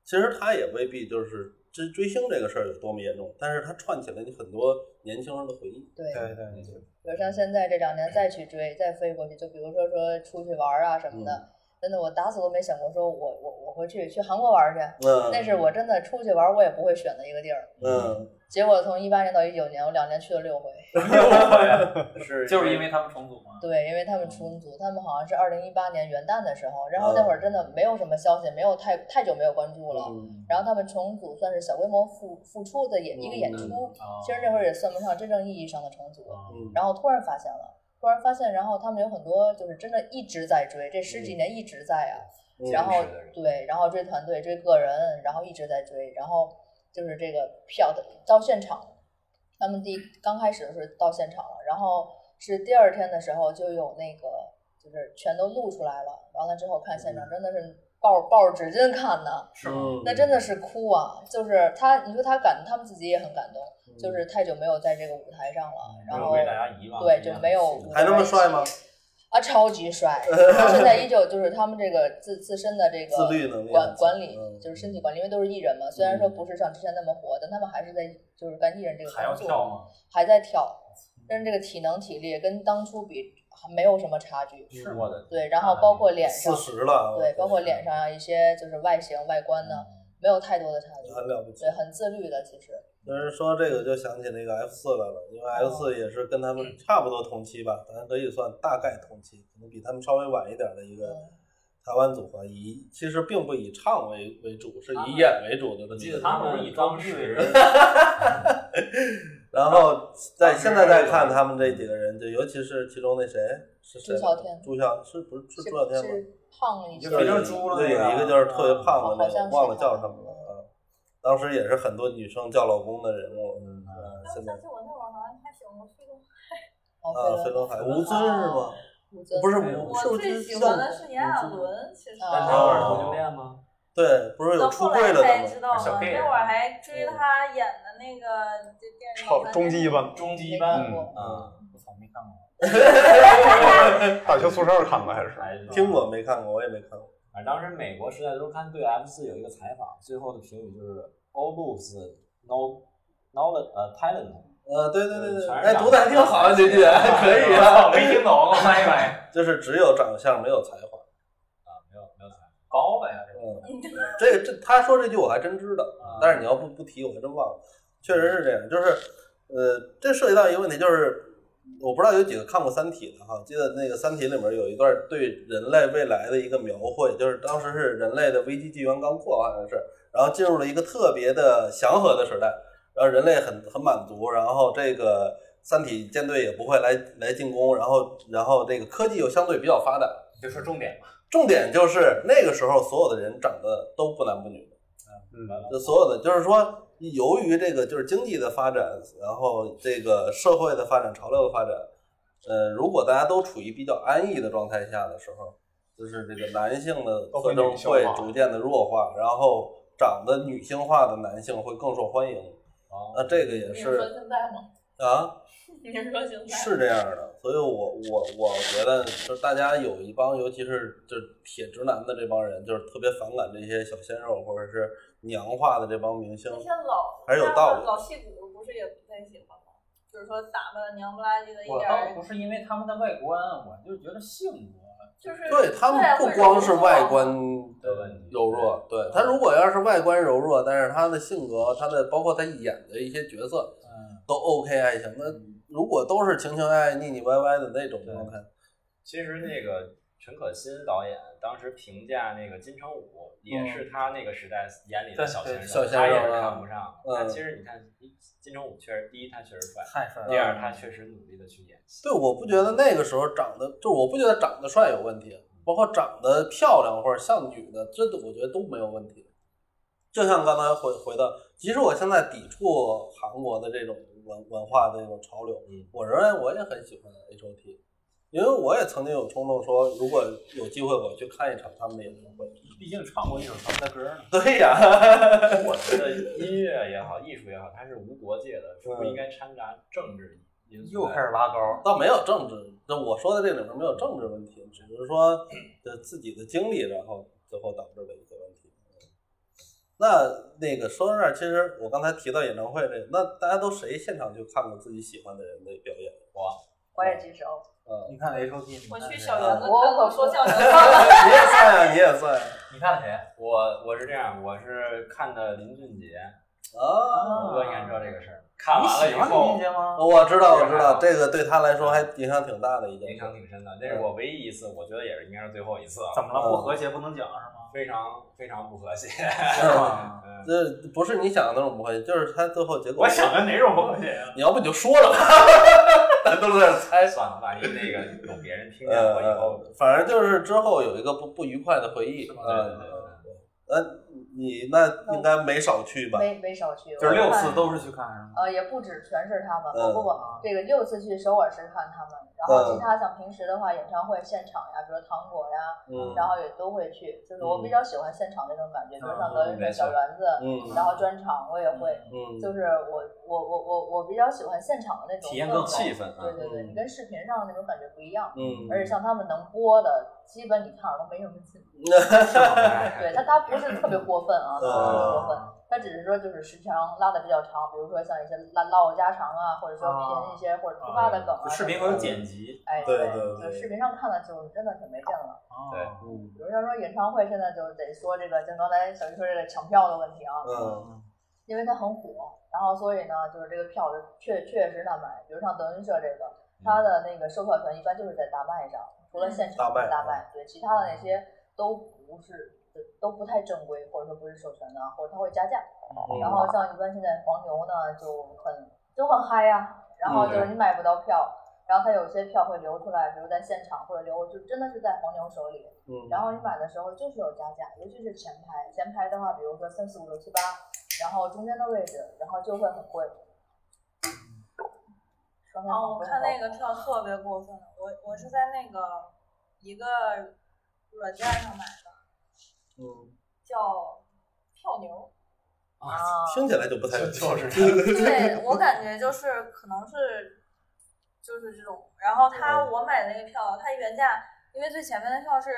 [SPEAKER 1] 其实他也未必就是追追星这个事儿有多么严重，但是他串起了你很多年轻人的回忆。
[SPEAKER 4] 对。嗯
[SPEAKER 7] 对对对，
[SPEAKER 4] 比如像现在这两年再去追，再飞过去，就比如说说出去玩啊什么的，真的我打死都没想过说我我我会去去韩国玩去，
[SPEAKER 1] 嗯，
[SPEAKER 4] 那是我真的出去玩我也不会选的一个地儿。
[SPEAKER 1] 嗯，
[SPEAKER 4] 结果从一八年到一九年，我两年去了六回。
[SPEAKER 3] 呃是
[SPEAKER 7] 就是因为他们重组嘛。
[SPEAKER 4] 对，因为他们重组，他们好像是二零一八年元旦的时候，然后那会儿真的没有什么消息，没有太太久没有关注了。
[SPEAKER 1] 嗯
[SPEAKER 4] 然后他们重组算是小规模复复出的演一个演出，
[SPEAKER 7] 啊
[SPEAKER 4] 其实那会儿也算不上真正意义上的重组。
[SPEAKER 3] 啊
[SPEAKER 1] 嗯，
[SPEAKER 4] 然后突然发现了，突然发现，然后他们有很多就是真的一直在追，这十几年一直在啊，
[SPEAKER 1] 嗯
[SPEAKER 4] 然后
[SPEAKER 3] 嗯是的是的
[SPEAKER 4] 对，然后追团队、追个人，然后一直在追，然后就是这个票的到现场，他们第刚开始的时候到现场了，然后是第二天的时候就有那个就是全都录出来了，完了之后看现
[SPEAKER 3] 嗯
[SPEAKER 4] 场真的是抱抱着纸巾看呢，
[SPEAKER 7] 是吗？
[SPEAKER 1] 嗯
[SPEAKER 4] 那真的是哭啊！就是他，你说他感，他们自己也很感动，
[SPEAKER 3] 嗯
[SPEAKER 4] 就是太久没有在这个舞台上了，然后
[SPEAKER 3] 被大家遗忘，
[SPEAKER 4] 对就没有
[SPEAKER 1] 还那么帅吗？
[SPEAKER 4] 啊，超 级帅！他现在依旧就是他们这个自自身的这个
[SPEAKER 1] 自律能力
[SPEAKER 4] 管
[SPEAKER 1] 很强
[SPEAKER 4] 管理
[SPEAKER 1] 嗯，
[SPEAKER 4] 就是身体管理，因为都是艺人嘛，虽然说不是像之前那么火，但他们还是在就是干艺人这个
[SPEAKER 7] 还要
[SPEAKER 4] 工
[SPEAKER 7] 跳
[SPEAKER 4] 作，
[SPEAKER 7] 吗？嗯
[SPEAKER 4] 还在跳，但是这个体能体力跟当初比还没有什么差距。
[SPEAKER 1] 是
[SPEAKER 3] 我的
[SPEAKER 4] 对，然后包括脸上
[SPEAKER 1] 四，十了，
[SPEAKER 4] 对，包括脸上啊一些就是外形外观呢，没有太多的差距，
[SPEAKER 1] 嗯很了不起
[SPEAKER 4] 对，。很自律的其实。
[SPEAKER 1] 有人说这个就想起那个 F 四来了，因为 F 四也是跟他们差不多同期吧，咱可以算大概同期，可能比他们稍微晚一点的一个
[SPEAKER 4] 嗯
[SPEAKER 1] 台湾组合，以其实并不以唱为为主，是以演为主的这么一
[SPEAKER 3] 记
[SPEAKER 1] 个
[SPEAKER 3] 得
[SPEAKER 1] 组
[SPEAKER 3] 他
[SPEAKER 1] 合。
[SPEAKER 3] 们以装饰，
[SPEAKER 1] 然后在现在再看他们这几个人，就尤其是其中那谁是谁来着？
[SPEAKER 4] 朱孝天
[SPEAKER 1] 朱孝是不是是
[SPEAKER 4] 是
[SPEAKER 1] 朱孝天吗？
[SPEAKER 4] 是胖了一些，
[SPEAKER 1] 就是
[SPEAKER 7] 变成猪了
[SPEAKER 1] 对，
[SPEAKER 7] 那个
[SPEAKER 1] 有一个就是特别胖的
[SPEAKER 4] 好
[SPEAKER 1] 那
[SPEAKER 4] 像
[SPEAKER 1] 个，
[SPEAKER 4] 是
[SPEAKER 1] 忘了
[SPEAKER 4] 他
[SPEAKER 1] 叫什么了啊。当时也是很多女生叫老公的人物，
[SPEAKER 3] 嗯，
[SPEAKER 1] 呃，
[SPEAKER 5] 然后
[SPEAKER 1] 现在
[SPEAKER 5] 想起我那会儿好像还喜欢飞龙，
[SPEAKER 1] 啊，
[SPEAKER 4] 哦，
[SPEAKER 1] 飞
[SPEAKER 4] 飞
[SPEAKER 1] 轮海吴尊是吗？
[SPEAKER 4] 龙
[SPEAKER 1] 不是
[SPEAKER 4] 我
[SPEAKER 1] 我
[SPEAKER 5] 我最喜欢的是炎亚纶，其实。
[SPEAKER 3] 但
[SPEAKER 4] 哦
[SPEAKER 3] 那会儿同性恋吗？
[SPEAKER 1] 对，不是有
[SPEAKER 5] 到
[SPEAKER 1] 出
[SPEAKER 5] 后
[SPEAKER 1] 柜
[SPEAKER 5] 来
[SPEAKER 1] 了
[SPEAKER 5] 才
[SPEAKER 1] 的
[SPEAKER 5] 知
[SPEAKER 1] 吗？啊
[SPEAKER 5] 道
[SPEAKER 7] 小
[SPEAKER 5] 嘛，
[SPEAKER 7] gay
[SPEAKER 5] 那会儿还追他演的那个这电影
[SPEAKER 8] 超终极一班，
[SPEAKER 3] 终极一班
[SPEAKER 8] 嗯
[SPEAKER 3] 啊，
[SPEAKER 7] 我操，没看过。
[SPEAKER 8] 大学宿舍看的还是？
[SPEAKER 3] 还是
[SPEAKER 1] 听过没看过？我也没看过。
[SPEAKER 3] 反正当时美国时代周刊对 F 四有一个采访，最后的评语就是 all looks no no 呃 talent。
[SPEAKER 1] 呃，对对对对，
[SPEAKER 3] 嗯全是
[SPEAKER 1] 哎，
[SPEAKER 3] 长
[SPEAKER 1] 读的还挺好 啊，这句还可以啊。
[SPEAKER 2] 我没听懂，翻译翻译。
[SPEAKER 1] 就是只有长相没有才华。
[SPEAKER 3] 啊，没有没有才华，
[SPEAKER 2] 高了呀，这
[SPEAKER 1] 嗯，这个这他说这句我还真知道，但是你要不不提我还真忘了。确实是这样，就是呃，这涉及到一个问题，就是我不知道有几个看过《三体》的哈，记得那个《三体》里面有一段对人类未来的一个描绘，就是当时是人类的危机纪元刚过，好像是，然后进入了一个特别的祥和的时代，然后人类很很满足，然后这个。三体舰队也不会来来进攻，然后然后这个科技又相对比较发达，
[SPEAKER 2] 你就说重点吧。
[SPEAKER 1] 重点就是那个时候所有的人长得都不男不女，
[SPEAKER 3] 嗯，
[SPEAKER 1] 就所有的就是说，由于这个就是经济的发展，然后这个社会的发展、潮流的发展，呃，如果大家都处于比较安逸的状态下的时候，就是这个男性的特
[SPEAKER 8] 都会
[SPEAKER 1] 征
[SPEAKER 8] 女性化
[SPEAKER 1] 会逐渐的弱化，然后长得女性化的男性会更受欢迎。那啊这个也
[SPEAKER 5] 你是说
[SPEAKER 1] 是
[SPEAKER 5] 现在吗？
[SPEAKER 1] 啊，
[SPEAKER 5] 你是说现在？
[SPEAKER 1] 是这样的，所以我我我觉得，就是大家有一帮，尤其是就是铁直男的这帮人，就是特别反感这些小鲜肉或者是娘化的这帮明星
[SPEAKER 5] 那。些老
[SPEAKER 1] 还是有道理
[SPEAKER 5] 老戏骨不是也不太喜欢吗？就是说打扮的娘不拉几的，一
[SPEAKER 7] 我
[SPEAKER 5] 点
[SPEAKER 7] 倒
[SPEAKER 5] 儿
[SPEAKER 7] 不是因为他们的外观，我就觉得性格。
[SPEAKER 5] 就是
[SPEAKER 1] 对他们不光是外观柔弱，对他如果要是外观柔弱，但是他的性格，他的包括他演的一些角色
[SPEAKER 7] 嗯，
[SPEAKER 1] 都 OK 还行。那如果都是情情爱爱、腻腻歪歪的那种状态，
[SPEAKER 3] 其实那个陈可辛导演当时评价那个金城武，也是他那个时代眼里的小鲜肉，
[SPEAKER 7] 嗯对
[SPEAKER 1] 小鲜
[SPEAKER 3] 他
[SPEAKER 1] 肉
[SPEAKER 3] 也是
[SPEAKER 1] 啊
[SPEAKER 3] 看不上。
[SPEAKER 1] 嗯
[SPEAKER 3] 但其实你看，金城武确实，第一他确实帅，
[SPEAKER 7] 太帅了。嗯
[SPEAKER 3] 第二他确实努力的去演戏。
[SPEAKER 1] 对，我不觉得那个时候长得，就我不觉得长得帅有问题，包括长得漂亮或者像女的，这都我觉得都没有问题。就像刚才回回到，即使我现在抵触韩国的这种文文化的这种潮流，
[SPEAKER 3] 嗯
[SPEAKER 1] 我仍然我也很喜欢 H O T，因为我也曾经有冲动说，如果有机会我去看一场他们的演唱会。
[SPEAKER 7] 毕竟唱过一首他们的歌 呢。
[SPEAKER 1] 对呀、
[SPEAKER 3] 我觉得音乐也好，艺术也好，它是无国界的，是不应该掺杂政治因
[SPEAKER 7] 嗯
[SPEAKER 3] 素。
[SPEAKER 7] 又开始拉高。
[SPEAKER 1] 倒没有政治，那我说的这里面没有政治问题，只是说呃自己的经历，然后最后导致的一些问题。那那个说到这儿，其实我刚才提到演唱会这个，那大家都谁现场去看过自己喜欢的人的表演？
[SPEAKER 4] 我也举手。
[SPEAKER 1] 嗯，
[SPEAKER 7] 你看 H O T，你
[SPEAKER 5] 嗯我
[SPEAKER 7] 看
[SPEAKER 5] 去
[SPEAKER 7] 谁
[SPEAKER 5] 小
[SPEAKER 1] 圆
[SPEAKER 5] 园子
[SPEAKER 4] 我
[SPEAKER 5] 单独说相声课了。
[SPEAKER 1] 你也算啊呀、你也算呀
[SPEAKER 7] 你看了谁？
[SPEAKER 3] 我我是这样，我是看的林俊杰，
[SPEAKER 1] 啊！
[SPEAKER 3] 我应该知道这个事儿。看完了
[SPEAKER 7] 你
[SPEAKER 3] 以
[SPEAKER 7] 喜欢林
[SPEAKER 3] 后
[SPEAKER 7] 俊，杰吗？
[SPEAKER 1] 我知道，我知道，这个对他来说还影响挺大的一件
[SPEAKER 3] 影
[SPEAKER 1] 事。
[SPEAKER 3] 响挺深的，这是我唯一一次，我觉得也是应该是最后一次了，
[SPEAKER 7] 怎么了？不和谐不能讲是吗？
[SPEAKER 3] 非常非常不 和谐。
[SPEAKER 7] 是吗？
[SPEAKER 3] 嗯，
[SPEAKER 1] 这不是你想的那种不会，就是他最后结果。
[SPEAKER 2] 我想的哪种不和谐 啊？
[SPEAKER 1] 你要不你就说了吧，咱都在这儿猜。
[SPEAKER 3] 哎，算了，万一那个有别人听见我以
[SPEAKER 2] 嗯
[SPEAKER 3] 后，
[SPEAKER 1] 呃，反正就是之后有一个不不愉快的回忆。
[SPEAKER 3] 对对
[SPEAKER 1] 嗯，
[SPEAKER 3] 对
[SPEAKER 1] 呃，你那应该没少去吧？
[SPEAKER 4] 没没少去，
[SPEAKER 7] 就是六
[SPEAKER 4] 我
[SPEAKER 7] 次
[SPEAKER 4] 看
[SPEAKER 7] 都是去看是吗？
[SPEAKER 4] 呃，也不止全是他们，
[SPEAKER 1] 嗯
[SPEAKER 4] 不不不，这个六次去首尔是看他们，然后其他像平时的话，演唱会现场呀，比如糖果呀，
[SPEAKER 1] 嗯
[SPEAKER 4] 然后也都会去。就是我比较喜欢现场那种感觉，比如像
[SPEAKER 7] 嗯
[SPEAKER 4] 德云社
[SPEAKER 3] 没错
[SPEAKER 4] 小园子，
[SPEAKER 1] 嗯
[SPEAKER 4] 然后专场我也会，
[SPEAKER 1] 嗯，
[SPEAKER 4] 就是我我我我我比较喜欢现场的那种
[SPEAKER 7] 体验
[SPEAKER 4] 氛
[SPEAKER 7] 更
[SPEAKER 4] 围
[SPEAKER 7] 气
[SPEAKER 3] 氛啊
[SPEAKER 4] 对对对，
[SPEAKER 1] 嗯
[SPEAKER 4] 你跟视频上的那种感觉不一样，
[SPEAKER 1] 嗯，
[SPEAKER 4] 而且像他们能播的，基本你看着都没什么劲。
[SPEAKER 7] 哎
[SPEAKER 4] 对 他，他不是特别过分
[SPEAKER 1] 嗯
[SPEAKER 4] 啊，他不是特
[SPEAKER 3] 呃
[SPEAKER 4] 别过分，他只是说就是时长拉的比较长，比如说像一些唠唠家常啊，或者说拼一些或者突发的梗啊
[SPEAKER 7] 就
[SPEAKER 4] 什么的，
[SPEAKER 7] 视频会有剪辑。
[SPEAKER 4] 哎，
[SPEAKER 1] 对对
[SPEAKER 4] 对，
[SPEAKER 1] 对
[SPEAKER 4] 就视频上看的就真的挺没劲了。
[SPEAKER 3] 对
[SPEAKER 7] 哦
[SPEAKER 1] 嗯
[SPEAKER 4] 比如像说演唱会，现在就得说这个，像刚才小鱼说这个抢票的问题啊，
[SPEAKER 1] 嗯
[SPEAKER 4] 因为它很火，然后所以呢，就是这个票就确确实难买。比如像德云社这个，它的那个售票权一般就是在大麦上，除了现场
[SPEAKER 1] 大麦
[SPEAKER 4] 是大麦，对，其他的那些都不是，都都不太正规，或者说不是授权的，啊或者它会加价。
[SPEAKER 5] 嗯
[SPEAKER 4] 然后像一般现在黄牛呢就很就很嗨呀、然后就是你买不到票，然后它有些票会流出来，比如在现场或者流，就真的是在黄牛手里。
[SPEAKER 1] 嗯，
[SPEAKER 4] 然后你买的时候就是有加价，尤其是前排，前排的话，比如说三四五六七八，然后中间的位置，然后就会很贵。刚才
[SPEAKER 5] 哦，
[SPEAKER 4] 好
[SPEAKER 5] 我
[SPEAKER 4] 贵
[SPEAKER 5] 看那个
[SPEAKER 4] 好贵
[SPEAKER 5] 跳特别过分，我我是在那个一个软件上买的，
[SPEAKER 1] 嗯，
[SPEAKER 5] 叫跳牛。
[SPEAKER 4] 啊，
[SPEAKER 1] 听起来就不太有
[SPEAKER 3] 就就是
[SPEAKER 5] 对我感觉就是可能是就是这种，然后他
[SPEAKER 4] 嗯
[SPEAKER 5] 我买的那个票，它原价因为最前面的票是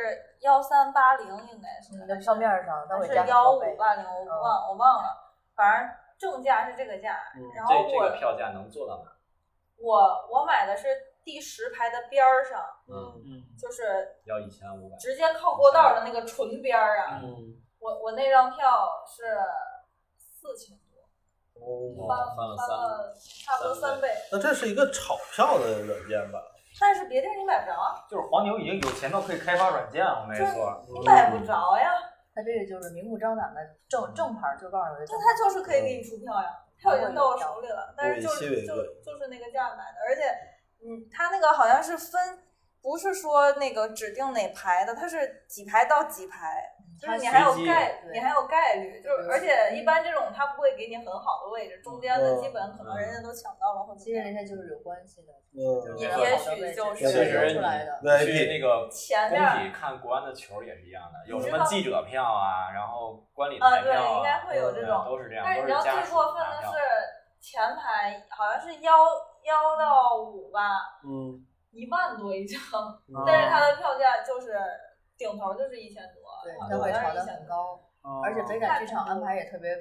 [SPEAKER 5] 幺三八零，应该是
[SPEAKER 4] 你的嗯票面上它
[SPEAKER 5] 还
[SPEAKER 4] 会
[SPEAKER 5] 是
[SPEAKER 4] 加很
[SPEAKER 5] 幺
[SPEAKER 4] 多
[SPEAKER 5] 五
[SPEAKER 4] 倍。嗯
[SPEAKER 5] 八零，我忘我忘了，反正正价是这个价，然后
[SPEAKER 3] 嗯这这个
[SPEAKER 5] 我
[SPEAKER 3] 票价能做到哪？
[SPEAKER 5] 我我买的是第十排的边儿上，
[SPEAKER 3] 嗯，
[SPEAKER 2] 嗯，
[SPEAKER 5] 就是
[SPEAKER 3] 要一千五百。
[SPEAKER 5] 直接靠过道的那个纯边儿啊，
[SPEAKER 1] 嗯，
[SPEAKER 5] 我我那张票是四千多，
[SPEAKER 7] 嗯
[SPEAKER 1] 哦
[SPEAKER 5] 翻
[SPEAKER 3] 翻了
[SPEAKER 5] 翻了差不多
[SPEAKER 3] 三
[SPEAKER 5] 三倍，
[SPEAKER 1] 那这是一个炒票的软件吧？
[SPEAKER 5] 但是别地儿你买不着啊，
[SPEAKER 2] 就是黄牛已经有钱到可以开发软件了，没错。
[SPEAKER 5] 你买不着呀。
[SPEAKER 4] 它这个就是明目张胆的正正牌，就告诉你
[SPEAKER 5] 那他就是可以给你出票呀，票已经到我手里了，但是就
[SPEAKER 1] 物以稀为
[SPEAKER 5] 是就
[SPEAKER 1] 贵
[SPEAKER 5] 就是那个价买的，而且，嗯，他那个好像是分，不是说那个指定哪排的，它是几排到几排，就是你还有
[SPEAKER 2] 随机
[SPEAKER 5] 概，
[SPEAKER 4] 对
[SPEAKER 5] 你还有概率，就是
[SPEAKER 4] 对
[SPEAKER 5] 而且一般这种他不会给你很好的位置，中间的
[SPEAKER 1] 嗯
[SPEAKER 5] 基本可能人家都抢到了或者
[SPEAKER 4] 其实人家就是有关系的，
[SPEAKER 1] 嗯
[SPEAKER 4] 你
[SPEAKER 3] 对
[SPEAKER 4] 要
[SPEAKER 5] 也
[SPEAKER 4] 好的
[SPEAKER 5] 许
[SPEAKER 4] 位置
[SPEAKER 5] 就是
[SPEAKER 1] 其实
[SPEAKER 4] 出来的。
[SPEAKER 3] 去
[SPEAKER 1] VIP
[SPEAKER 3] 那个
[SPEAKER 5] 前
[SPEAKER 3] 工
[SPEAKER 5] 面儿
[SPEAKER 3] 体看国安的球也是一样的，有
[SPEAKER 5] 你
[SPEAKER 3] 什
[SPEAKER 5] 知
[SPEAKER 3] 么
[SPEAKER 5] 道
[SPEAKER 3] 记者票啊，然后观礼
[SPEAKER 5] 啊
[SPEAKER 3] 台
[SPEAKER 5] 对
[SPEAKER 3] 票
[SPEAKER 5] 应该会有这
[SPEAKER 3] 对
[SPEAKER 5] 种
[SPEAKER 3] 都是这样，
[SPEAKER 5] 但是
[SPEAKER 3] 都
[SPEAKER 5] 你知
[SPEAKER 3] 是
[SPEAKER 5] 道
[SPEAKER 3] 家
[SPEAKER 5] 最
[SPEAKER 3] 属
[SPEAKER 5] 过分
[SPEAKER 3] 拿
[SPEAKER 5] 的
[SPEAKER 3] 票
[SPEAKER 5] 是。前排好像是幺幺到五吧，
[SPEAKER 1] 嗯，
[SPEAKER 5] 一万多一张。
[SPEAKER 1] 哦
[SPEAKER 2] 啊
[SPEAKER 5] 但是它的票价就是顶头就是一千多，
[SPEAKER 4] 对，
[SPEAKER 5] 好
[SPEAKER 4] 它会
[SPEAKER 5] 像
[SPEAKER 4] 炒
[SPEAKER 5] 是
[SPEAKER 4] 得
[SPEAKER 5] 一千
[SPEAKER 4] 很
[SPEAKER 5] 多。
[SPEAKER 4] 高，哦而且北
[SPEAKER 3] 哦
[SPEAKER 2] 感
[SPEAKER 4] 感剧场安排也特别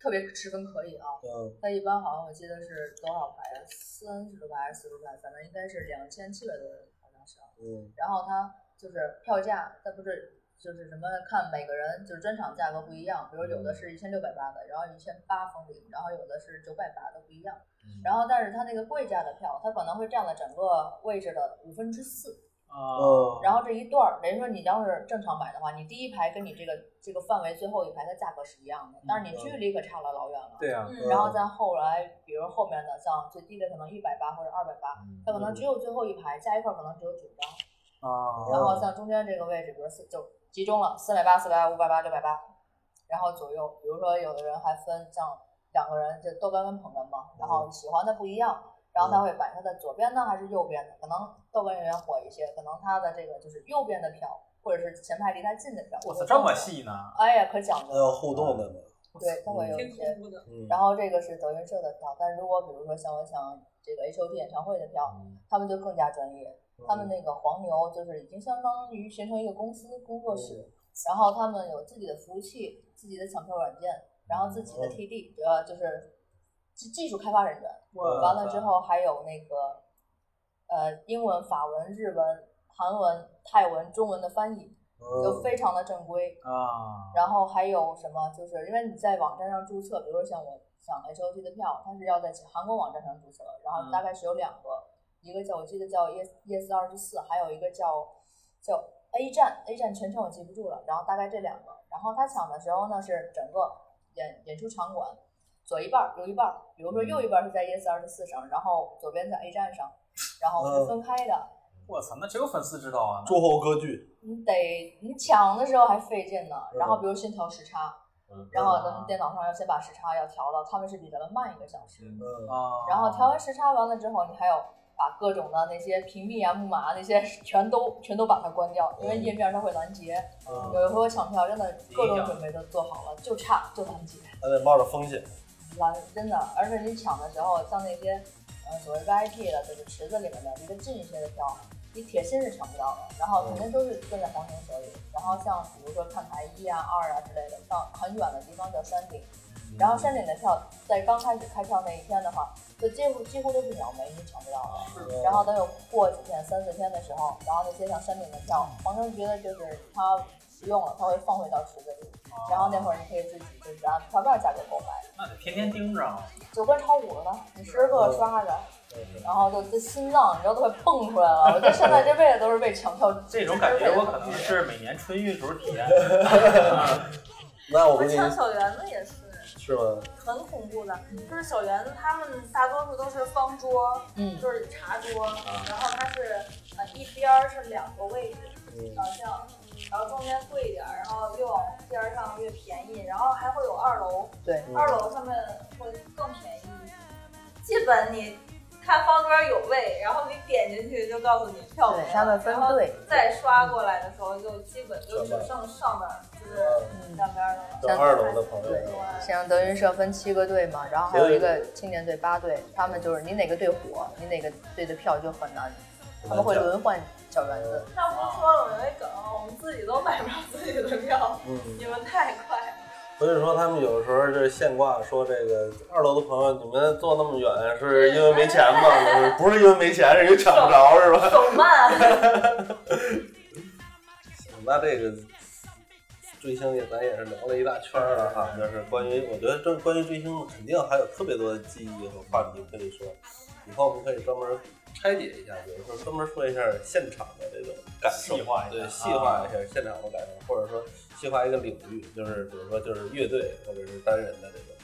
[SPEAKER 4] 特别十分可以啊。
[SPEAKER 1] 嗯，
[SPEAKER 4] 它一般好像我记得是多少排啊？三十多排还是四十排？反正应该是两千七百多人，好像是啊。
[SPEAKER 1] 嗯，
[SPEAKER 4] 然后它就是票价，它不是就是什么看每个人就是专场价格不一样，比如
[SPEAKER 3] 嗯
[SPEAKER 4] 有的是一千六百八的，然后一千八封顶，然后有的是九百八的不一样。
[SPEAKER 3] 嗯
[SPEAKER 4] 然后但是它那个贵价的票，它可能会占了整个位置的五分之四。
[SPEAKER 2] 啊，
[SPEAKER 1] 哦，
[SPEAKER 4] 然后这一段儿，等于说你要是正常买的话，你第一排跟你这个这个范围最后一排的价格是一样的，但是你距离可差了老远了。
[SPEAKER 7] 对啊，
[SPEAKER 5] 嗯，
[SPEAKER 4] 然后再后来，比如后面的像最低的可能一百八或者二百八，
[SPEAKER 3] 嗯
[SPEAKER 4] 它可能只有最后一排加一块儿可能只有九张，
[SPEAKER 2] 哦
[SPEAKER 7] 啊，
[SPEAKER 4] 然后像中间这个位置，比如四就集中了四百八、四百八、五百八、六百八，然后左右，比如说有的人还分像两个人就豆干跟捧哏嘛，
[SPEAKER 2] 嗯
[SPEAKER 4] 然后喜欢的不一样，然后他会摆他的左边呢还是右边的，可能豆干演员火一些，可能他的这个就是右边的票，或者是前排离他近的票，
[SPEAKER 2] 我操，这么，细呃呢？
[SPEAKER 4] 哎呀，可讲究
[SPEAKER 1] 那嗯要
[SPEAKER 4] 了，
[SPEAKER 1] 互动的嘛，
[SPEAKER 4] 对，他会有一
[SPEAKER 5] 挺
[SPEAKER 4] 些。
[SPEAKER 5] 恐怖的。
[SPEAKER 1] 嗯，
[SPEAKER 4] 然后这个是德云社的票，但如果比如说像我想这个 H O T 演唱会的票，他们就更加专业。他们那个黄牛就是已经相当于形成一个公司工作室，然后他们有自己的服务器、自己的抢票软件，然后自己的 T D，呃，就是技技术开发人员。完了之后还有那个呃英文、法文、日文、韩文、泰文、中文的翻译，
[SPEAKER 1] 哦嗯
[SPEAKER 4] 就非常的正规。
[SPEAKER 2] 啊，
[SPEAKER 4] 然后还有什么，就是因为你在网站上注册，比如像我想 H O T 的票，它是要在韩国网站上注册，然后大概是有两个，一个叫我记得叫 E Yes Yes 二十四，还有一个叫叫 A 站 A 站全称我记不住了，然后大概这两个，然后他抢的时候呢是整个演演出场馆左一半儿右一半儿，比如说右一半儿是在 Yes 二十四上，然后左边在 A 站上，然后是分开的，
[SPEAKER 2] 我操，那只有粉丝知道啊。
[SPEAKER 1] 诸侯割据，
[SPEAKER 4] 你得你抢的时候还费劲呢，然后比如先调时差。
[SPEAKER 3] 嗯
[SPEAKER 4] 然后咱们电脑上要先把时差要调了，他们是比咱们慢一个小时。
[SPEAKER 1] 嗯，
[SPEAKER 2] 啊，
[SPEAKER 4] 然后调完时差完了之后，你还有把各种的那些屏蔽啊、木马啊那些全都全都把它关掉，
[SPEAKER 3] 嗯
[SPEAKER 4] 因为页面它会拦截。有一回我抢票真的各种准备都做好了，就差就拦截，
[SPEAKER 1] 还得冒着风险，
[SPEAKER 4] 拦真的。而且你抢的时候，像那些呃所谓 VIP 的，就是池子里面的离得近一些的票。你铁心是抢不到的，然后肯定都是跟在黄牛手里。然后像比如说看台一啊、二啊之类的，像很远的地方叫山顶，然后山顶的票在刚开始开票那一天的话，就几乎几乎都是鸟没，你抢不到了。然后等有过几天三四天的时候，然后再接上山顶的票，黄成觉得就是他不用了，他会放回到池子里。然后那会儿你可以自己就是按票价价格购买，
[SPEAKER 2] 哦那得天天盯着啊。
[SPEAKER 4] 九块炒股了，你时时刻刻刷着，然后就这心脏你知道都快蹦出来了。我觉得现在这辈子都是被抢票
[SPEAKER 2] 这种感觉我可能是每年春运时候体验。
[SPEAKER 1] 那我
[SPEAKER 5] 我
[SPEAKER 1] 给你
[SPEAKER 5] 抢小圆子也是
[SPEAKER 1] 是吗？
[SPEAKER 5] 很恐怖的，就是小圆子他们大多数都是方桌，
[SPEAKER 4] 嗯
[SPEAKER 5] 就是
[SPEAKER 1] 啊嗯
[SPEAKER 5] 茶桌，然后它是呃一边儿是两个位置，好像然后中间贵一点儿，然后越往边儿上越便宜，然后还会有二楼，
[SPEAKER 4] 对，
[SPEAKER 5] 二楼上面会更便宜。基本你看方桌有位，然后你点进去就告诉你票没
[SPEAKER 4] 对他
[SPEAKER 5] 了
[SPEAKER 4] 们，分
[SPEAKER 5] 然后
[SPEAKER 4] 队
[SPEAKER 5] 再刷过来的时候就基本就只剩上面儿就是
[SPEAKER 4] 嗯，
[SPEAKER 5] 两边儿的了。
[SPEAKER 1] 就二楼的朋友
[SPEAKER 4] 对，像德云社分七个队嘛，然后还有一个青年队八队，他们就是你哪个队火，你哪个队的票就很难，他们会轮换小园子。
[SPEAKER 5] 上不说了，我们没梗，我们自己都买不着自己的票，
[SPEAKER 1] 嗯，
[SPEAKER 5] 你们太快了。
[SPEAKER 1] 所以说他们有时候就是现挂说这个二楼的朋友，你们坐那么远是因为没钱吗？就是不是因为没钱，是因为抢不着是吧？
[SPEAKER 5] 手慢，
[SPEAKER 1] 那这个追星也咱也是聊了一大圈了哈，就是关于我觉得这关于追星肯定还有特别多的记忆和话题可以说，以后我们可以专门拆解一下，比如说专门说一下现场的这种感受，
[SPEAKER 3] 细化一下
[SPEAKER 1] 对，细化
[SPEAKER 2] 啊
[SPEAKER 1] 一下现场的感受，或者说细化一个领域，就是比如说就是乐队或者是单人的这种。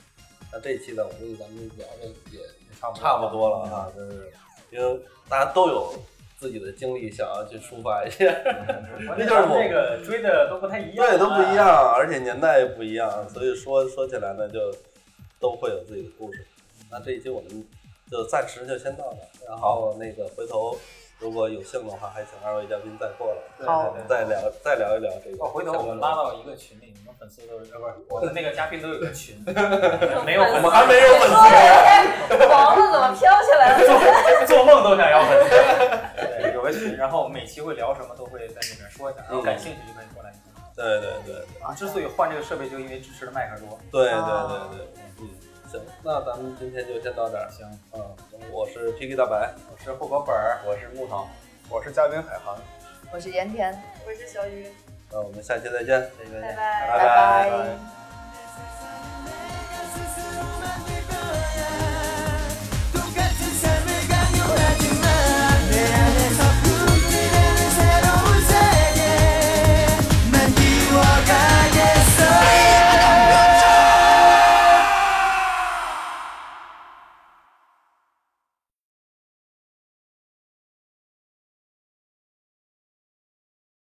[SPEAKER 1] 那这一期呢，我估计咱们聊的也差不多了啊，就是因为大家都有自己的经历，想要去抒发一 下。这就是我
[SPEAKER 2] 这个追的都不太一样，
[SPEAKER 1] 对，都不一。样，而且年代也不一样，所以说说起来呢，就都会有自己的故事。那这一期我们就暂时就先到这，然后那个回头如果有幸的话，还请二位嘉宾再过来，
[SPEAKER 2] 啊
[SPEAKER 4] 好
[SPEAKER 1] 再聊再聊一聊这个。
[SPEAKER 7] 哦，回头我们
[SPEAKER 1] 啊
[SPEAKER 7] 拉到一个群里，你们粉丝都是，呃不是我们那个嘉宾都有个 群，没有
[SPEAKER 5] 粉丝哦
[SPEAKER 7] 粉
[SPEAKER 1] 我还没有粉丝，
[SPEAKER 5] 丝，王子怎么飘起来了？
[SPEAKER 7] 丝，做梦都想要粉丝。对，有个群，然后每期会聊什么都会在那边说一下，然后感兴趣就可以过来。
[SPEAKER 1] 对对对对
[SPEAKER 7] 啊，之所以换这个设备，就因为支持的麦克多。
[SPEAKER 1] 对对
[SPEAKER 5] 啊
[SPEAKER 1] 对对，嗯，行，那咱们今天就先到这儿。
[SPEAKER 7] 行，
[SPEAKER 1] 嗯，我是 PK 大白，
[SPEAKER 7] 我是户口本儿，
[SPEAKER 3] 我是木头，
[SPEAKER 8] 我是嘉宾海涵。
[SPEAKER 4] 我是盐田，
[SPEAKER 5] 我是小鱼，
[SPEAKER 1] 那我们下期再见，
[SPEAKER 5] 拜拜
[SPEAKER 4] 拜拜。